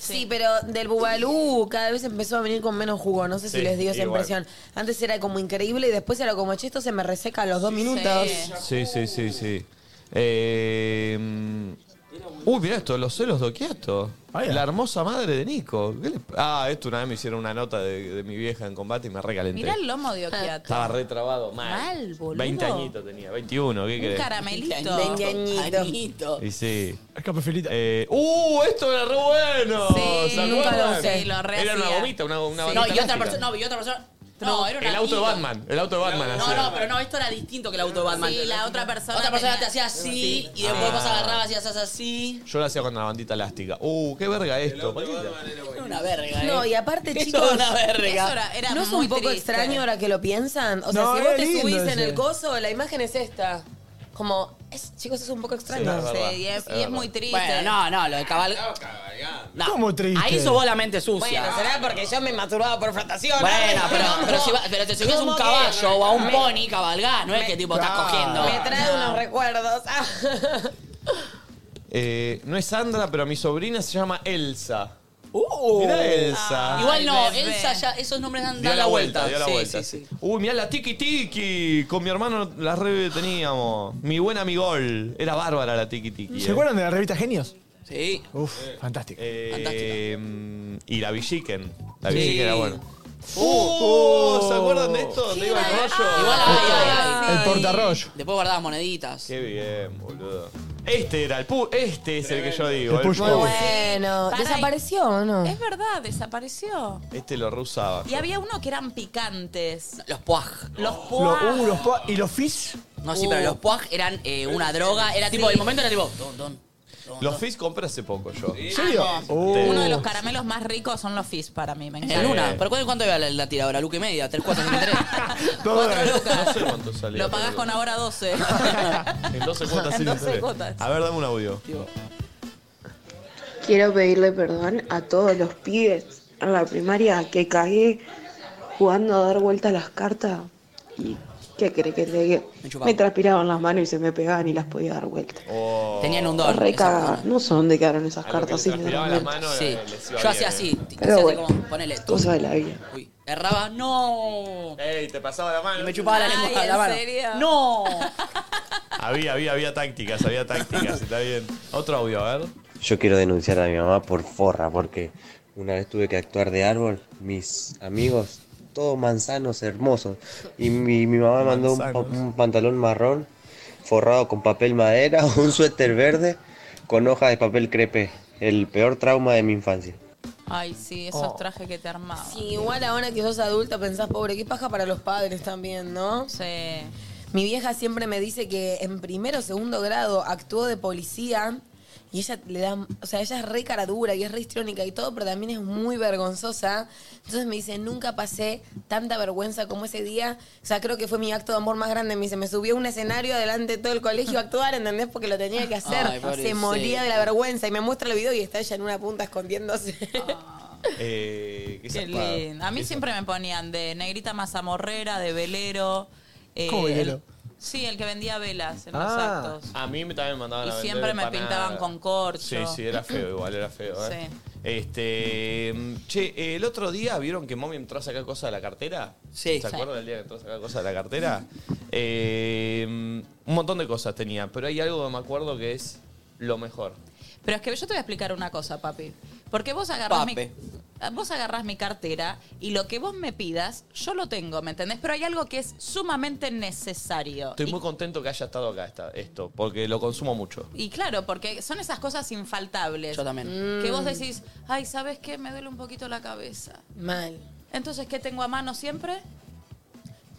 Sí, pero del Bubalú cada vez empezó a venir con menos jugo. No sé si Sí, les dio esa igual. impresión. Antes era como increíble y después era como, che, esto se me reseca a los dos minutos. Sí, sí, sí, sí. Eh, mm, uy, mirá esto, los celos de Okiato. La hermosa madre de Nico. ¿Qué le- ah, esto una vez me hicieron una nota de, de mi vieja en combate y me recalenté. Mirá el lomo de Okiato. Estaba retrabado, mal. Mal, boludo. 20 añitos tenía, 21, ¿qué Un querés? caramelito. Añito. Y sí. Eh, ¡Uh! Esto era re bueno. Sí, ¿se nunca lo acuerdan? usé, lo rehacía. Era una gomita, una, una No, varita y otra elástica. persona. No, y otra persona. No, era una. El auto de Batman, el auto de Batman. No, hacía. no, pero no, esto era distinto que el auto de Batman. Sí, la otra persona Otra persona te tenía- hacía así y Ah. después vos agarrabas y hacías así. Yo lo hacía con una bandita elástica. ¡Uh! ¡Qué verga esto! ¿Por qué te- Era una Ah. verga, No, eh. y aparte, Eso chicos. era una verga. eso era- era No ¿No es es un muy poco triste. extraño ahora que lo piensan? O sea, No, si vos era te lindo subís en ese. el coso, la imagen es esta. Como, es- chicos, es un poco extraño. Sí, es verdad, Sí, y es- es y es verdad. muy triste. Bueno, no, no, lo de cabal- No. ¿Cómo triste? Ahí sos vos la mente sucia. Ah, Bueno, será porque yo me masturbaba por flotación. Bueno, pero, pero, si va- pero te subías a un ¿Cómo que? caballo o a un Me- pony, cabalgás, no es que tipo Ah. estás cogiendo. Me trae unos recuerdos. Ah. Eh, no es Sandra, pero mi sobrina se llama Elsa. Uh. Mirá Elsa. Igual no, bebé. Elsa ya, esos nombres dan, Dio dan la vuelta, dio la Sí, vuelta. sí, sí. sí. Uy, mirá la tiki tiki. Con mi hermano la re teníamos. Mi buen amigol. Era bárbara la tiki tiki. eh. ¿Se acuerdan de la revista Genios? Sí. Uf, fantástico. y la Villiquen. La Sí. Villiquen era buena. Uh, ¿Se acuerdan de esto? ¿Dónde iba el rollo? Igual ay, ay, ay. uh, El portarrollo. Después guardabas moneditas. Qué bien, boludo. Este era el pu este es el que yo digo. El push push. Bueno, Pará, ¿desapareció o no? Es verdad, desapareció. Este lo reusaba. Y había uno que eran picantes. Los puaj. Los puaj. Lo- uh, los po- ¿Y los fish? No, sí, pero los Uh. puaj eran eh, una droga. Era tipo, Sí. el momento era tipo, don, don. Los Fizz compré hace poco yo. ¿En serio? Te- Uno de los caramelos más ricos son los Fizz para mí, me En encanta. una. ¿Pero cuánto, cuánto iba la, la tiradora? Luca y media, tres, cuatro, cinco, tres. No sé cuánto salió. Lo pagás con ahora 12. En 12 cuotas. sí, En lo 12 sé. cuotas. A ver, dame un audio. Quiero pedirle perdón a todos los pibes en la primaria que cagué jugando a dar vuelta a las cartas. ¿Y qué cree que te diga? chupaba. Me transpiraban las manos y se me pegaban y las podía dar vuelta. Oh. Tenían un don. Re esa cagada. zona. No sé dónde quedaron esas cartas. sí, realmente. Sí. les iba Yo hacía bien. así. t- Pero hacía así bueno. como, ponele. tú. Cosa de la vida. Uy, erraba, no. Oh. Ey, te pasaba la mano. me chupaba la Ay, lengua, ¿en la mano. serio? No. Había, había, había tácticas, había tácticas. Está bien. Otro audio, a ver. Yo quiero denunciar a mi mamá por forra, porque una vez tuve que actuar de árbol, mis amigos, todos manzanos hermosos, y mi, mi mamá mandó un, pa- un pantalón marrón forrado con papel madera, un suéter verde con hoja de papel crepe, el peor trauma de mi infancia. Ay, sí, esos trajes que te armaban. Oh. Sí, igual ahora que sos adulta pensás, pobre, qué paja para los padres también, ¿no? Sí. Mi vieja siempre me dice que en primero o segundo grado actuó de policía y ella le da, o sea, ella es re cara dura y es re histriónica y todo, pero también es muy vergonzosa. Entonces me dice, nunca pasé tanta vergüenza como ese día. O sea, creo que fue mi acto de amor más grande. Me dice, me subió a un escenario delante de todo el colegio a actuar, ¿entendés? Porque lo tenía que hacer. Ay, pobrecita. Se moría de la vergüenza y me muestra el video y está ella en una punta escondiéndose. Eh, qué Qué zarpado. lindo. A mí Qué siempre me ponían de negrita mazamorrera, de velero. eh, ¿Cómo velero? el- sí, el que vendía velas en los Ah, actos. A mí me- también me mandaban Y a vender siempre me empanadas. pintaban con corcho. Sí, sí, era feo igual, era feo. ¿eh? Sí. Este, mm, che, el otro día vieron que Mommy entró a sacar cosas de la cartera. ¿Se Sí. Sí. acuerdan del día que entró a sacar cosas de la cartera? Eh, mm, un montón de cosas tenía, pero hay algo que me acuerdo que es lo mejor. Pero es que yo te voy a explicar una cosa, papi. Porque vos agarrás mi, Pape. vos agarrás mi cartera y lo que vos me pidas, yo lo tengo, ¿me entendés? Pero hay algo que es sumamente necesario. Estoy muy contento que haya estado acá esta- esto, porque lo consumo mucho. Y claro, porque son esas cosas infaltables. Yo también. Que Mm. vos decís, ay, ¿sabes qué? Me duele un poquito la cabeza. Mal. Entonces, ¿qué tengo a mano siempre?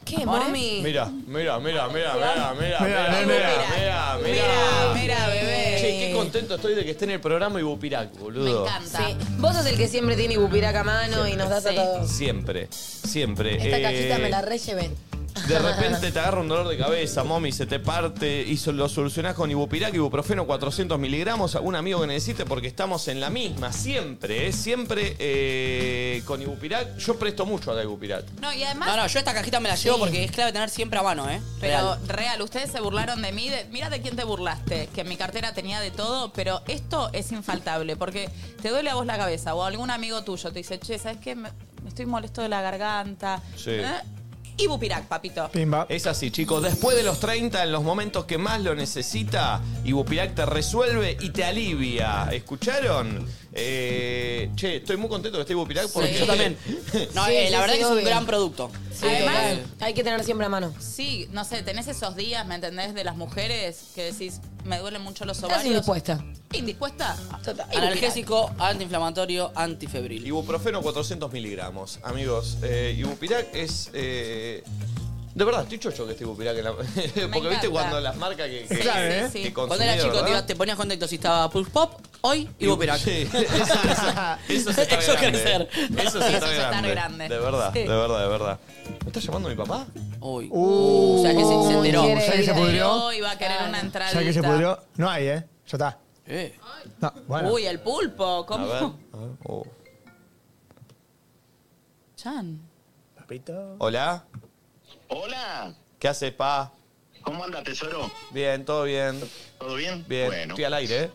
¿Qué, ¿Amores? mami? Mira, mira, mira, mira, mira, mira, Mira, mira, mira, mira, mira. mira, bebé. Che, qué contento estoy de que esté en el programa Ibupirac, boludo. Sí. Vos sos el que siempre tiene ibupiraca a mano y nos das a todos. Siempre, siempre. Esta Eh, cajita me la re lleven. De repente te agarra un dolor de cabeza, mommy, se te parte y so- lo solucionás con ibupirac, ibuprofeno 400 miligramos, algún amigo que necesite porque estamos en la misma, siempre, ¿eh? siempre eh, con ibupirac. Yo presto mucho a la ibupirac. No, y además. No, no, yo esta cajita me la llevo porque es clave tener siempre a mano, ¿eh? Pero Real. real. ustedes se burlaron de mí. de- mira de quién te burlaste, que mi cartera tenía de todo, pero esto es infaltable, porque te duele a vos la cabeza o algún amigo tuyo te dice, che, ¿sabes qué? Me, me estoy molesto de la garganta. ¿Eh? Sí. Y Bupirac, papito. Es así, chicos. Después de los 30, en los momentos que más lo necesita, Ibupirac te resuelve y te alivia. ¿Escucharon? Eh, che, estoy muy contento que esté Ibupirac porque yo también. No, Sí, eh, sí, la verdad sí, que es un obvio. gran producto. Sí, total. hay que tener siempre a mano. Sí, no sé, tenés esos días, ¿me entendés? De las mujeres que decís, me duelen mucho los Estás ovarios. indispuesta. ¿Indispuesta? Y Bupirac. Analgésico, antiinflamatorio, antifebril. Ibuprofeno 400 miligramos, amigos. Eh, Ibupirac es... eh, de verdad, estoy chocho que esté Ibupirac en la... Porque viste encanta. cuando las marcas que, que, que Cuando era consumieron, chico te, ¿eh? ¿verdad? ibas- te ponías contactos y estaba Pulse Pop, hoy ¿Eh? y Bupirac. Sí, Eso es estar Eso es grande. crecer. Eso es Eso estar es estar grande. grande. De verdad, Sí. de verdad, de verdad. ¿Me está llamando mi papá? Uy. Uh, o sea, que se, se enteró. ¿Sabes que se pudrió? Hoy va a querer una entrada. ¿Sabes que se pudrió? No hay, ¿eh? Ya está. No, bueno. Uy, el pulpo, ¿cómo? A ver. Chan. Hola. Hola, ¿Qué haces, pa? ¿cómo anda, tesoro? Bien, todo bien. ¿Todo bien? Bien, Bueno. estoy al aire, ¿eh?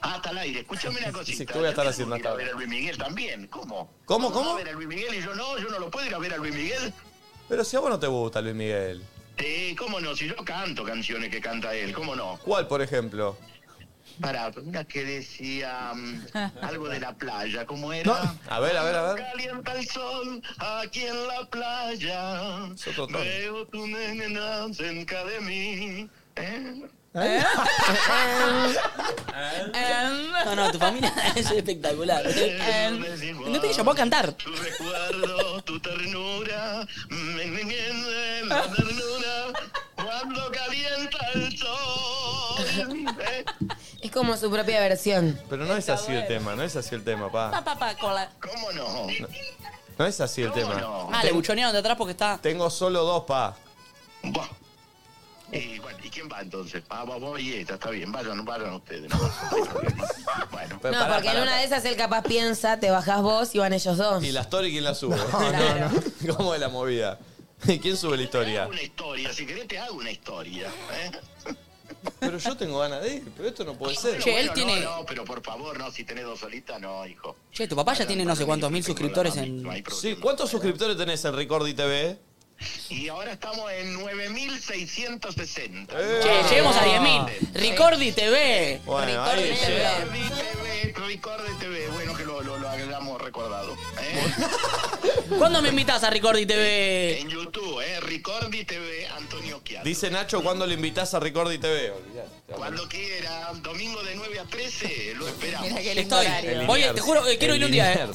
Ah, está al aire. Escúchame una cosita. ¿qué voy a estar Yo haciendo tengo que ir a ver hasta a Luis Miguel también. ¿Cómo? ¿Cómo, ¿Vos cómo? vas a ver a Luis Miguel y yo no, yo no lo puedo ir a ver a Luis Miguel. Pero si a vos no te gusta Luis Miguel. Eh, ¿cómo no? Si yo canto canciones que canta él, ¿cómo no? ¿Cuál, por ejemplo? Pará, una que decía mm, algo de la playa, ¿cómo era? A ver, a ver, a ver. Calienta el sol aquí en la playa. Es otro tono. Veo tu nena cerca de mí. ¿Eh? Em. No, no, tu familia es espectacular. No te llamó a cantar. Cuando calienta el sol. ¿eh? Es como su propia versión. Pero no es así el tema, no es así el tema, pa. ¿Cómo no? No es así el tema. Ah, le buchonearon de atrás porque está. Tengo solo dos, pa. Y, bueno, ¿y quién va entonces? Ah, vos, vos y ella, está bien, vayan, vayan ustedes. no pasa nada. bueno, No, porque en una de esas él capaz piensa, te bajás vos y van ellos dos. ¿Y la story quién la sube? ¿Cómo es la movida? ¿Y quién sube la historia? una historia, si querés te hago una historia. ¿eh? Pero yo tengo ganas de ir, pero esto no puede ser. Bueno, Che, él bueno, tiene- No, no, pero por favor, no, si tenés dos solitas, no, hijo. Che, tu papá ya tiene no sé cuántos mil suscriptores en. Sí, ¿cuántos suscriptores tenés en Recordi TV? Y ahora estamos en 9660. Eh. Che, lleguemos a 10.000. Ricordi TV. Bueno, ahí, Ricordi che. Recordi TV, bueno que lo, lo, lo hayamos recordado. ¿eh? ¿Cuándo me invitas a Ricordi TV? En YouTube, eh, Ricordi TV, Antonio Chiara. Dice Nacho, ¿cuándo le invitás a Recordi TV? Cuando quiera, domingo de 9 a 13, lo esperamos. Estoy. Voy, te juro, eh, quiero ir un día, eh.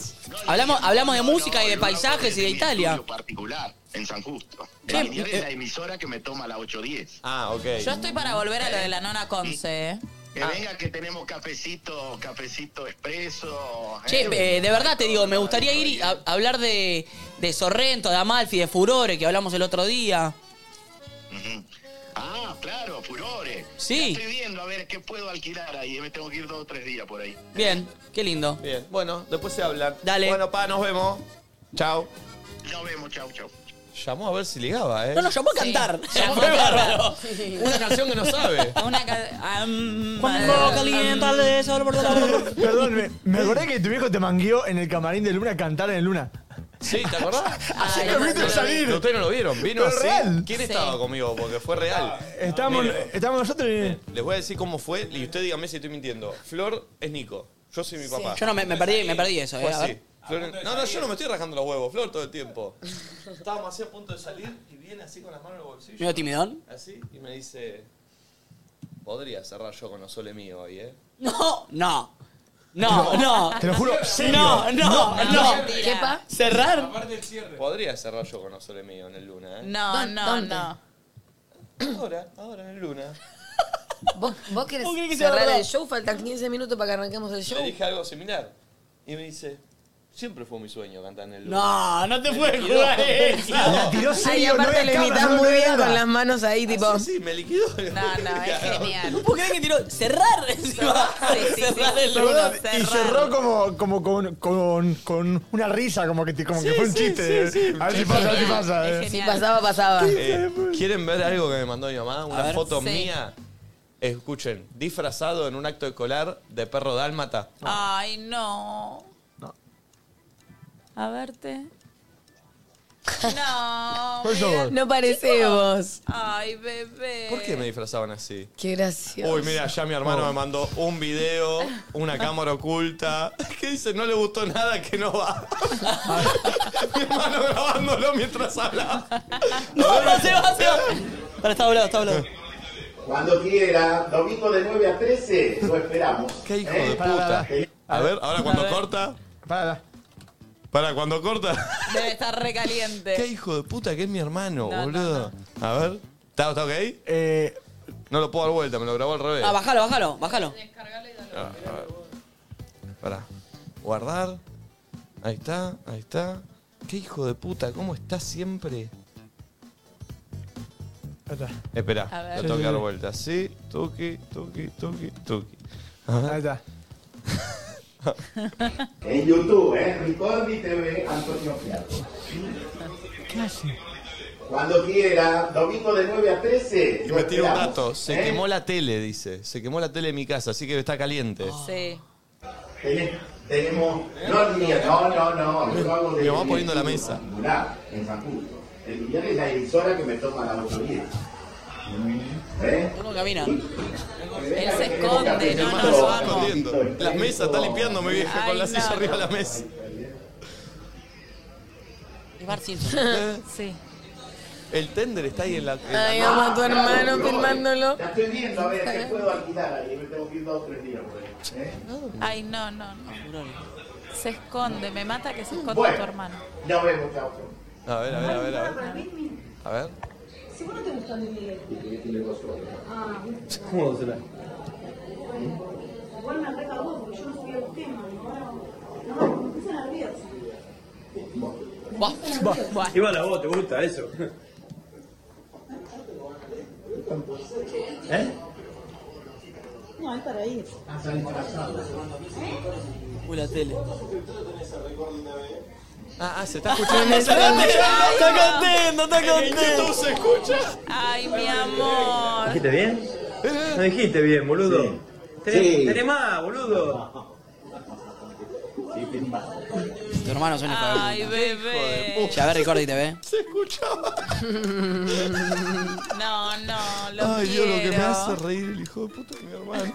Hablamos, hablamos de música y de paisajes y de Italia. particular en San Justo. Che, La Liniers eh, es la emisora que me toma la 810. Ah, ok. Yo estoy para volver a lo de la nona Conce, ¿eh? Que Ah. venga que tenemos cafecito, cafecito expreso. Che, eh, de verdad te digo, me gustaría ir y a- hablar de, de Sorrento, de Amalfi, de Furore, que hablamos el otro día. Ah, claro, furores. Sí. Ya Estoy viendo a ver qué puedo alquilar ahí. Me tengo que ir dos o tres días por ahí. Bien, qué lindo. Bien, bueno, después se hablan. Dale. Bueno, pa, nos vemos. Chao. Nos vemos, chau, chau. Llamó a ver si ligaba, ¿eh? No, no, llamó a cantar. Llamó Fue a cantar. bárbaro. Una canción que no sabe. Una Ah. ca- am- Cuando calienta el sol por Perdón, me, me acordé que tu viejo te mangueó en el camarín de Luna a cantar en el Luna. Sí, ¿te acordás? Ah, Así lo viste Pero, salir. Ustedes no lo vieron, vino Pero así. real. ¿Quién Sí. estaba conmigo? Porque fue real. Estábamos, Miren, estábamos nosotros y... Les voy a decir cómo fue y usted dígame si estoy mintiendo. Flor es Nico, yo soy mi papá. Yo no, me- me perdí- me perdí eso, Fue eh, a así. ver. Flor- no, no, yo no me estoy rajando los huevos, Flor todo el tiempo. Estábamos así a punto de salir y viene así con las manos en el bolsillo. ¿Medio timidón? Así y me dice, podría cerrar yo con los sole mío hoy, ¿eh? No, no. No, no. Te lo juro, serio. No, no, No, no. mentira. ¿Qué pa? Cerrar. Podría cerrar yo con los sole mío en el luna, ¿eh? No, no, no. Ahora, ahora en el luna. ¿Vos, vos querés ¿Vos querés que sea cerrar verdad? el show? Faltan 15 minutos para que arranquemos el show. Le dije algo similar y me dice, siempre fue mi sueño cantar en el luna. No, no te Me puedes liquidó. jugar No. esa. La tiró Eh, Ay, serio, no aparte había lo cámara, imitas no muy había bien nada. con las manos ahí, tipo. Sí, me liquidó. No, no, es genial. No puedo creer que tiró cerrar encima. Cerrar el Perdón, lugar. y cerró como, como con, con, con una risa, como que, te- como que fue un chiste. A ver si pasa, a ver si pasa. eh. Si pasaba, pasaba. Eh, ¿Quieren ver algo que me mandó mi mamá? A Una ver. foto Sí. mía. Escuchen, disfrazado en un acto escolar de perro dálmata. Ay, no. A verte. No. Por mira. favor. No parece vos. Ay, bebé. ¿Por qué me disfrazaban así? Eh. Qué gracioso. Uy, mira, ya mi hermano me mandó un video, una cámara oculta. Que dice, no le gustó nada que no va. mi hermano grabándolo mientras hablaba. No, no, se va, se va. Para, está hablado, está hablado. Cuando quiera, domingo de 9 a 13, lo esperamos. ¿Eh? ¿Qué hijo de puta? A ver, ahora cuando corta. Para. Para cuando corta. Debe estar recaliente. ¿Qué hijo de puta que es mi hermano, No, no, boludo? A ver, ¿está, está ok? Eh, no lo puedo dar vuelta, me lo grabó al revés. Ah, bájalo, bájalo, bájalo. Ah, a ver. Pará. Guardar. Ahí está, ahí está. Qué hijo de puta, ¿cómo está siempre? A Espera, ver. lo tengo Sí, que sí, dar sí. vuelta. Sí, toque, toque, toque, toque. Ahí está. En YouTube, ¿eh? Ricordi TV, Antonio Fiarco. ¿Qué hace? Cuando quiera, domingo de 9 a 13. Y lo me tira un esperamos, dato. Se ¿eh? quemó la tele, dice. Se quemó la tele en mi casa, así que está caliente. Oh. Sí. Tene- Tenemos. No, mira, no, no, no. Yo hago de- Mi mamá poniendo de- la mesa. singular, En San Justo. El Liniers es la emisora que me toma la autoría. Mm. ¿Eh? Uno camina. Él se esconde, no, hermano no, se lo va amo. escondiendo. La mesa está limpiando mi vieja Ay, con la no, silla no. arriba de la mesa. ¿Eh? Es Bart Simpson. Sí. El tender está ahí en la. en la Ay, mano. amo a tu hermano filmándolo. eh, La estoy viendo, a ver, ¿qué puedo alquilar ahí? Me tengo que ir dos o tres días por ahí. ¿eh? Ay, no, no, no. Se esconde, me mata que se esconde Bueno. tu hermano. Nos vemos, chao. chao. A ver, a ver, a ver, a ver. A ver. Seguro te gustó el video. Ah, ¿Cómo será? igual me ataca vos porque yo no subí los temas, ¿no? No, me puse nerviosa. Igual a vos, ¿te gusta eso? ¿Eh? No, es para ir. Uy, la tele. Ah, ah, se está escuchando. está contento, está contento, está contento. se escucha? Ay, mi amor. ¿Dijiste bien? No dijiste bien, boludo. Tenés, Sí. tenés más, boludo. Tu hermano suena para Ay, bebé. Ya ver, Ricordi TV. Se escuchaba. No, no, lo Ay, quiero. Dios, lo que me hace reír el hijo de puta de mi hermano.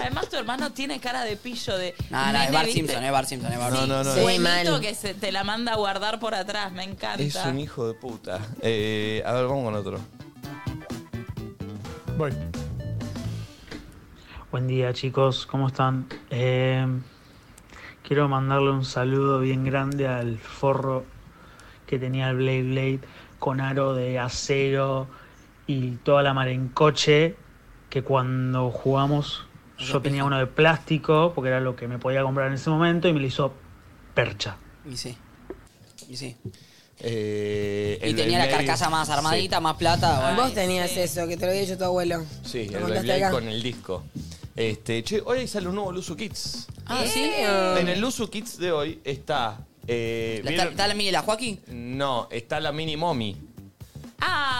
Además, tu hermano tiene cara de pillo de. No, no, Ah, es nene, Bart ¿viste? Simpson, es Bart Simpson, es Bart No, Simpson. no, no. Sí, Buenito mal. que se te la manda a guardar por atrás, me encanta. Es un hijo de puta. Eh, a ver, vamos con otro. Voy. Buen día chicos, ¿cómo están? Eh, quiero mandarle un saludo bien grande al forro que tenía el Blade Blade con aro de acero y toda la marencoche que cuando jugamos yo tenía uno de plástico porque era lo que me podía comprar en ese momento y me lo hizo percha. Y sí. Y sí. Eh, Y el- tenía el la Blade- carcasa más armadita, más plata. bueno. Ah, Vos tenías eso, que te lo había hecho tu abuelo. Sí, Lo el contaste Beyblade acá. con el disco. Este, che, hoy sale un nuevo Luzu Kids. Eh. Ah, sí. En el Luzu Kids de hoy está. eh, ¿La- ¿vieron? está, está la mini la Joaquín? No, está la mini mommy.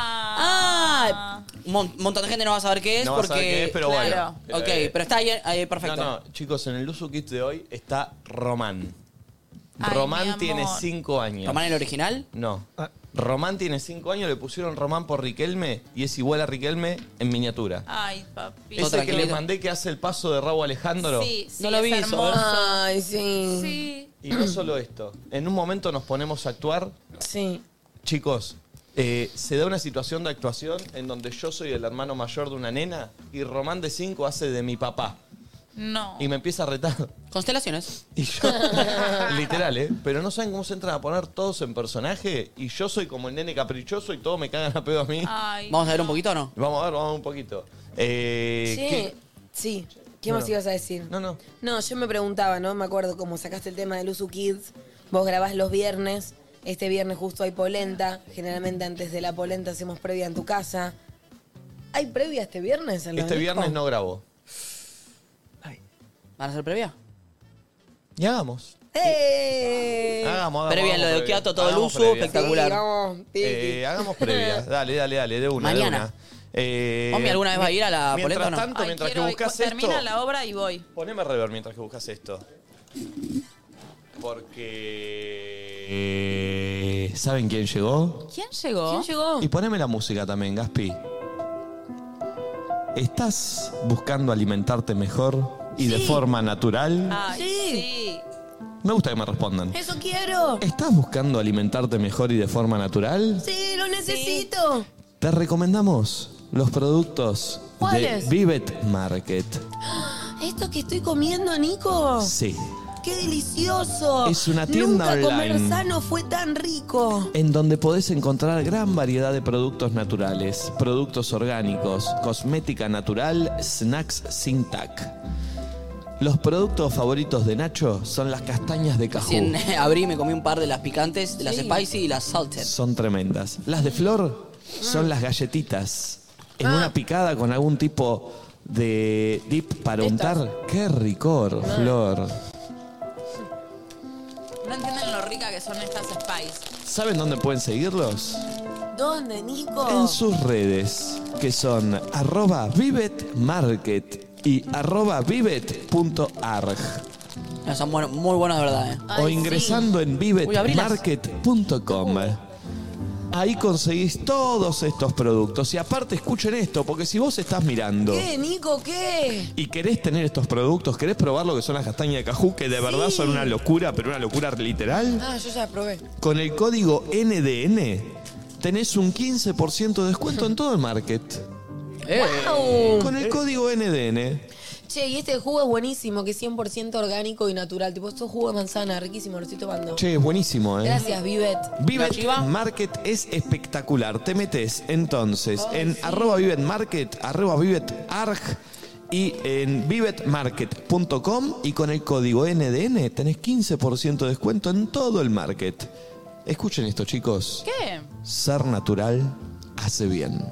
Ah. Un mon- montón de gente no va a saber qué es No va a porque. saber qué es, pero bueno. Claro. Ok, Eh, pero está ahí, ahí, perfecto. No, no, chicos, en el Luzu Kids de hoy está Román. Ay, mi Román amor. tiene 5 años. ¿Román el original? No. Román tiene 5 años, le pusieron Román por Riquelme y es igual a Riquelme en miniatura. Ah, Ay, papi. Ese que le mandé que hace el paso de Raúl Alejandro. Sí, sí, No lo es vi, hermoso. ¿eh? Ay, sí. Sí. Y no solo esto. En un momento nos ponemos a actuar. Sí. Chicos, eh, se da una situación de actuación en donde yo soy el hermano mayor de una nena y Román de 5 hace de mi papá. No. Y me empieza a retar. Constelaciones. Y yo. Literal, ¿eh? Pero no saben cómo se entran a poner todos en personaje y yo soy como el nene caprichoso y todos me cagan a pedo a mí. Ay, ¿Vamos a ver un poquito o no? Vamos a ver, vamos a ver un poquito. Eh, Sí, ¿qué- sí. ¿Qué más Bueno. ibas a decir? No, no. No, yo me preguntaba, ¿no? Me acuerdo como sacaste el tema de Luzu Kids, vos grabás los viernes, este viernes justo hay polenta, generalmente antes de la polenta hacemos previa en tu casa. ¿Hay previa este viernes? en los discos? Este viernes no grabo. ¿Van a hacer previa? Y hagamos. ¡Eh! Hagamos, hagamos, Previa en lo de hagamos Okiato, todo el Hagamos uso, previa. espectacular. Sí, vamos, tiki. Eh, hagamos previa. Dale, dale, dale, de una. Mañana. De una. Eh, Mami, ¿alguna vez va a ir a la mientras polenta o no? Tanto, Ay, mientras que quiero ir. buscas Termina esto, la obra y voy. poneme rever mientras que buscas esto. Porque. eh, ¿Saben quién llegó? ¿Quién llegó? ¿Quién llegó? Y poneme la música también, Gaspi. ¿Estás buscando alimentarte mejor y de forma natural? Ay, sí. Me gusta que me respondan. Eso quiero. ¿Estás buscando alimentarte mejor y de forma natural? Sí, lo necesito. Te recomendamos los productos ¿Cuáles? de Vivet Market. Esto que estoy comiendo, Nico. Sí. ¡Qué delicioso! Es una tienda Nunca comer online. sano fue tan rico. En donde podés encontrar gran variedad de productos naturales, productos orgánicos, cosmética natural, snacks sin tac. Los productos favoritos de Nacho son las castañas de cajú. Recién eh, abrí y me comí un par de las picantes, de las spicy y las salted. Son tremendas. Las de flor son las galletitas. En una picada con algún tipo de dip para untar. ¡Qué ricor, flor! No entienden lo rica que son estas Spice. ¿Saben dónde pueden seguirlos? ¿Dónde, Nico? En sus redes, que son arroba vivet market y arroba vivet.arg. No, son buenos- muy buenos de verdad, eh. O ingresando en Uy, abrilas. vivetmarket.com. Ahí conseguís todos estos productos. Y aparte, escuchen esto, porque si vos estás mirando ¿Qué, Nico? ¿Qué? y querés tener estos productos, querés probar lo que son las castañas de cajú, que de verdad son una locura, pero una locura literal, Ah, yo ya la probé. con el código NDN tenés un 15% de descuento en todo el market. ¡Guau! Con el código NDN. Che, y este jugo es buenísimo, que es 100% orgánico y natural. Tipo, esto es jugo de manzana, riquísimo, lo estoy tomando. Che, es buenísimo, ¿eh? Gracias, Vivet. Vivet Market es espectacular. Te metes entonces en arroba Vivet Market, arroba Vivet Arg y en vivetmarket.com y con el código NDN tenés 15% de descuento en todo el market. Escuchen esto, chicos. ¿Qué? Ser natural hace bien.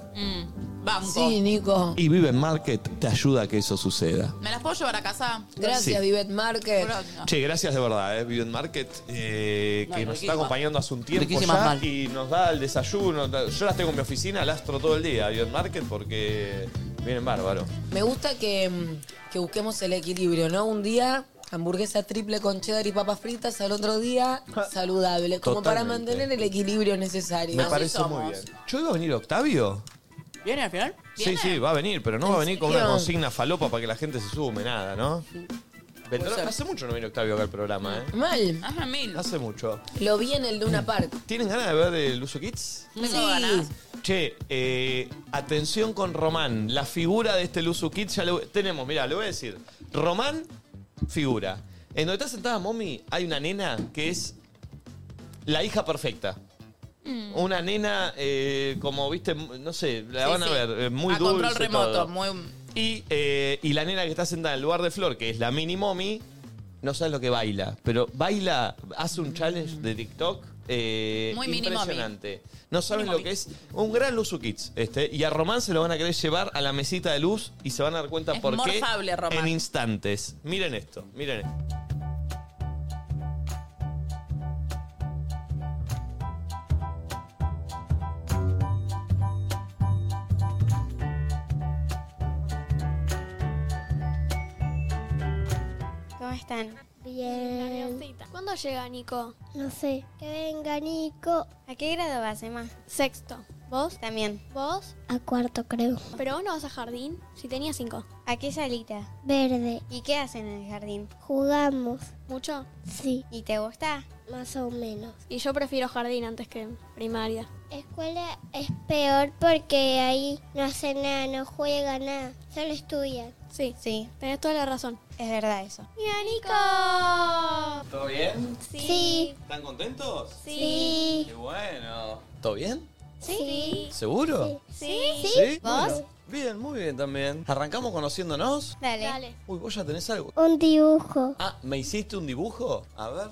Banco. Sí, Nico. Y Vivet Market te ayuda a que eso suceda. ¿Me las puedo llevar a casa? Gracias, Sí. Vivet Market. Che, gracias de verdad, eh, Vivet Market, eh, No, que nos riquísima. está acompañando hace un tiempo Riquísimas ya mal. y nos da el desayuno. Yo las tengo en mi oficina, lastro todo el día, Vivet Market, porque vienen bárbaro. Me gusta que, mm, que busquemos el equilibrio, ¿no? Un día hamburguesa triple con cheddar y papas fritas, al otro día saludable, como para Totalmente. mantener el equilibrio necesario. Me parece muy bien. ¿Yo iba a venir Octavio? ¿Viene al final? Sí, sí, va a venir, pero no va a venir con una serio? consigna falopa para que la gente se sume, nada, ¿no? Vendrá- ser. hace mucho no viene Octavio acá al programa, ¿eh? Mal. Hace mucho. Lo vi en el Luna Park. ¿Tienen ganas de ver el Uso Kids? Sí. Che, eh, atención con Román. La figura de este Luzu Kid ya lo tenemos. Mirá, le voy a decir. Román, figura. En donde está sentada Mommy hay una nena que es la hija perfecta. Mm. Una nena, eh, como viste, no sé, la Mm. Sí, van a sí. ver, eh, muy a dulce. control remoto, todo. muy. Y, eh, y la nena que está sentada en el lugar de Flor, que es la mini mommy, no sabe lo que baila, pero baila, hace un challenge de TikTok. eh, Muy mini mommy. impresionante. No saben lo que es. Un gran Luzu Kids. Este, y a Román se lo van a querer llevar a la mesita de luz y se van a dar cuenta Es por qué. morfable, Román. En instantes. Miren esto, miren esto. ¿Cómo están? Bien. ¿Cuándo llega Nico? No sé. Que venga Nico. ¿A qué grado vas, Emma? Sexto. ¿Vos? También. ¿Vos? A cuarto, creo. Pero vos no vas a jardín si tenías cinco. ¿A qué salita? Verde. ¿Y qué hacen en el jardín? Jugamos. ¿Mucho? Sí. ¿Y te gusta? Más o menos. Y yo prefiero jardín antes que primaria. Escuela es peor porque ahí no hacen nada, no juegan nada, solo estudian. Sí. Sí. Tenés toda la razón. Es verdad eso. ¡Mira, Nico! ¿Todo bien? Sí. ¿Están contentos? Sí. Qué bueno. ¿Todo bien? Sí. ¿Seguro? Sí. Bueno, Bien, muy bien también. ¿Arrancamos conociéndonos? Dale. Uy, vos ya tenés algo. Un dibujo. Ah, ¿me hiciste un dibujo? A ver.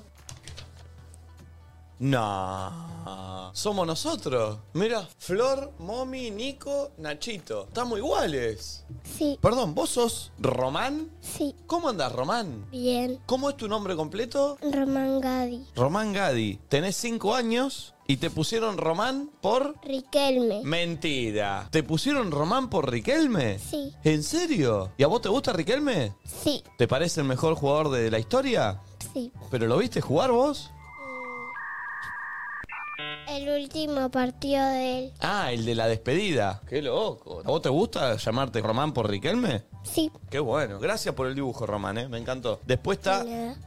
No. Somos nosotros. Mira, Flor, Momi, Nico, Nachito. Estamos iguales. Sí. Perdón, ¿vos sos Román? Sí. ¿Cómo andás, Román? Bien. ¿Cómo es tu nombre completo? Román Gaby. Román Gadi. Tenés cinco años y te pusieron Román por... Riquelme. Mentira. ¿Te pusieron Román por Riquelme? Sí. ¿En serio? ¿Y a vos te gusta Riquelme? Sí. ¿Te parece el mejor jugador de la historia? Sí. ¿Pero lo viste jugar vos? El último partido de él. Ah, el de la despedida. Qué loco. ¿A vos te gusta llamarte Román por Riquelme? Sí. Qué bueno. Gracias por el dibujo, Román, ¿eh? me encantó. Después está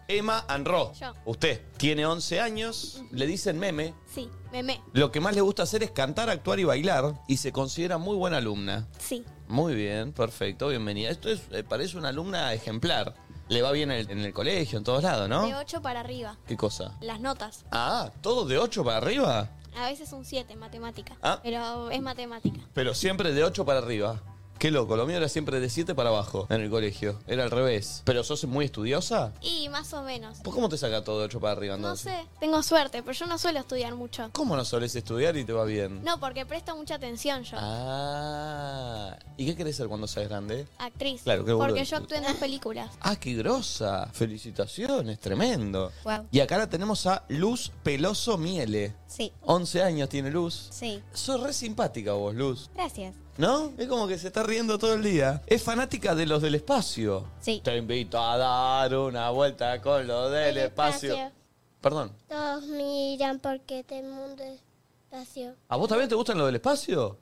Emma Anro. Yo. Usted tiene 11 años, le dicen meme. Sí, meme. Lo que más le gusta hacer es cantar, actuar y bailar y se considera muy buena alumna. Sí. Muy bien, perfecto, bienvenida. Esto es, eh, parece una alumna ejemplar. Le va bien en el, en el colegio, en todos De lados, ¿no? 8 para arriba. ¿Qué cosa? Las notas. Ah, todo de 8 para arriba. A veces un 7 en matemática. Ah. Pero es matemática. Pero siempre de 8 para arriba. Qué loco, lo mío era siempre de 7 para abajo en el colegio. Era al revés. ¿Pero sos muy estudiosa? Y más o menos. ¿Pues cómo te saca todo de 8 para arriba No entonces? sé, tengo suerte, pero yo no suelo estudiar mucho. ¿Cómo no solés estudiar y te va bien? No, porque presto mucha atención yo. Ah. ¿Y qué querés ser cuando seas grande? Actriz. Claro, qué boludo. Porque yo actúo en dos películas. Ah, qué grosa. Felicitaciones, tremendo. Guau. Y acá la tenemos a Luz Peloso Miele. Sí. 11 años tiene Luz. Sí. Sos re simpática vos, Luz. Gracias. ¿No? Es como que se está riendo todo el día. Es fanática de los del espacio. Sí. Te invito a dar una vuelta con los del espacio. Perdón. Todos miran porque todo el este mundo está espacio. ¿A vos también te gustan lo del espacio?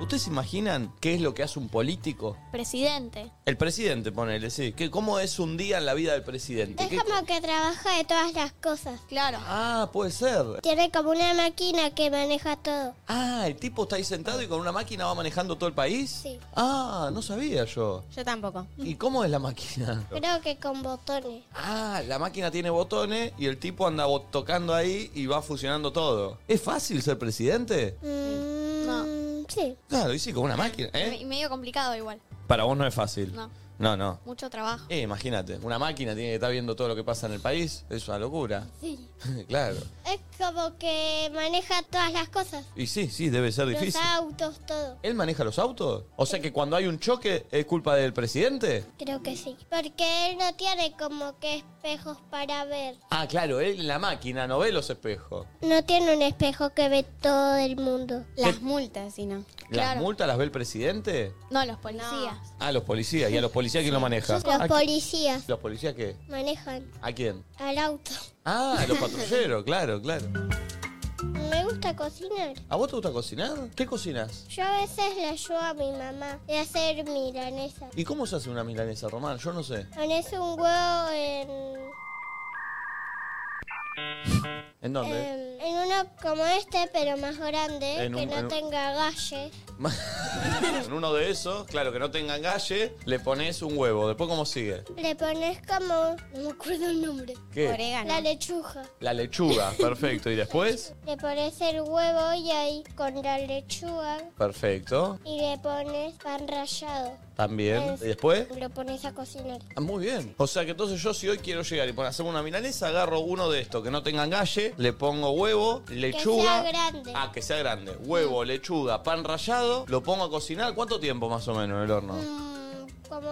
¿Ustedes se imaginan qué es lo que hace un político? Presidente. El presidente, ponele, sí. ¿Qué- ¿Cómo es un día en la vida del presidente? Es ¿Qué- como que trabaja de todas las cosas. Claro. Ah, puede ser. Tiene como una máquina que maneja todo. Ah, el tipo está ahí sentado y con una máquina va manejando todo el país. Sí. Ah, no sabía yo. Yo tampoco. ¿Y cómo es la máquina? Creo que con botones. Ah, la máquina tiene botones y el tipo anda bo- tocando ahí y va fusionando todo. ¿Es fácil ser presidente? no. Mm, Sí. Claro, y sí, con una máquina, ¿eh? Me- Medio complicado igual. Para vos no es fácil. No. No, no. Mucho trabajo. Eh, imagínate, una máquina tiene que estar viendo todo lo que pasa en el país. Es una locura. Sí. claro. Es como que maneja todas las cosas. Y sí, sí, debe ser Los difícil. autos, todo. ¿Él maneja los autos? O sea que cuando hay un choque es culpa del presidente. Creo que sí. Porque él no tiene como que espejos para ver. Ah, claro, él en la máquina no ve los espejos. No tiene un espejo que ve todo el mundo. Las multas, si no. ¿Las multas las ve el presidente? No, los policías. Ah, los policías. ¿Y a los policías quién lo maneja? Los ¿A- policías ¿Los policías qué? manejan ¿A quién? al auto. Ah, a los patrulleros, claro, claro. Me gusta cocinar. ¿A vos te gusta cocinar? ¿Qué cocinas? Yo a veces le ayudo a mi mamá de hacer milanesa. ¿Y cómo se hace una milanesa, Román? Yo no sé. Pones un huevo en, ¿En dónde? en, em, en uno como este, pero más grande, En que un- en no un- tenga galle. En uno de esos, claro, que no tengan galle, le pones un huevo. Después, ¿cómo sigue? Le pones como, no me acuerdo el nombre. ¿Qué? La lechuga. La lechuga, perfecto. ¿Y después? Le pones el huevo y ahí con la lechuga Perfecto, y le pones pan rallado. también. ¿Y después? Lo pones a cocinar. Ah, muy bien. O sea que entonces yo si hoy quiero llegar y poner hacer una milanesa, agarro uno de estos que no tengan galle, le pongo huevo, lechuga. Que sea grande. Mm. Ah, que sea grande. Huevo, lechuga, pan rallado, lo pongo a cocinar. ¿Cuánto tiempo más o menos en el horno? Mm, Como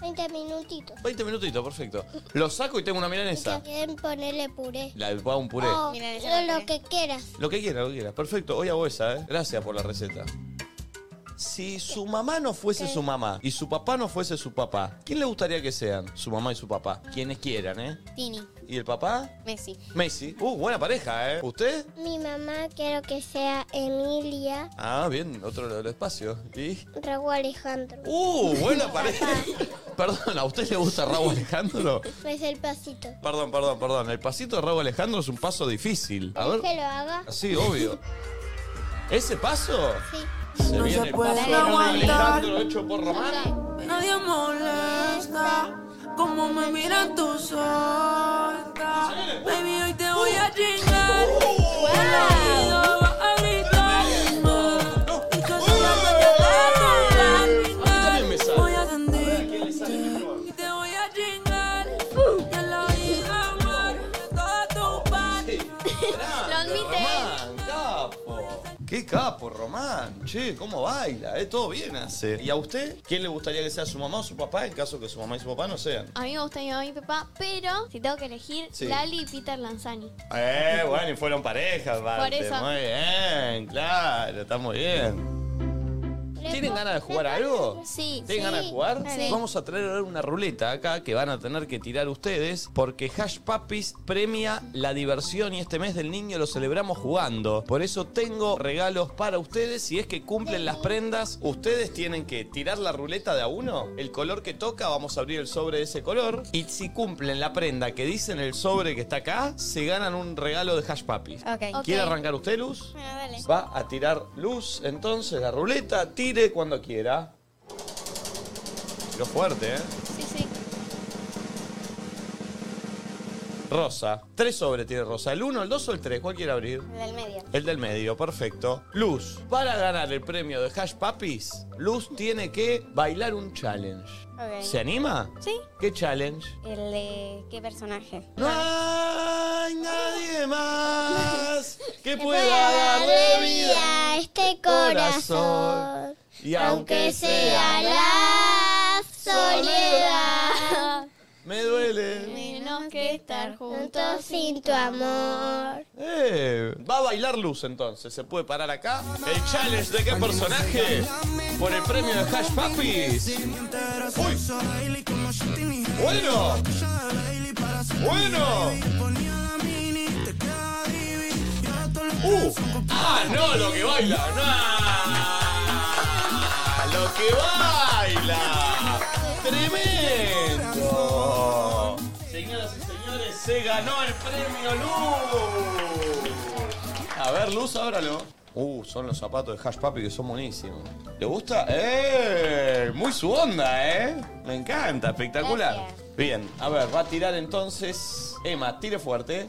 20 minutitos. 20 minutitos, perfecto. Lo saco y tengo una milanesa. Quieren ponerle puré. La hago un puré. O Oh, lo que quieras. Lo que quieras, lo que quieras. Perfecto, hoy hago esa, ¿eh? Gracias por la receta. Si su mamá no fuese su mamá y su papá no fuese su papá, ¿quién le gustaría que sean? Su mamá y su papá. Quienes quieran, ¿eh? Tini. ¿Y el papá? Messi. Messi. Uh, buena pareja, ¿eh? ¿Usted? Mi mamá quiero que sea Emilia Ah, bien, otro lado del espacio. ¿Y? Raúl Alejandro. Uh, buena pareja. Perdón, ¿a usted le gusta Raúl Alejandro? Pues el pasito. Perdón, perdón, perdón. El pasito de Raúl Alejandro es un paso difícil. A ver. ¿Querés que lo haga? Sí, obvio. ¿Ese paso? Sí. Se No viene se el puede paso de Raúl aguantar. Alejandro eh. hecho por Román. Nadie molesta como me miran tus soltas. Baby, hoy te voy a chingar. Uh. El oído va a gritarme. Uh. Y yo solamente te voy a chingar. Voy a sentirte. Y te voy a chingar. Uh. Y el oído amar de toda tu parte. Lo Román, capo. Qué capo, Román. Che, cómo baila, ¿eh? Todo bien hace. ¿Y a usted? ¿Quién le gustaría que sea su mamá o su papá en caso que su mamá y su papá no sean? A mí me gusta mi mamá y mi papá, pero si tengo que elegir, Sí. Lali y Peter Lanzani. Eh, bueno, y fueron parejas, aparte. Por eso. Muy bien, claro, está muy bien. ¿Tienen ganas de jugar algo? Sí. ¿Tienen ganas de jugar? Sí. Vamos a traer ahora una ruleta acá que van a tener que tirar ustedes porque Hash Papis premia la diversión y este mes del niño lo celebramos jugando. Por eso tengo regalos para ustedes. Si es que cumplen las prendas, ustedes tienen que tirar la ruleta de a uno. El color que toca, vamos a abrir el sobre de ese color. Y si cumplen la prenda que dice en el sobre que está acá, se ganan un regalo de Hash Papis. Ok. Ok. ¿Quiere Ah, arrancar usted, Luz? Va a tirar luz, entonces la ruleta, tire cuando quiera. Lo fuerte, ¿eh? Sí, sí. Rosa. Tres sobre tiene Rosa. ¿El 1, el 2 o el 3? ¿Cuál quiere abrir? El del medio. El del medio, perfecto. Luz, para ganar el premio de Hash Papis, Luz tiene que bailar un challenge. Ok. ¿Se anima? Sí. ¿Qué challenge? El de. ¿Qué personaje? No hay nadie más que pueda pueda darle darle vida A este corazón, corazón. Y aunque sea la soledad, Me duele. Menos que estar juntos sin tu amor. Eh, va a bailar luz entonces, se puede parar acá. El challenge de qué personaje por el premio de Hash Papis. Uy. Bueno. Bueno. ¡Uh! ¡Ah, no! ¡Lo que baila! ¡No! ¡Ah, ¡Lo que baila! ¡Tremendo! Señoras y señores, se ganó el premio Luz. A ver, Luz, ábralo. Uh, son los zapatos de Hash Papi que son buenísimos. ¿Te gusta? ¡Eh! Muy su onda, ¿eh? Me encanta, espectacular. Bien, a ver, va a tirar entonces. Emma, tire fuerte.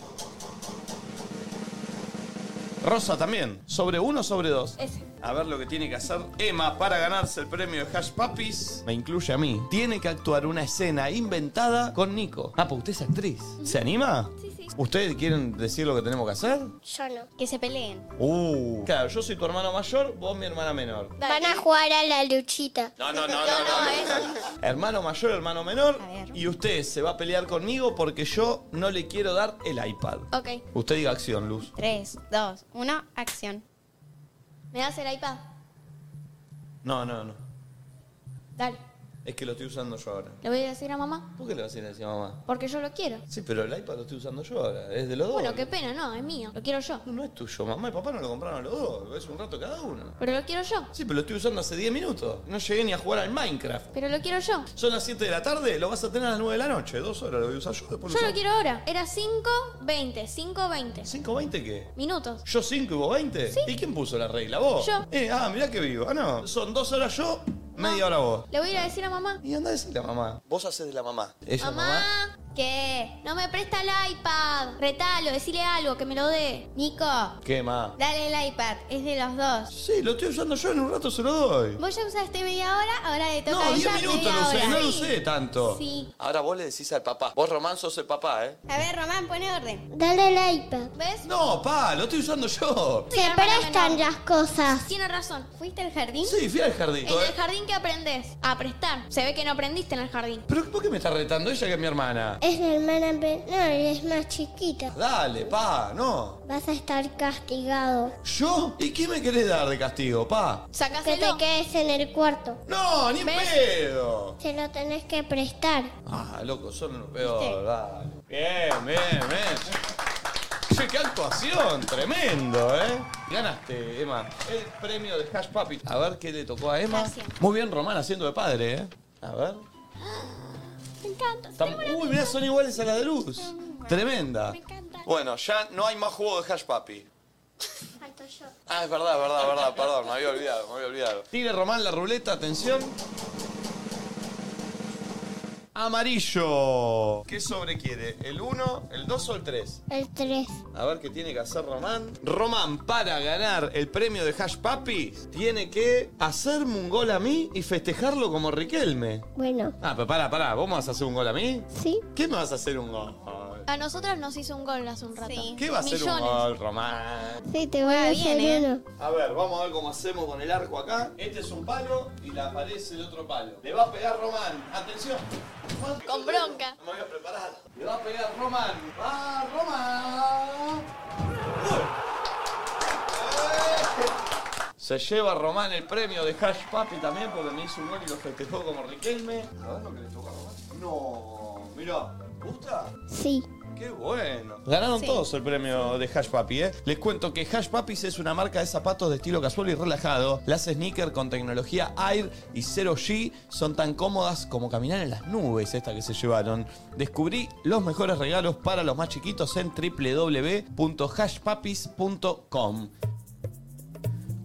Rosa también. ¿Sobre uno o sobre dos? Ese. A ver lo que tiene que hacer Emma para ganarse el premio de Hash Puppies. Me incluye a mí. Tiene que actuar una escena inventada con Nico. Ah, pues usted es actriz. ¿Se anima? Sí, sí. ¿Ustedes quieren decir lo que tenemos que hacer? Yo no. Que se peleen. Uh. Claro, yo soy tu hermano mayor, vos mi hermana menor. Van a jugar a la luchita. No, no, no, no. Hermano mayor, hermano menor. Y usted se va a pelear conmigo porque yo no le quiero dar el iPad. Ok. Usted diga acción, Luz. 3, 2, 1, acción. ¿Me das el iPad? No, no, no. Dale. Es que lo estoy usando yo ahora. ¿Le voy a decir a mamá? ¿Por qué le vas a ir a decir a mamá? Porque yo lo quiero. Sí, pero el iPad lo estoy usando yo ahora. Es de los dos. Bueno, qué pena, no, es mío. Lo quiero yo. No es tuyo. Mamá y papá no lo compraron los dos. Es un rato cada uno. Pero lo quiero yo. Sí, pero lo estoy usando hace 10 minutos. No llegué ni a jugar al Minecraft. Pero lo quiero yo. Son las 7 de la tarde, lo vas a tener a las 9 de la noche. Dos horas lo voy a usar yo. Después Yo lo lo quiero ahora. Era 5.20, 5.20. ¿5.20 qué? Minutos. ¿Yo 5 y vos 20? Sí. ¿Y quién puso la regla? ¿Vos? Yo. Eh, ah, mirá que vivo. Ah, no. Son dos horas yo, media hora vos. Le voy a ir a decir a mamá. ¿Y anda a decirle a mamá? Vos haces de la mamá. ¿Ella es mamá? Mamá, ¿qué? No me presta el iPad. Retalo, decile algo, que me lo dé. Nico, ¿Qué más? dale el iPad, es de los dos. Sí, lo estoy usando yo, en un rato se lo doy. Vos ya usaste media hora, ahora le toca No, a 10 ella minutos media lo usé, hora. no lo usé tanto. Sí. Ahora vos le decís al papá. Vos, Román, sos el papá, ¿eh? A ver, Román, pone orden. Dale el iPad. ¿Ves? No, pa, lo estoy usando yo. Se prestan las cosas. Tienes razón. ¿Fuiste al jardín? Sí, fui al jardín. ¿En el jardín qué aprendes? A prestar. Se ve que no aprendiste en el jardín. ¿Pero por qué me está retando ella que es mi hermana? Es mi hermana, pe- no, es más chiquita. Dale, pa, no. Vas a estar castigado. ¿Yo? ¿Y qué me querés dar de castigo, pa? Que te quedes en el cuarto. No, ni en pedo. Se lo tenés que prestar. Ah, loco, son los peores, dale. Bien, bien, bien. Che, qué actuación, tremendo, ¿eh? Ganaste, Emma. El premio de Hash Papi. A ver qué le tocó a Emma. Muy bien, Román haciendo de padre, ¿eh? A ver. Me encanta. Tam- Uy, mirá, son iguales a la de Luz. Tremenda. Bueno, ya no hay más juego de Hash Papi. Falto yo. Ah, es verdad, es verdad, es verdad. Perdón, me había olvidado, me había olvidado. Tire Román la ruleta, atención. Amarillo. ¿Qué sobre quiere? ¿El 1, el 2 o el 3? El 3. A ver qué tiene que hacer Román. Román, para ganar el premio de Hash Papi, tiene que hacerme un gol a mí y festejarlo como Riquelme. Bueno, Ah, pero pará, pará, ¿vos me vas a hacer un gol a mí? Sí. ¿Qué me vas a hacer un gol? A nosotras nos hizo un gol hace un rato. ¿Qué va a hacer un gol, Román? sí, te voy a hacer uno. A ver, vamos a ver cómo hacemos con el arco acá. Este es un palo y la pared es el otro palo. Le va a pegar Román. Atención. Con bronca. No me voy a preparar. Ah, Le va a pegar Román. ¡Va, Román! Se lleva Román el premio de Hash Papi también porque me hizo un gol y lo festejó como Riquelme. A ver lo que le toca a Román. No, mirá. ¿Gusta? Sí. Qué bueno. Ganaron todos el premio de Hash Papi, ¿eh? Les cuento que Hash Papis es una marca de zapatos de estilo casual y relajado. Las sneakers con tecnología Air y Zero G son tan cómodas como caminar en las nubes, esta que se llevaron. Descubrí los mejores regalos para los más chiquitos en www.hashpapis.com.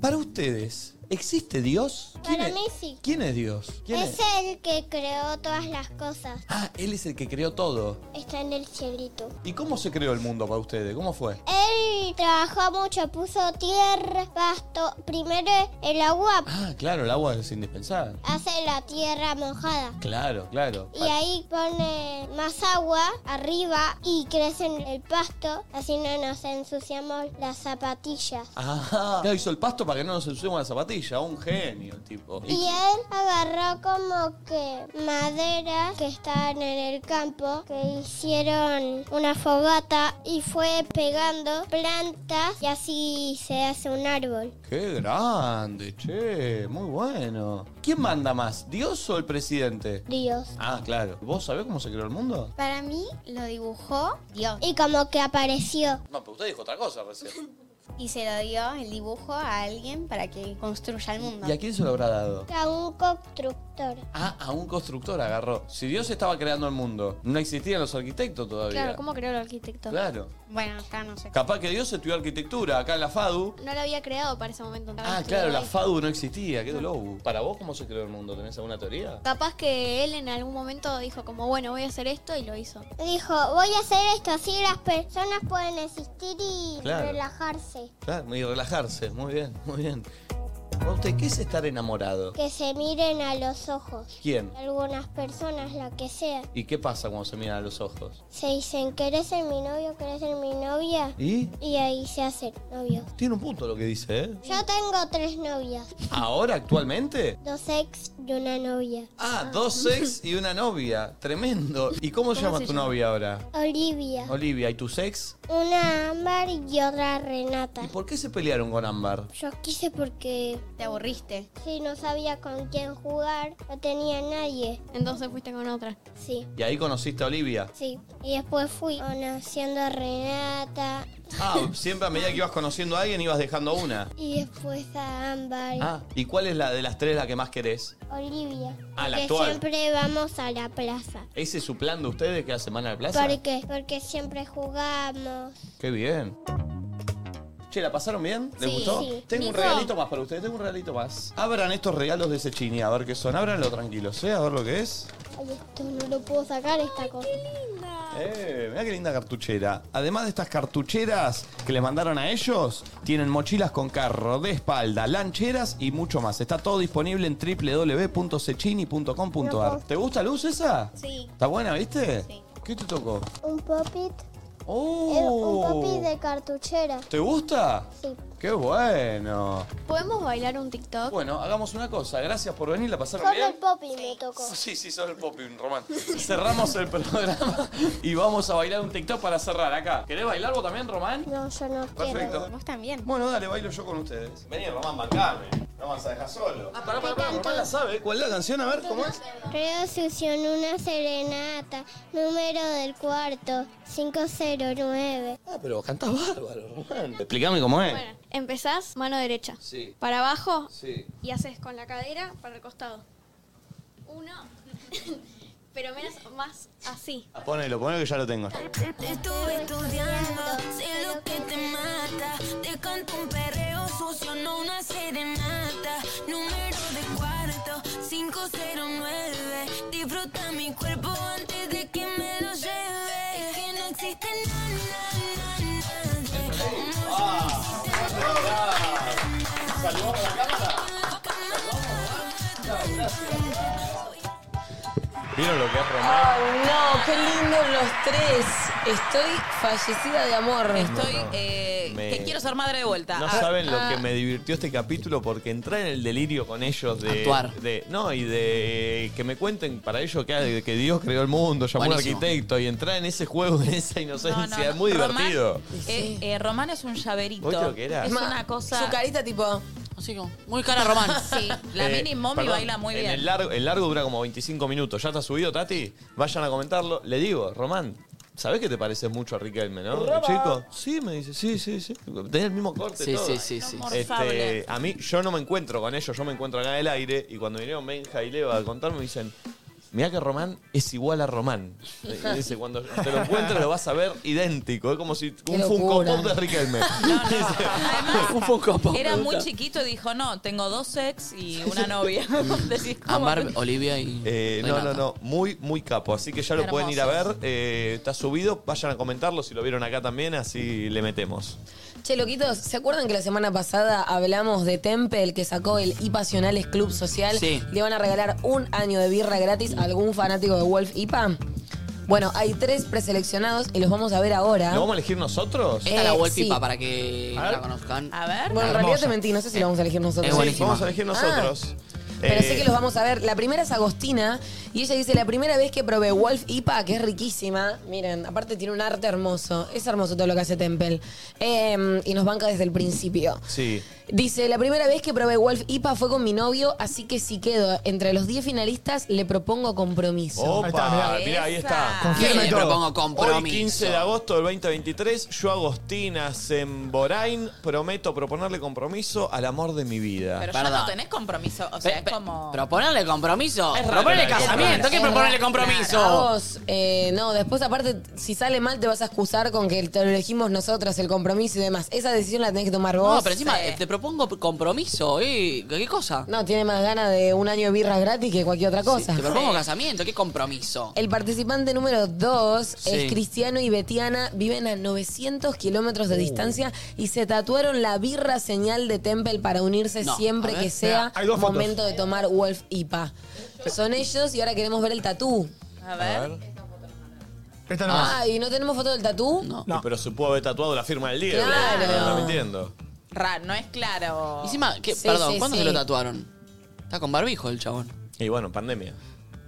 Para ustedes, ¿existe Dios? ¿Quién Para es, mí sí. ¿Quién es Dios? ¿Quién es es? el que creó todas las cosas. Ah, él es el que creó todo. Está en el cielito. ¿Y cómo se creó el mundo para ustedes? ¿Cómo fue? Él trabajó mucho, puso tierra, pasto. Primero el agua Ah, claro, el agua es indispensable. hace la tierra mojada. Claro, claro. Y ahí pone más agua arriba y crece en el pasto, así no nos ensuciamos las zapatillas. Ah, claro, hizo el pasto para que no nos ensuciemos la zapatilla. Un genio, el tipo. Y él agarró como que madera que estaban en el campo, que hicieron una fogata y fue pegando plantas y así se hace un árbol. Qué grande, che, muy bueno. ¿Quién manda más, Dios o el presidente? Dios. Ah, claro. ¿Vos sabés cómo se creó el mundo? Para mí lo dibujó Dios. Y como que apareció. No, pero usted dijo otra cosa recién. Y se lo dio el dibujo a alguien para que construya el mundo. ¿Y a quién se lo habrá dado? A un constructor. Ah, a un constructor agarró. Si Dios estaba creando el mundo, no existían los arquitectos todavía. Claro, ¿cómo creó el arquitecto? Claro. Bueno, acá no sé. Capaz que Dios estudió arquitectura acá en la FADU. No lo había creado para ese momento. Ah, claro, la FADU no existía, qué lobo. ¿Para vos cómo se creó el mundo? ¿Tenés alguna teoría? Capaz que él en algún momento dijo como, bueno, voy a hacer esto y lo hizo. Dijo, voy a hacer esto, así las personas pueden existir y Claro. relajarse. Claro, y relajarse, muy bien, muy bien. ¿A usted qué es estar enamorado? Que se miren a los ojos. ¿Quién? Algunas personas, la que sea, ¿Y qué pasa cuando se miran a los ojos? se dicen, ¿querés ser mi novio? ¿Querés ser mi novia? ¿Y? Y ahí se hacen novios. Tiene un punto lo que dice, ¿eh? Yo tengo tres novias. ¿Ahora, actualmente? Dos ex y una novia. Ah, dos ex y una novia. Tremendo. ¿Y cómo, se ¿Cómo llama se tu llama? novia ahora? Olivia. Olivia, ¿y tu ex? Una Ámbar y otra Renata. ¿Por qué se pelearon con Ámbar? Yo quise porque... Te aburriste. Sí, no sabía con quién jugar, no tenía nadie. Entonces fuiste con otra. Sí, ¿Y ahí conociste a Olivia? sí. Y después fui conociendo a Renata Ah, siempre a medida que ibas conociendo a alguien ibas dejando una. y después a Ámbar. y Ah, ¿y cuál es la de las tres la que más querés? Olivia. Ah, la que actual. siempre vamos a la plaza. ¿Ese es su plan de ustedes cada semana al plaza? ¿Por qué? Porque siempre jugamos. Qué bien. Che, ¿la pasaron bien? ¿Les Sí, gustó? sí. Tengo un Nico. regalito más para ustedes, tengo un regalito más. Abran estos regalos de Cechini, a ver qué son. Ábranlo tranquilos, ¿eh? A ver lo que es. Ay, esto no lo puedo sacar, esta cosa. Eh, mirá qué linda cartuchera. Además de estas cartucheras que les mandaron a ellos, tienen mochilas con carro, de espalda, lancheras y mucho más. Está todo disponible en www.cechini.com.ar. ¿Te gusta Luz esa? Sí. ¿Está buena, viste? Sí. ¿Qué te tocó? Un popit. Oh. un popit de cartuchera. ¿Te gusta? Sí. ¡Qué bueno! ¿Podemos bailar un TikTok? Bueno, hagamos una cosa. Gracias por venir, la pasaron Solo bien. el popit me tocó. Sí, sí, sos el Poppy, Román. Cerramos el programa y vamos a bailar un TikTok para cerrar acá. ¿Querés bailar vos también, Román? No, yo no Perfecto. quiero. Vos también. Bueno, dale, bailo yo con ustedes. Vení, Román, bancame. No vas a dejar solo. Ah, pará, pará, pará. Román la sabe. ¿Cuál es la canción? A ver, ¿cómo es? Reducción una serenata, número del cuarto, 509. Ah, pero cantás bárbaro, Román. Explícame cómo es. Empezás mano derecha. Sí. Para abajo Sí. y haces con la cadera para el costado. Uno, pero menos más así. Ponelo, ponelo que ya lo tengo. Estuve estudiando, sé lo que te mata. Te canto un perreo sucio, no una serenata. Número de cuarto, 509. Disfruta mi cuerpo antes de que me lo lleve. Es que no existe nada, ¿Saludamos a la cámara? ¿Vieron lo que es Román? no, qué lindos los tres. Estoy fallecida de amor. Estoy, No, no. eh, Me- que quiero ser madre de vuelta. No Ah, saben lo ah, que me divirtió este capítulo porque entrar en el delirio con ellos de. Actuar. de- no, y de que me cuenten para ellos que, que Dios creó el mundo, llamó a un Buenísimo. arquitecto y entrar en ese juego, en esa inocencia, es muy Román- divertido. Eh, eh, Román es un llaverito. ¿Vos lo que era? Es Ma, una cosa. su carita tipo. Así como. Muy cara Román. Sí. La Eh, mini mommy perdón, baila muy en bien. El largo, el largo dura como 25 minutos. ¿Ya está subido, Tati? Vayan a comentarlo. Le digo, Román, ¿sabés que te pareces mucho a Riquelme, no? Roma. El chico. Sí, me dice, sí, sí, sí. Tenés el mismo corte. Sí, todo. sí, sí, sí. Este, a mí, yo no me encuentro con ellos, yo me encuentro acá en el aire. Y cuando vinieron Benja y Leva a contarme, me dicen. Mirá que Román es igual a Román. Y Dice, cuando te lo encuentres lo vas a ver idéntico. Es como si un Funko locura. Pop de Riquelme. un Funko Era muy chiquito y dijo, no, tengo dos ex y una novia. Decís, ¿cómo? Olivia y. Eh, no, no, no. Muy, muy capo. Así que ya lo pueden ir a ver. Hermosos. Eh, está subido. Vayan a comentarlo si lo vieron acá también. Así le metemos. Che, loquitos, ¿se acuerdan que la semana pasada hablamos de Temple, que sacó el IPA Pasionales Club Social? Sí. Le van a regalar un año de birra gratis a algún fanático de Wolf IPA. Bueno, hay tres preseleccionados y los vamos a ver ahora. ¿Lo vamos a elegir nosotros? Esta es la Eh, Wolfipa sí. para que la conozcan. Bueno, en realidad te mentí, no sé si lo vamos a elegir nosotros. Sí, vamos a elegir nosotros. Ah. Pero Eh, sé que los vamos a ver. La primera es Agostina y ella dice, la primera vez que probé Wolf IPA, que es riquísima. Miren, aparte tiene un arte hermoso. Es hermoso todo lo que hace Temple. Eh, y nos banca desde el principio. Sí. Dice, la primera vez que probé Wolf IPA fue con mi novio, así que si quedo entre los 10 finalistas, le propongo compromiso. Opa, mirá, ahí está. Confirma y todo. propongo compromiso. Hoy, 15 de agosto del 2023, yo, Agostina Semborain, prometo proponerle compromiso al amor de mi vida. Pero ya no tenés compromiso. O sea, es como. Proponerle compromiso. Es raro, proponerle es raro. casamiento. ¿Qué Es proponerle raro. compromiso? A vos, eh, no, después aparte, si sale mal te vas a excusar con que te lo elegimos nosotras, el compromiso y demás. Esa decisión la tenés que tomar vos. No, pero encima eh, te propongo compromiso. ¿eh? ¿Qué cosa? No, tiene más ganas de un año de birra gratis que cualquier otra cosa. Te propongo casamiento. ¿Qué compromiso? El participante número 2 Sí. es Cristiano y Betiana. Viven a 900 kilómetros de distancia y se tatuaron la birra señal de Temple para unirse No, a siempre ver. que sea Mira, hay dos fotos. momento de tomar Wolf IPA. Son ellos y ahora queremos ver el tatú. A ver. Esta no más. Ah, ¿y no tenemos foto del tatú? Y Pero se pudo haber tatuado la firma del día. Claro. No la mintiendo. Ra, no es claro. Encima, ¿qué- perdón, ¿cuándo se lo tatuaron? Está con barbijo el chabón. Y bueno, pandemia.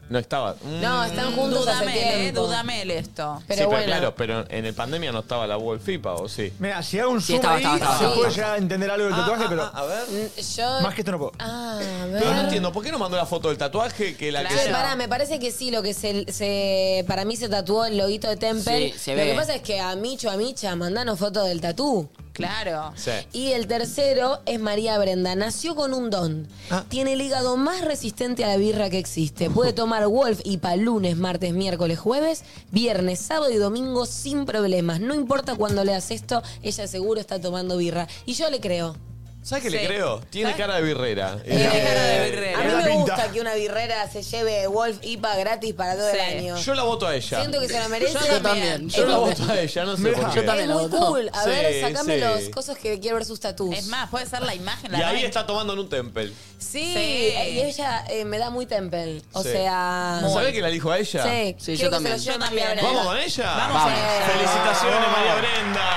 No estaba. Mm. No, están juntos hace Dudamel, eh, tiempo. dudamel esto. sí, pero claro, pero en el pandemia no estaba la Wolfipa, ¿o sí? Mira, si hago un Sí, zoom estaba, ahí, estaba, estaba, se estaba. puede llegar a entender Ah, algo del tatuaje, pero... a ver. Ah, Mm, Yo... Más que esto no puedo. Ah, a ver. Pero no entiendo, ¿por qué no mandó la foto del tatuaje que la Che, que pará, me parece que sí, lo que se, se- para mí se tatuó el loguito de Temple. Sí, se Lo ve. que pasa es que a Micho, a Micha, mandanos foto del tatú. Claro. Sí. Y el tercero es María Brenda. Nació con un don. Ah. Tiene el hígado más resistente a la birra que existe. Puede tomar Wolf y pa lunes, martes, miércoles, jueves, viernes, sábado y domingo sin problemas. No importa cuando leas esto, ella seguro está tomando birra. Y yo le creo. ¿Sabes qué le creo? Tiene cara de birrera. Eh, A mí me gusta que una birrera se lleve Wolf IPA gratis para todo el año. Yo la voto a ella. Siento que se la merece. Yo también. Yo la voto a ella, no sé Mirá. por qué. Yo también la Muy cool. A ver, Sí, sacame sí. los cosas que quiero ver sus tatús. Es más, puede ser la imagen. Y ahí está tomando en un temple. Sí, eh, y ella eh, me da muy temple. O Sí. sea. ¿Sabés que la elijo a ella? Sí, Sí, quiero yo que también. se lo lleve María Brenda. ¿Vamos con ella? Vamos. Felicitaciones, María Brenda.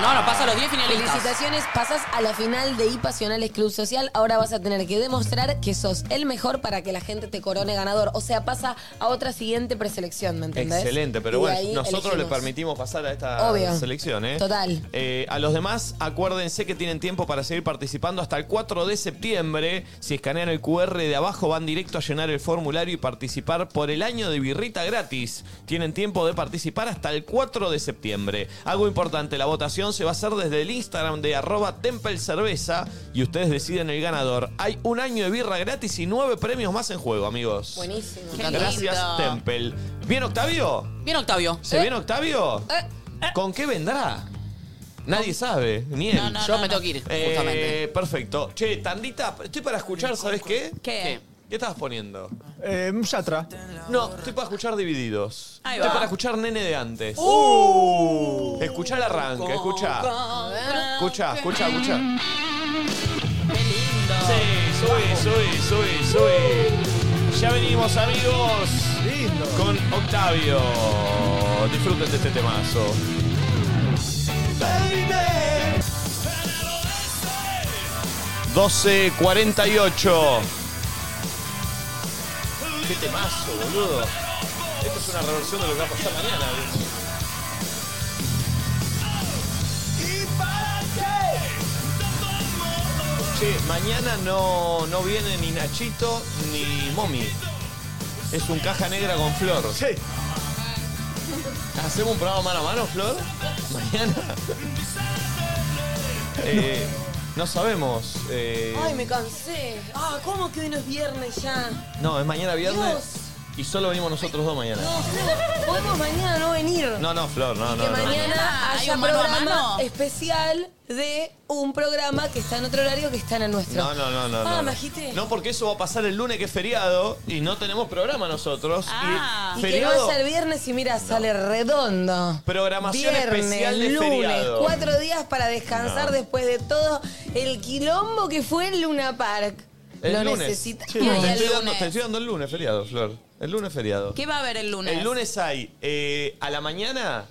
No, no, pasa a los 10 finalistas. Felicitaciones, pasas a la final de Ipasionales Club Social. Ahora vas a tener que demostrar que sos el mejor para que la gente te corone ganador. O sea, pasa a otra siguiente preselección, ¿me entendés? Excelente, Y pero bueno, ahí nosotros le elegimos. permitimos pasar a esta Obvio. selección, ¿eh? Total. Eh, a los demás, acuérdense que tienen tiempo para seguir participando hasta el 4 de septiembre. Si escanean el QR de abajo, van directo a llenar el formulario y participar por el año de birrita gratis. Tienen tiempo de participar hasta el 4 de septiembre. Algo importante, la votación se va a hacer desde el Instagram de arroba Temple Cerveza y ustedes deciden el ganador. Hay un año de birra gratis y nueve premios más en juego, amigos. Buenísimo. Gracias, Temple. ¿Bien, Octavio? Bien, Octavio. Eh. ¿Se viene Octavio? ¿Con qué vendrá? Nadie sabe, ni él. No, no, Yo no, me no. tengo que ir, Eh, justamente. perfecto. Che, Tandita, estoy para escuchar, ¿sabes qué? ¿Qué? ¿Qué estabas poniendo? Eh, un Yatra. No, estoy para escuchar Divididos. Ahí Estoy va. para escuchar Nene de antes. Uh. Escuchá el arranque, escuchá. Escuchá, escuchá, escuchá. Sí, sube, sube, sube, sube. Ya venimos, amigos. Con Octavio. Disfruten de este temazo. Baby. 12.48. Qué temazo, boludo. Esto es una reversión de lo que va a pasar mañana. Che, mañana no, no viene ni Nachito ni Momi. Es un caja negra con Flor. Sí. ¿Hacemos un programa mano a mano, Flor? Mañana. Eh, no sabemos. eh, Ay, me cansé. Ah, ¿cómo que hoy no es viernes ya? no, es mañana viernes. Dios. Y solo venimos nosotros dos mañana. No, no, podemos mañana no venir. No, no, Flor, no, no. que no. mañana ¿Hay haya un mano a programa mano? especial de un programa que está en otro horario que está en el nuestro. No, no, no, no. Ah, no. me agité. No, porque eso va a pasar el lunes que es feriado y no tenemos programa nosotros. Ah. Y Ah. y que feriado. vaya el viernes y mira, sale redondo. Programación viernes, especial de lunes, feriado. cuatro días para descansar No. después de todo el quilombo que fue el Luna Park. El Lo lunes. necesitamos. Che, te, estoy dando, te estoy dando el lunes feriado, Flor. El lunes feriado. ¿Qué va a haber el lunes? El lunes hay, eh, a la mañana,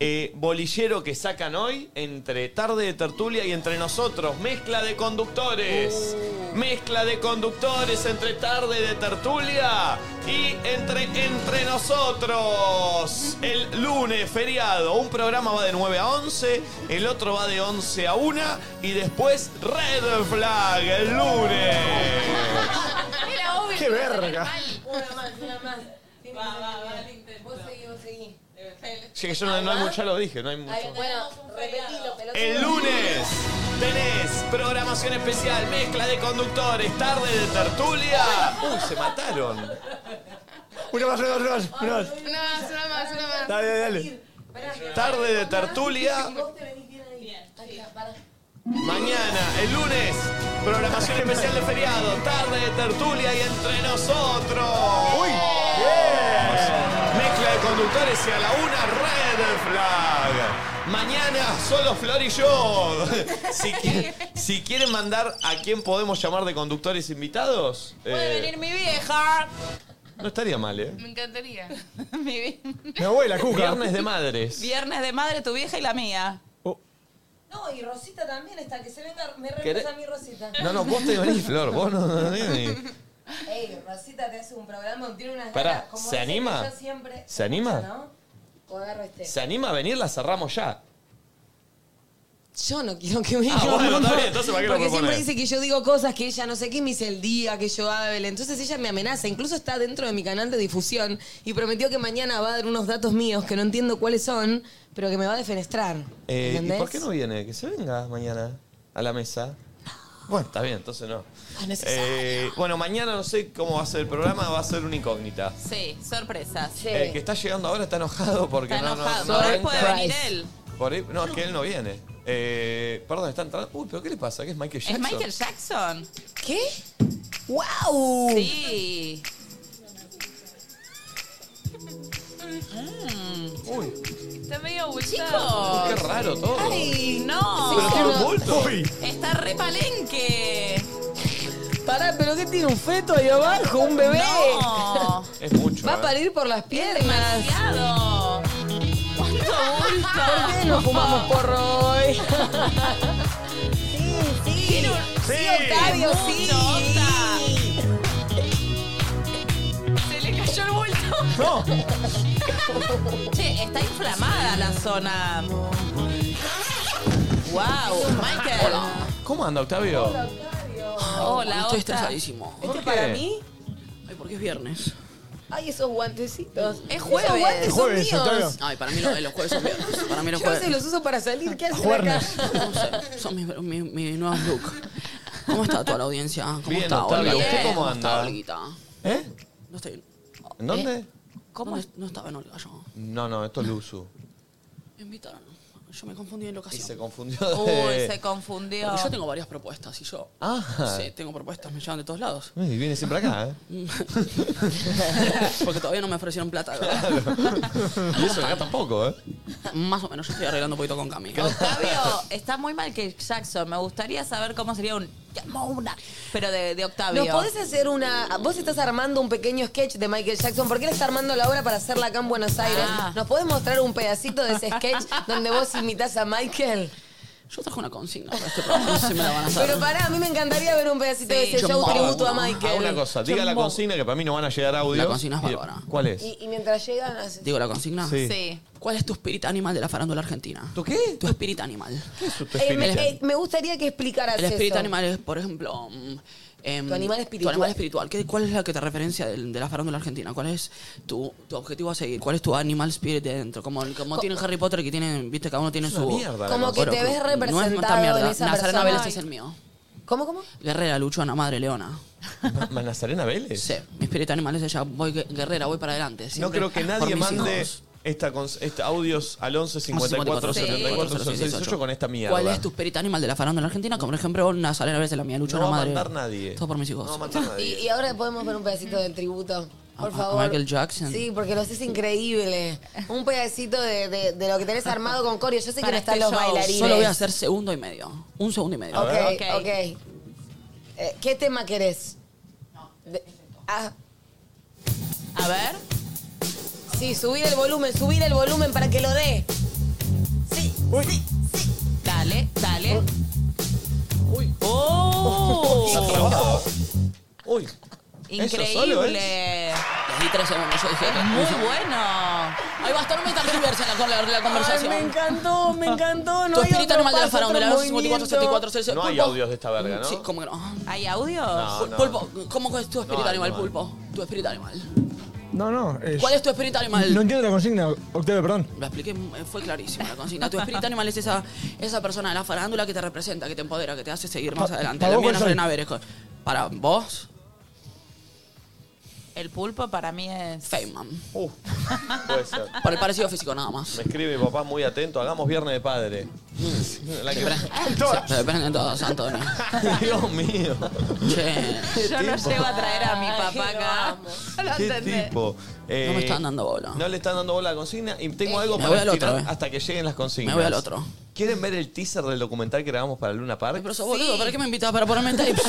eh, bolillero que sacan hoy entre tarde de tertulia y entre nosotros. Mezcla de conductores. mezcla de conductores entre tarde de tertulia y entre entre nosotros. El lunes feriado, un programa va de 9 a 11, el otro va de 11 a 1 y después Red Flag el lunes. Era obvio Qué que iba a salir verga. Una más, una más. Va, va, va, Vos seguí, vos seguí. Sí, que yo no, no hay mucho, ya lo dije, no hay mucho. Ay, Bueno, repetilo, pelotudo. El lunes tenés programación especial, mezcla de conductores, tarde de tertulia. Uy, se mataron. Una más, una más, una más. Una más. Una más, una más, una más. Dale, dale, dale. Tarde de tertulia. Mañana, el lunes, programación especial de feriado, tarde de tertulia y entre nosotros. ¡Uy! Mezcla de conductores y a la una, red flag. Mañana solo Flor y yo. Si, qui- si quieren mandar a quién podemos llamar de conductores invitados, Puede eh, venir mi vieja. no estaría mal, ¿eh? Me encantaría. mi vie- Mi abuela, Cuca. Viernes de madres. Viernes de madre, tu vieja y la mía. No, y Rosita también está, que se venga, me ¿Querés? regresa a mí Rosita. No, no, vos te venís, Flor. Vos no, no, venís. Ey, Rosita te hace un programa, tiene unas Pará, ganas, como dice ¿se que anima? yo siempre- ¿Se anima? ¿No? O agarro este. ¿Se anima a venir? La cerramos ya. Yo no quiero que me Ah, diga, bueno, está no. bien, entonces, ¿para qué lo Porque siempre propones? dice que yo digo cosas que ella no sé qué me dice el día que yo hable. Entonces ella me amenaza. Incluso está dentro de mi canal de difusión y prometió que mañana va a dar unos datos míos que no entiendo cuáles son, pero que me va a defenestrar. Eh, ¿Y ¿Entendés? por qué no viene? Que se venga mañana a la mesa. Bueno, está bien, entonces no. Ah, necesario. Eh, bueno, mañana no sé cómo va a ser el programa, va a ser una incógnita. Sí, sorpresas. El Eh, que está llegando ahora está enojado porque no, Está enojado. no, no Por ahí arranca. puede venir él. Por ahí- no, es que él no viene. Eh, perdón, está entrando. Uy, pero ¿qué le pasa? ¿Qué es Michael ¿Es Jackson? Michael Jackson? ¿Qué? ¡Wow! Sí. Mm. Está medio abultado. Chicos. Qué raro todo. Ay, no. Pero tiene un bulto. Está re palenque. Pará, pero ¿qué tiene un feto ahí abajo? ¿Un bebé? No. Es mucho. Va eh. a parir por las piernas. demasiado. ¿Cuánto bulto? ¿Por qué no fumamos porro hoy? sí, sí. Sí, Octavio, mucho, sí. Se le cayó el bulto. No. Che, está inflamada la zona. Wow, Michael. Hola. ¿Cómo anda, Octavio? Hola, Estoy Octa. estresadísimo. ¿Este es qué? para mí? Ay, porque es viernes. Ay, esos guantecitos. Es jueves. Esos guantes Es jueves, jueves, son Octavio. míos. Ay, para mí eh, los, los jueves son viernes. Para mí los Yo a veces jueves. los uso para salir. ¿Qué hacen acá? Son mis, mi, mi nuevos look. ¿Cómo está toda la audiencia? ¿Cómo Bien, está, Octavio, Olga? ¿usted Bien, cómo está, anda? Olguita? ¿Eh? No estoy bien. ¿En dónde? ¿Cómo? No, no estaba en Olga yo. No, no, esto es Luzu. Me invitaron. Yo me confundí Y en locación. se confundió Uy, de... se confundió. Porque yo tengo varias propuestas y yo. Ah. Sí, tengo propuestas, me llevan de todos lados. Y viene siempre acá, ¿eh? Porque todavía no me ofrecieron plata, ¿verdad? Y eso acá tampoco, ¿eh? Más o menos, yo estoy arreglando un poquito con Cami. Octavio, Oh, está muy mal que Jackson. Me gustaría saber cómo sería un. Llamó una. Pero de, de Octavio. ¿Nos podés hacer una...? Vos estás armando un pequeño sketch de Michael Jackson. porque él está armando la obra para hacerla acá en Buenos Aires? Ah. ¿Nos podés mostrar un pedacito de ese sketch donde vos imitás a Michael? Yo traje una consigna para este programa, no sé si me la van a hacer. Pero pará, a mí me encantaría ver un pedacito de ese Yo show mo- tributo a Hago Michael. Ah, una cosa, diga la consigna que para mí no van a llegar audios. La consigna es Y- bárbara. ¿Cuál es? Y, y mientras llegan... haces- ¿Digo la consigna? Sí. ¿Cuál es tu espíritu animal de la farándula argentina? ¿Tu qué? Tu espíritu animal. ¿Qué es tu Eh, me, El- eh, me gustaría que explicaras El espíritu eso. animal es, por ejemplo. mm, em, Tu animal espiritual. Tu animal espiritual. ¿Qué- ¿Cuál es la que te referencia del- de, la farándula argentina? ¿Cuál es tu, tu objetivo a seguir? ¿Cuál es tu animal spirit de dentro? Como, como Co- tienen Harry Potter, que tienen, viste, cada uno tiene Es su. una mierda la Como que te ves No es representado tanta en mierda. esa Nazarena persona. Vélez es el mío. ¿Cómo, cómo? Guerrera, luchona, madre, leona. Ma- Ma- ¿Nazarena Vélez? Sí, mi espíritu animal es ella. Voy gue- guerrera, voy para adelante. No siempre creo que por nadie mis mande hijos. Ah, esta, cons- esta audios al 11 54 Sí. 74 68 con esta mierda. ¿Cuál es tu espíritu animal de la farándula argentina? Como por ejemplo, Nazarena Vélez es la mía, No luchona, va a madre. mandar nadie. Todo por mis hijos. No va a mandar Y, nadie. y ahora podemos ver un pedacito del tributo. Por A- a favor. Michael Jackson. Sí, porque lo haces increíble. Un pedacito de, de- de lo que tenés armado con Corio. Yo sé que Para no están este los show. bailarines. Solo voy a hacer segundo y medio. Un segundo y medio. Ok, ok. Eh, ¿Qué tema querés? De- ah, A ver. sí, subir el volumen, subir el volumen para que lo dé. Sí, sí, sí. Dale, dale. Uy. ¡Oh! Ojo. Uy. Increíble. solo ¿eh? es? Les di tres segundos, yo dije. Muy bueno. Ahí va a estar muy transversa la, la, la conversación. Ay, me encantó, me encantó. No tu hay otro espíritu animal de la paso, farándula, otro 54, movimiento. 74, 66. No hay Pulpo. audios de esta verga, ¿no? Sí, como que no. ¿Hay audios? No, no. Pulpo, ¿cómo es tu espíritu No, animal, no, no. Pulpo? Tu espíritu animal. No, no. es- ¿Cuál es tu espíritu animal? No entiendo la consigna, Octavio, perdón. La expliqué, eh, fue clarísima la consigna. Tu espíritu animal es esa, esa persona de la farándula que te representa, que te empodera, que te hace seguir más Pa- adelante. ¿para La vos mía cuál no soy? frena a ver, es co- Para vos, El pulpo para mí es. Feynman. Puede ser. por el parecido físico nada más. Me escribe mi papá muy atento. Hagamos viernes de padre. La que- Mm. Se dependen todos, Antonio. Dios mío. Che. Yo no Tipo. llego a traer a mi papá acá. ¿Qué tipo? Eh, No me están dando bola. No le están dando bola a la consigna y tengo algo me para voy al estirar otro, eh. hasta que lleguen las consignas. Me voy al otro. ¿Quieren ver el teaser del documental que grabamos para Luna Park? Pero sos boludo, ¿para qué me invitas para ponerme en tapes?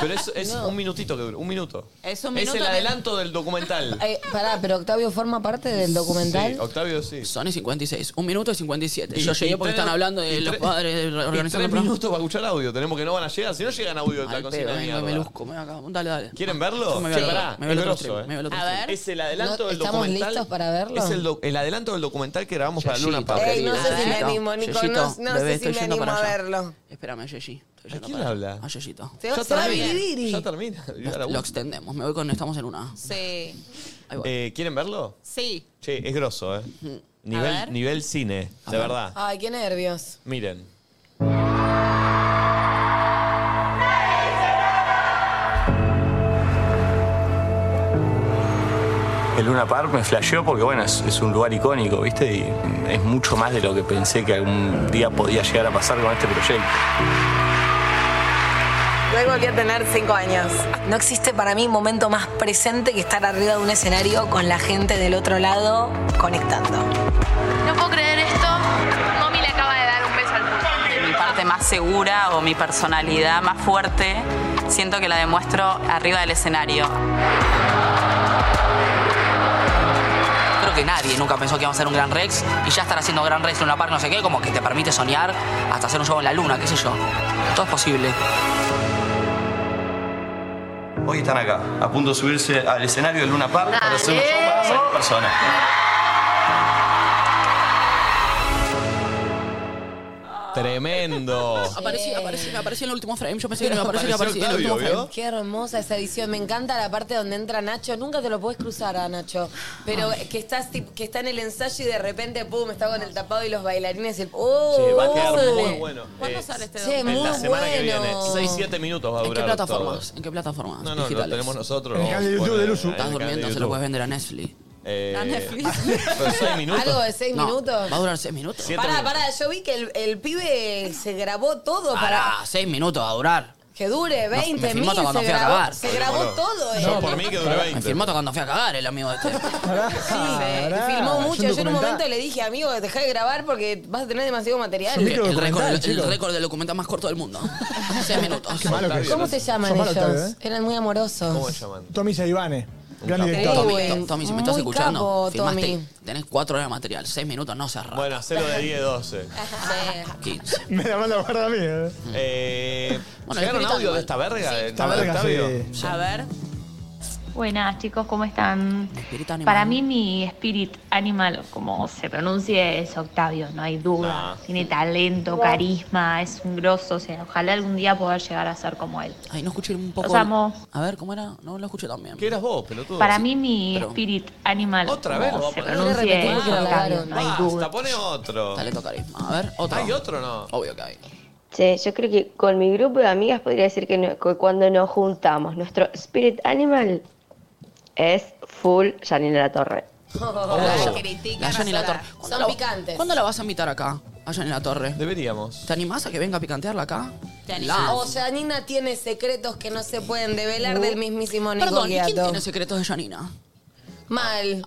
Pero es, es un minutito que dura, un minuto. Es un Es minuto el de- adelanto del documental. Eh, pará, pero Octavio forma parte del documental. Sí, Octavio sí. Son y 56. Un minuto y 57. Y- Yo llegué y porque tres- están hablando de y los tres- padres de y organizando tres el programa. minutos para escuchar audio. Tenemos que no van a llegar. Si no llegan audio de la Al consigna pedo, de vengo y mierda. me luzco, me voy acá. Dale, dale. ¿Quieren verlo? Yo me voy al Sí. otro, Pará, me voy al es otro grosso, stream, me voy al otro A ver. Es el adelanto No, del ¿Estamos documental. listos para verlo? Es el, doc- el adelanto del documental que grabamos para Luna Park. Ey, no sé si me animo, Nico. No, no sé si me animo a verlo. Espérame, Yeji. ¿A quién le habla? A Yeyito. Se va- se va a dividir. Ya termina. Ya la Lo extendemos. Me voy con Estamos en una. Sí. Eh, ¿Quieren verlo? Sí. Che, es grosso, ¿eh? ver. Nivel, nivel cine, de verdad. Ay, qué nervios. Miren. El Luna Park me flasheó porque, bueno, es, es un lugar icónico, ¿viste? Y es mucho más de lo que pensé que algún día podía llegar a pasar con este proyecto. Luego voy a tener cinco años. No existe para mí momento más presente que estar arriba de un escenario con la gente del otro lado conectando. No puedo creer esto. Mami le acaba de dar un beso al Mi parte más segura o mi personalidad más fuerte, siento que la demuestro arriba del escenario. Creo que nadie nunca pensó que íbamos a hacer un Gran Rex y ya estar haciendo Gran Rex en una par no sé qué, como que te permite soñar hasta hacer un show en la luna, qué sé yo. Todo es posible. Hoy están acá, a punto de subirse al escenario del Luna Park para hacer un show para 6 personas. Tremendo. Aparecí, aparecí, me apareció en el último frame. Yo pensé que no me apareció, me apareció Apareció en el último Octavio, frame. ¿vio? Qué hermosa esa edición. Me encanta la parte donde entra Nacho. Nunca te lo puedes cruzar a Nacho. Pero que, estás, tip- que está en el ensayo y de repente, pum, está con el tapado y los bailarines. y el- ¡Oh! Che, va a quedar oh. muy bueno. Eh, ¿Cuándo sale este Che, En la muy semana que bueno. viene. 6-7 minutos va a ¿En durar. qué plataformas? todo. ¿En qué plataformas? No, no, lo digitales? tenemos nosotros. En el canal de YouTube del Estás durmiendo, se lo puedes vender a Netflix. Eh, A Netflix. Pero 6 minutos. ¿Algo de seis No, minutos? Va a durar 6 minutos. Siete Pará, minutos. pará, yo vi que el, el pibe se grabó todo para Pará, 6 minutos va a durar. que dure No, 20 me firmó hasta cuando se fui a grabó, cagar. se grabó todo. eh. Yo por mí que dure Me 20. firmó hasta cuando fui a cagar el amigo este. Ah, Sí, filmó mucho. Yo en un momento le dije, amigo, dejá de grabar porque vas a tener demasiado material. El, el récord, el- el récord del documental más corto del mundo. 6 Ah, minutos. ¿Cómo se llaman Son malos ellos? Octavio, ¿eh? Eran muy amorosos. ¿Cómo se llaman? Tommy Saivane, gran director. Tommy, Tom- Tommy, si me estás Muy escuchando, capo, firmaste, Tommy. tenés 4 horas de material, 6 minutos no cerrar. Bueno, hacelo de 10-12. 15. Me la manda guarda a mí. ¿eh? Eh, Bueno, ¿Llegaron el audio espíritu de esta verga? eh, Sí. de Esta verga, Octavio? A ver. Buenas chicos, ¿cómo están? animal. Para mí mi spirit animal, o como se pronuncie, es Octavio, no hay Ah. duda. Tiene talento, carisma, es un grosso, o sea, ojalá algún día poder llegar a ser como él. Ay, no escuché un poco. Los amo. A ver, ¿cómo era? No lo escuché también. ¿Qué eras vos, Oh, pelotudo? Para Sí. mí mi pero- spirit animal, Otra como vez lo va a se poner. pronuncie, No le es repetí porque la Octavio, cagaron. no hay Basta, duda. pone otro. Talento carisma. A ver, otro. ¿Hay otro o no? Obvio que hay. Che, yo creo que con mi grupo de amigas podría decir que, no- que cuando nos juntamos, nuestro spirit animal es full Janine La Torre. Oh. La Yanni La Torre. ¿Cuándo Son la- picantes. ¿Cuándo la vas a invitar acá? A Yanni La Torre. Deberíamos. ¿Te animás a que venga a picantearla acá? Te La- O sea, Nina tiene secretos que no se pueden develar Uh. del mismísimo Nico Perdón, ¿y quién Quiato. tiene secretos Ah. de Yanina? Mal.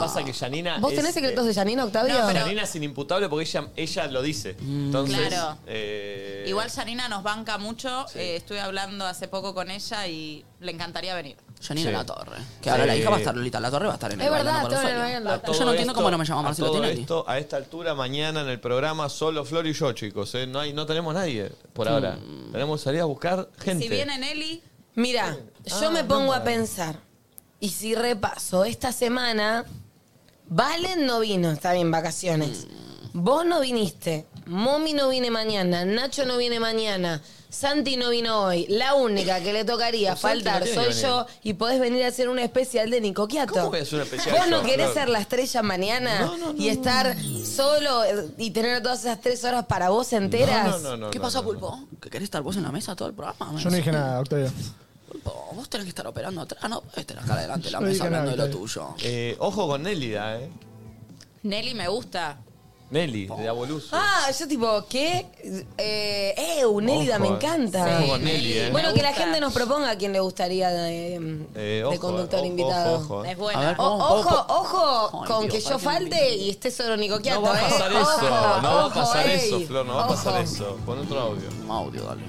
Pasa que Janina. eh, ¿Vos tenés secretos de Janina, Octavio? Janina es inimputable porque ella, ella lo dice. Entonces. Claro. eh, Igual Janina nos banca mucho. eh, estuve hablando hace poco con ella y le encantaría venir. Janina Sí. La Torre. Que ahora la Sí. hija va a estar Lolita La Torre, va a estar en el Es verdad, Bailando con todo los en el Odios. Bailando. A todo Yo no entiendo esto- cómo no me llamó a Marcelo todo Tinelli. esto, a esta altura, mañana en el programa, solo Flor y yo, chicos. ¿eh? No, hay, no tenemos nadie Mm. por ahora. Tenemos que salir a buscar gente. Si viene Nelly, Mira, Ah, yo me pongo a pensar. Y si repaso, esta semana, Valen no vino, está bien, vacaciones. Mm. Vos no viniste, Momi no viene mañana, Nacho no viene mañana, Santi no vino hoy. La única que le tocaría Pero Santi no faltar tiene soy que yo venir. y podés venir a hacer un especial de Nico Quiato. ¿Cómo voy a hacer un especial ¿Vos no yo, querés Flor? ser la estrella mañana y estar solo eh, y tener todas esas tres horas para vos enteras? No, no, no, no, ¿Qué no, pasó, Pulpo? ¿Que querés estar vos en la mesa todo el programa? Yo no dije nada, Octavio. Pulpo, vos tenés que estar operando atrás, no podés tener acá adelante de la Yo no mesa dije nada, hablando de lo Octavio. tuyo. Eh, ojo con Nélida, ¿eh? Nelly me gusta. Nelly, de Aboluz. Ah, yo tipo, ¿qué? Eh, eh, Unélida, Ojo, me eh. encanta. Ojo con Nelly, ¿eh? Bueno, que la gusta. gente nos proponga a quién le gustaría de, em, Eh, de ojo, conductor ojo, invitado. ojo, eh. Es buena. O- A ver, ¿cómo? ojo, ojo Ay, con Dios, que ¿para yo qué falte y esté solo Nico Quiato, No va a ¿eh? pasar eso, Ojo, no va a ojo, pasar ey. eso, Flor, no va a pasar Ojo. eso. Pon otro audio. Un audio, dale.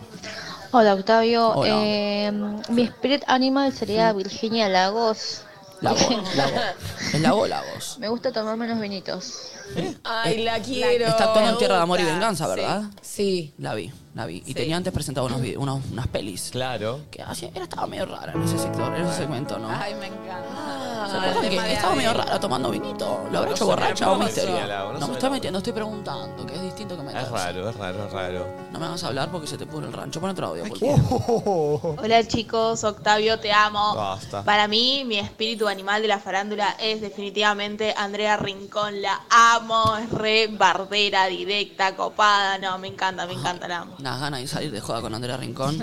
Hola Octavio, Hola. Eh, mi spirit animal sería Virginia Lagos. La voz, la voz. Es la voz, la voz. Me gusta tomarme unos vinitos. ¿Eh? Ay, la quiero. Eh, Está todo en Tierra de Amor y Venganza, ¿verdad? Sí. La vi, la vi. Y tenía antes presentado unos, vide- unos- unas pelis. Claro. Que hacía- era, estaba medio rara en ese sector, en ese segmento, ¿no? Ah, Ay, me encanta. ¿Se acuerdan el que tema de estaba Ale. medio rara tomando vinito? ¿Lo habrá No hecho se borracha me o un ocurre, misterio? sí, Lago, no se No, me me estoy ocurre. metiendo, estoy preguntando, que es distinto que meterse. Es raro, es raro, es raro. No me hagas hablar porque se te pudre el rancho. Pon otro audio, por Oh, Oh. Hola chicos, Octavio, te amo. Basta. Para mí, mi espíritu animal de la farándula es definitivamente Andrea Rincón. La amo, es re bardera, directa, copada. No, me encanta, me encanta, la amo. Unas ganas de salir de joda con Andrea Rincón.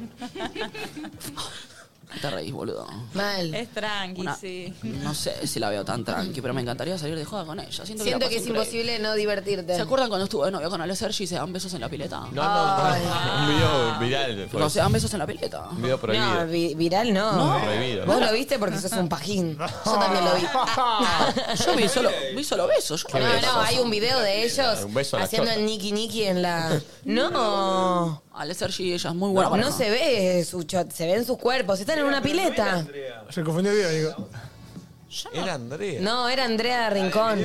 Te reís, boludo. Mal. Es tranqui, Una- sí. No sé si la veo tan tranqui, pero me encantaría salir de joda con ella. Siento, Siento la que es pasé increíble. imposible no divertirte. ¿Se acuerdan cuando estuve de novio con Ale Sergi y se dan besos en la pileta? No, no, un video viral. fue. No se dan besos en la pileta. Un video Ah. No, prohibido. vi- viral no. No. Prohibido. Vos lo viste porque sos un pajín. Yo también lo vi. Yo vi solo, vi solo besos. Yo No, vi Ah, no, besos. hay un video de ellos Un beso a la haciendo chota. el niki niki en la. No. Ale Sergi, ella es muy buena. no, para- se ve su shot, se ven sus cuerpos, están en una pileta. Se confundió el video, digo. Era Andrea. No, era Andrea Rincón.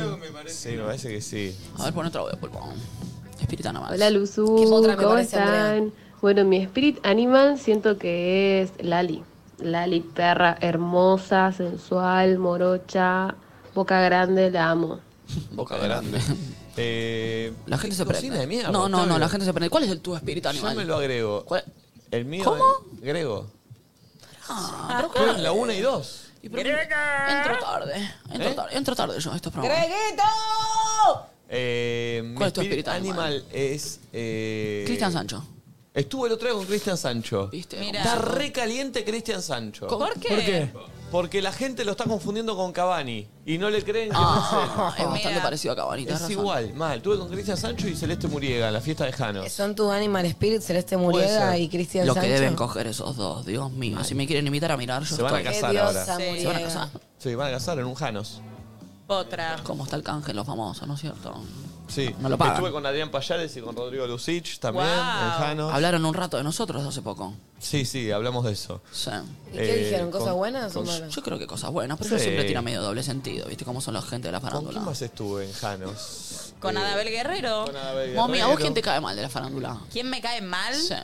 Sí, me parece que sí. A ver, pon otro audio, pulpo. Espírita nada más. Hola Luzu, otra me ¿cómo parece, Andrea? están? Bueno, mi spirit animal siento que es Lali. Lali, perra hermosa, sensual, morocha, boca grande, la amo. Boca grande. Eh, La gente se cocina prende. de mierda, no, no, no, Octavio. la gente se prende. ¿Cuál es el tu espíritu Yo animal? me lo agrego. ¿Cuál? El mío ¿Cómo? es Grego. Ah, pero Fueron claro. la 1 y 2. Y pero- Entro tarde. Entro, ¿Eh? tarde entro tarde yo a estos programas. ¡Greguito! Eh, mi ¿Cuál es tu spirit espíritu animal? es. eh, Cristian Sancho. Estuvo el otro día con Cristian Sancho. Mira. Está re caliente Cristian Sancho. ¿Cómo? ¿Por qué? ¿Por qué? Porque la gente lo está confundiendo con Cavani y no le creen que Ah, no es él. es bastante parecido a Cavani, tenés Es razón. igual, mal. Estuve con Cristian Sancho y Celeste Muriega en la fiesta de Jano. Son tu Animal Spirit, Celeste Puede Muriega ser. y Cristian Lo Sancho. que deben coger esos dos, Dios mío. Si me quieren invitar a mirar, yo Se van a estoy- casar Qué diosa, ahora. Se van a Muriega. casar. Sí, van a casar en un Janos. Otra. ¿Cómo está el canje los famosos, no es cierto? Sí. No lo pagan. Estuve con Adrián Payares y con Rodrigo Lucich también en Janos. Hablaron un rato de nosotros hace poco. Sí, sí, hablamos de eso. Eh, Sí. ¿Y qué dijeron? ¿Cosas buenas o malas? Yo creo que cosas buenas, pero Sí. eso siempre tira medio doble sentido, ¿viste? Cómo son la gente de la ¿Con quién farándula. más estuve en Janos? Con Eh, Anabel Guerrero. Con Anabel Mami, ¿a vos Guerrero. quién te cae mal de la farándula? ¿Quién me cae mal? Sí.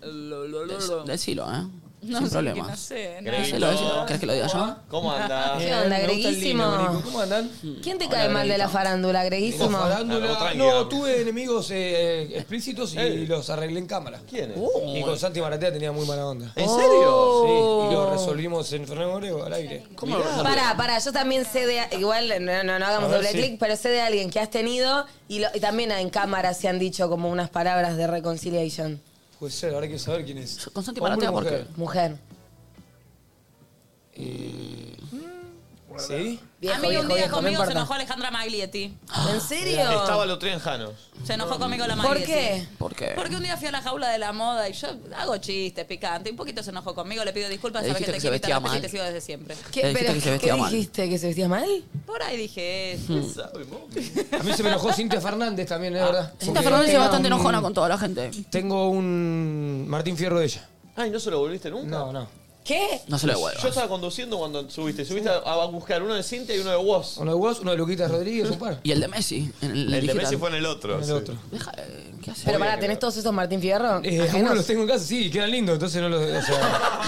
Dec- Decilo, ¿eh? No Sin sé, problema. no sé, no. Decilo, decilo. ¿Querés que lo diga yo? ¿Cómo andás? ¿Qué onda, Me gusta el Greguísimo? lino, Greco. ¿Cómo andás? ¿Quién te Hola, cae mal de la Greguito. farándula, Greguísimo? Claro, Farándula. tranquila. No, tuve enemigos eh, explícitos y los arreglé en cámara. ¿Quiénes? Y con Santi Maratea tenía muy mala onda. ¿En serio? Sí, y lo resolvimos en Fernando Grego al aire. ¿Cómo Pará, pará, yo también sé de. Igual no, no, no hagamos A ver, doble sí. clic, pero sé de alguien que has tenido y, lo- y también en cámara se han dicho como unas palabras de reconciliation. Puede ser, ahora hay que saber quién es. Con Santi Hombre o Maratea, ¿por mujer. qué? Mujer. ¿Sí? A mí viejo, un día viejo, no conmigo se importa. enojó Alejandra Maglietti. ¿En serio? Estaba el otro día en Janos. Se enojó conmigo la ¿Por Maglietti. qué? ¿Por qué? Porque un día fui a la jaula de la moda y yo hago chistes picante. Un poquito se enojó conmigo, le pido disculpas, Le sabes que dijiste que te quiero se y vestía te respeto y te mal. sigo desde siempre. Eh, ¿Qué, Le dijiste pero, que se ¿qué- vestía qué mal. dijiste? ¿Que se vestía mal? Por ahí dije eso. A mí se me enojó Cintia Fernández también, es verdad. Cinta Porque Fernández es tengo bastante un- enojona con toda la gente. Tengo un Martín Fierro de ella. Ay, ¿no se lo volviste nunca? No, no. ¿Qué? No se lo devuelvas. Yo estaba conduciendo cuando subiste. Subiste a, a buscar uno de Cintia y uno de vos. Uno de vos, uno de Luquita Rodríguez, un par. Y el de Messi. El de Messi fue en el otro. En el sí. otro. Pero pará, ¿tenés todos esos Martín Fierro? Eh, algunos los tengo en casa, sí, quedan lindos, entonces no los. O sea,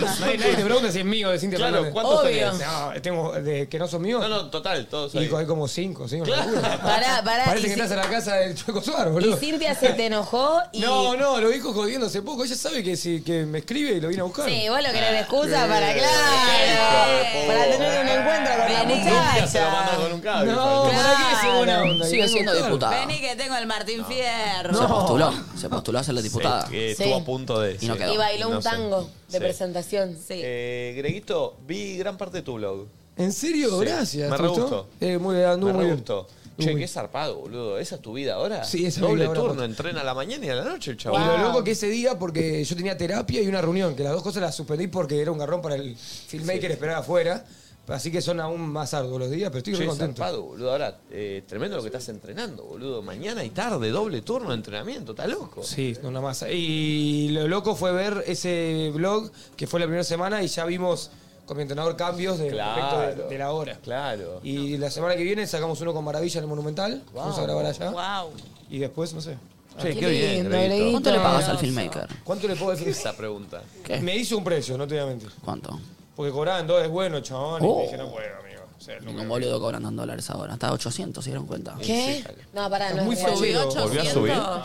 nadie, nadie te pregunta si es mío de Cintia Claro, Fernández. ¿cuántos Obvio. tenés? No, tengo de, que no son míos. No, no, total, todos Y ahí. hay como cinco, sí. una locura. Pará, pará. Parece y que Cin- estás en la casa del Chueco Suar, Y boludo. Cintia se te enojó y... No, no, lo dijo jodiendo hace poco. Ella sabe que, si, que me escribe y lo vino a buscar. Sí, vos lo querés de excusa Eh, para, claro, para tener un encuentro con la muchacha. con un cable. No, ¿para qué es buena onda? Sigue siendo diputada. Vení que tengo el Martín Fierro. Se postuló. Se postuló a ser la diputada. que Sí. estuvo a punto de. Y no sí. quedó. Y bailó un No sé. eh, tango de Sí. presentación. Eh, Greguito, vi gran parte de tu blog. ¿En serio? Sí. Gracias. Me ¿te re gustó? gustó. Eh, muy bien, anduvo Me muy re bien. gustó. Muy Che, bien. qué zarpado, boludo. ¿Esa es tu vida ahora? Sí, esa es mi Doble vida ahora, turno, Pato. entrena a la mañana y a la noche, Y chaval. lo loco que ese día, porque yo tenía terapia y una reunión, que las dos cosas las suspendí porque era un garrón para el filmmaker esperar afuera. Así que son aún más arduos los días, pero estoy muy Che, contento. zarpado, boludo. Ahora, eh, tremendo lo que estás entrenando, boludo. Mañana y tarde, doble turno de entrenamiento. Está loco. Sí, no, una masa. Y lo loco fue ver ese blog, que fue la primera semana, y ya vimos con mi entrenador cambios de, Claro. respecto de, de la hora. Claro. Y la semana que viene sacamos uno con Maravilla en el Monumental. Vamos a grabar allá. Wow. Y después, no sé. Ah, Che, qué bien, Greguito. ¿Cuánto le pagas al filmmaker? ¿Cuánto le puedo ¿Qué decir? es esa pregunta? Me hizo un precio, no te voy a mentir. ¿Cuánto? Porque cobraban dólares bueno, chabón. Y Oh. me dije, no puedo, amigo. O sea, Ningún boludo cobrando en dólares ahora. Hasta 800, ¿se dieron cuenta? ¿Qué? No, pará, no Muy es real. feo. ¿Volvió a subir? No,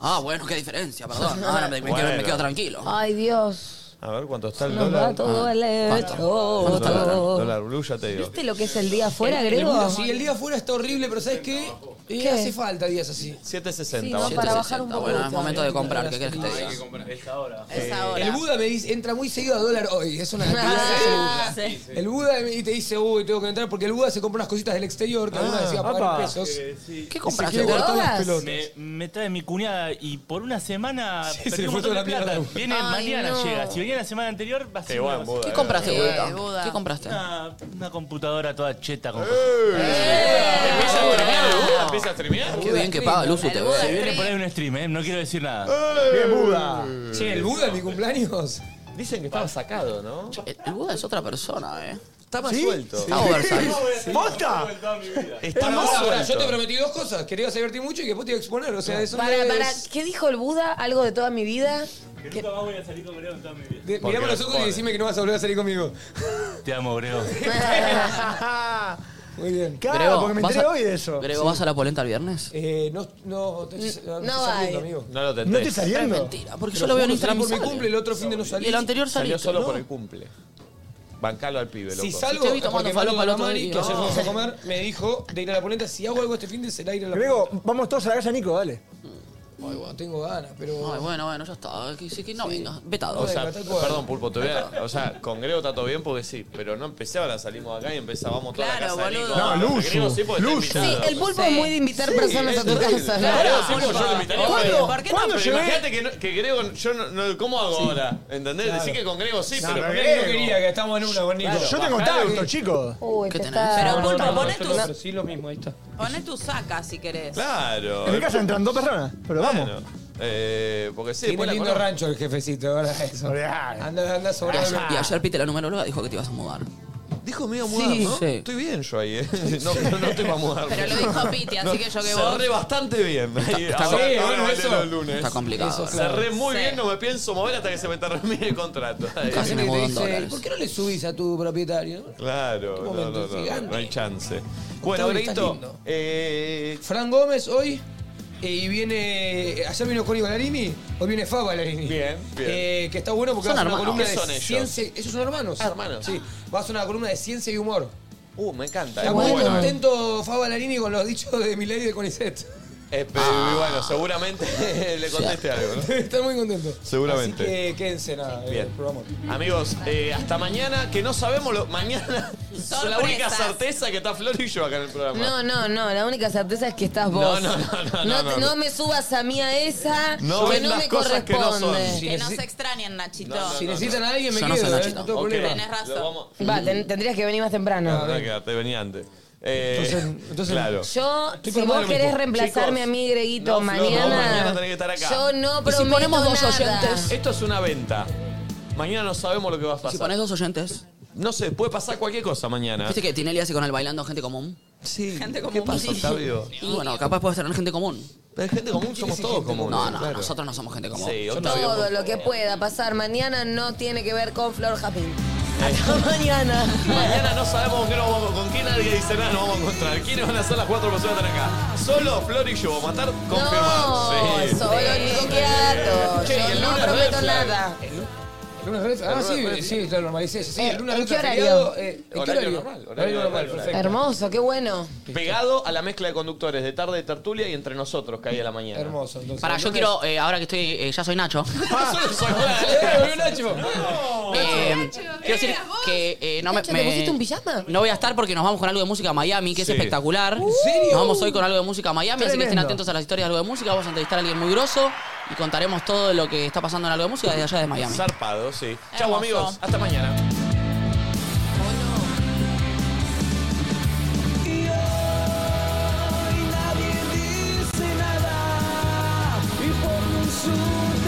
Ah, bueno, qué diferencia, perdón. Ah, Ahora me, me Bueno. quedo, me quedo tranquilo. Ay, Dios. A ver cuánto está el Nos dólar. Ah, va todo el ¿Cuánto? hecho. ¿Cuánto está el dólar? Dólar blue, ya te digo. ¿Viste lo que es el día afuera, El- el Grego? mundo- sí, el día afuera está horrible, pero ¿sabes qué? Eh, ¿Qué? Hace falta días así. 760. Sí, no, vamos. para bajar un poco. Bueno, es momento de comprar. ¿Qué querés que te Hay diga? Eh, El Buda me dice, entra muy seguido a dólar hoy. Es una locura. El Buda me- y te dice, uy, tengo que entrar porque el Buda se compra unas cositas del exterior que Ah, alguna decía Ah, pagar en pesos. Eh, ¿Qué compras, compraste, boludo? Me, me trae mi cuñada y por una semana se perdí le un fue montón toda de la plata. mierda. Viene Ay, mañana, no. llega. Si venía la semana anterior, va a ser Qué buen una- Buda, ¿Qué compraste, Qué Buda? buen Buda. ¿Qué compraste? Una, una computadora toda cheta ¡Eh! con Eh, Ah, ¿Empieza a streamear? Qué bien que paga Luzu Se TV. viene por ahí un stream, ¿eh? No quiero decir nada. Bien, Buda. Che, ¡Eh! el Buda en mi cumpleaños. Dicen que estaba sacado, ¿no? El, eh, el Buda es otra persona, ¿eh? Está más ¿Sí? suelto. Sí. Está oversized. ¡Posta! Está más Ahora, ahora, yo te suelto. prometí dos cosas, que te ibas a divertir mucho y que después te iba a exponer. O sea, eso no Para, es- para, ¿qué dijo el Buda? ¿Algo de toda mi vida? Que nunca más voy a salir con Grego en toda mi vida. De- Porque Mirame los lo ojos pone. y decime que no vas a volver a salir conmigo. Te amo, Grego. Muy bien. Claro, Grego, porque me ¿vas enteré a- hoy de eso. Grego, ¿vas a la polenta el viernes? Eh, no, no, te- no, no te estoy saliendo, hay. amigo. No lo tentés. No te saliendo. Mentira, porque Te yo lo veo en juro, salí Instagram y por mi sale. cumple, el otro fin de no salí. Y el anterior Salió saliste, solo ¿no? por el cumple. Bancalo al pibe, loco. Si salgo, te vi es tomando porque falopa el Manu otro Gamari, día. que ayer fuimos a comer, me dijo de ir a la polenta, si hago algo este fin de será ir a la Grego, vamos todos a la casa de Nico, dale. polenta. Ay, bueno, tengo ganas, pero... Ay, bueno, bueno, ya está. Que, que no vengas. Ah, Vetado. O sea, Ay, tal cual. perdón, Pulpo, te voy a- O sea, con Grego está todo bien porque sí, pero no empecé, ahora salimos acá y empezábamos toda Claro, la casa de boludo. Nico. No, Porque Grego sí porque está Ah, Sí, invitado. el pulpo es muy de invitar personas a tu casa. Grego sí porque yo lo invitaría. ¿Cuándo? pero- ¿Cuándo pero llegué? Imagínate que, no- que Grego, yo no, no- ¿cómo hago ahora? ¿Entendés? Decir que con Grego sí, pero Pero con Grego Grego. quería que estamos en una, con Nico. Yo tengo bajale, contacto, chicos. Uy, ¿Qué te tenés? está- Pero No, no, Pulpo, no, poné yo tus lo- pero sí lo mismo, ahí está. poné tu saca si querés. Claro. En mi casa entran dos personas, pero vamos. Bueno, eh, porque sí, Tiene después la lindo conozco. rancho el jefecito, ahora eso. Olvidate. Anda, anda Y sobrado. ayer, y ayer Pite, la numeróloga, dijo que te ibas a mudar. Dijo medio mudar, Sí, ¿no? sí. Estoy bien yo ahí, ¿eh? No, no, no estoy para mudar. Pero lo dijo Piti, así que yo que vos. Cerré bastante bien. Ahí, está ahora, bien, ahora bueno, valero eso- el lunes. Está complicado. Eso, ¿verdad? Cerré muy Sí. bien, no me pienso mover hasta que se me termine el contrato. Ahí. Casi me Te mudo en dice, dólares. ¿Por qué no le subís a tu propietario? Claro, Qué no, no, no, momento no, gigante. hay chance. Bueno, Está bien, está Greguito, lindo. eh, Fran Gómez hoy. eh, Y viene. Ayer vino Connie Ballarini, hoy viene Fa Ballarini. Bien, bien. Eh, que está bueno porque Son va a hacer una hermanos. columna ¿Qué de son ellos? ciencia. Ellos son hermanos. Ah, hermanos. Sí. Va a hacer una columna de ciencia y humor. uh, me encanta. Está es muy muy bueno. contento Fa Ballarini con los dichos de Milady y de Conicet. Eh, pero, bueno, seguramente le conteste algo, ¿no? Está muy contento. Seguramente. Así que quédense nada. eh, Bien. programa. Amigos, eh, hasta mañana, que no sabemos lo. Mañana es la única certeza que está Flor y yo acá en el programa. No, no, no, la única certeza es que estás vos. no, no, no, No, no, te- no. no me subas a mí a esa, No que ven no las me cosas que no son. corresponde. Que no Sí. se extrañen, Nachito. No, no, Si no. necesitan a alguien, me Yo no soy quedo. eh, Nachito. no tengo Ok, problema. Tenés razón. lo vamos- Va, ten- tendrías que venir más No, temprano. no, quédate, venía antes. Eh, Entonces- entonces- claro. Yo, Estoy si formado vos lo querés mismo. reemplazarme Chicos, a mí, Greguito, no, Flor, mañana. no, mañana tenés que estar acá. Yo no Y si prometo ponemos dos nada. oyentes. Esto es una venta. Mañana no sabemos lo que va a pasar. Si pones dos oyentes. No sé, puede pasar cualquier cosa mañana. ¿Viste que Tinelli hace con el bailando gente común? Sí. Gente común. ¿Qué pasa, Octavio? Y bueno, capaz puedes tener gente común. Pero gente común somos todos comunes. No, no, claro. nosotros no somos gente común. Sí, Yo Octavio. Todo lo que pueda pasar mañana no tiene que ver con Flor Japín. Hasta mañana. Eh, Mañana no sabemos qué nos vamos- con quién nadie dice nada, nos vamos a encontrar. ¿Quiénes van a ser las cuatro personas que están acá? Solo Flor y yo. Matar, confirmado. sí. solo Nico Quiato. Che, y el Yo no lunes prometo Red Flag. nada. ¿Lunes Red? Ah, El sí, lunes Red. sí, lo normalicé. Sí, Eh, el lunes ¿en Red qué está horario? feriado, eh, ¿En qué Horario horario? normal, horario normal, perfecto. Hermoso, qué bueno. Pegado a la mezcla de conductores de tarde de tertulia y entre nosotros que hay a la mañana. Hermoso, entonces. Para, yo quiero, eh, ahora que estoy, eh, ya soy Nacho. Eh, quiero decir que eh, no me, Nacho, ¿te me- pusiste un pijama? No voy a estar porque nos vamos con algo de música a Miami, que Sí. es espectacular. serio? Nos vamos hoy con algo de música a Miami, así que estén Tremendo. atentos a las historias de algo de música. Vamos a entrevistar a alguien muy grosso y contaremos todo lo que está pasando en algo de música desde allá de Miami. Zarpado, sí. Chau, Hermoso. amigos. Hasta mañana.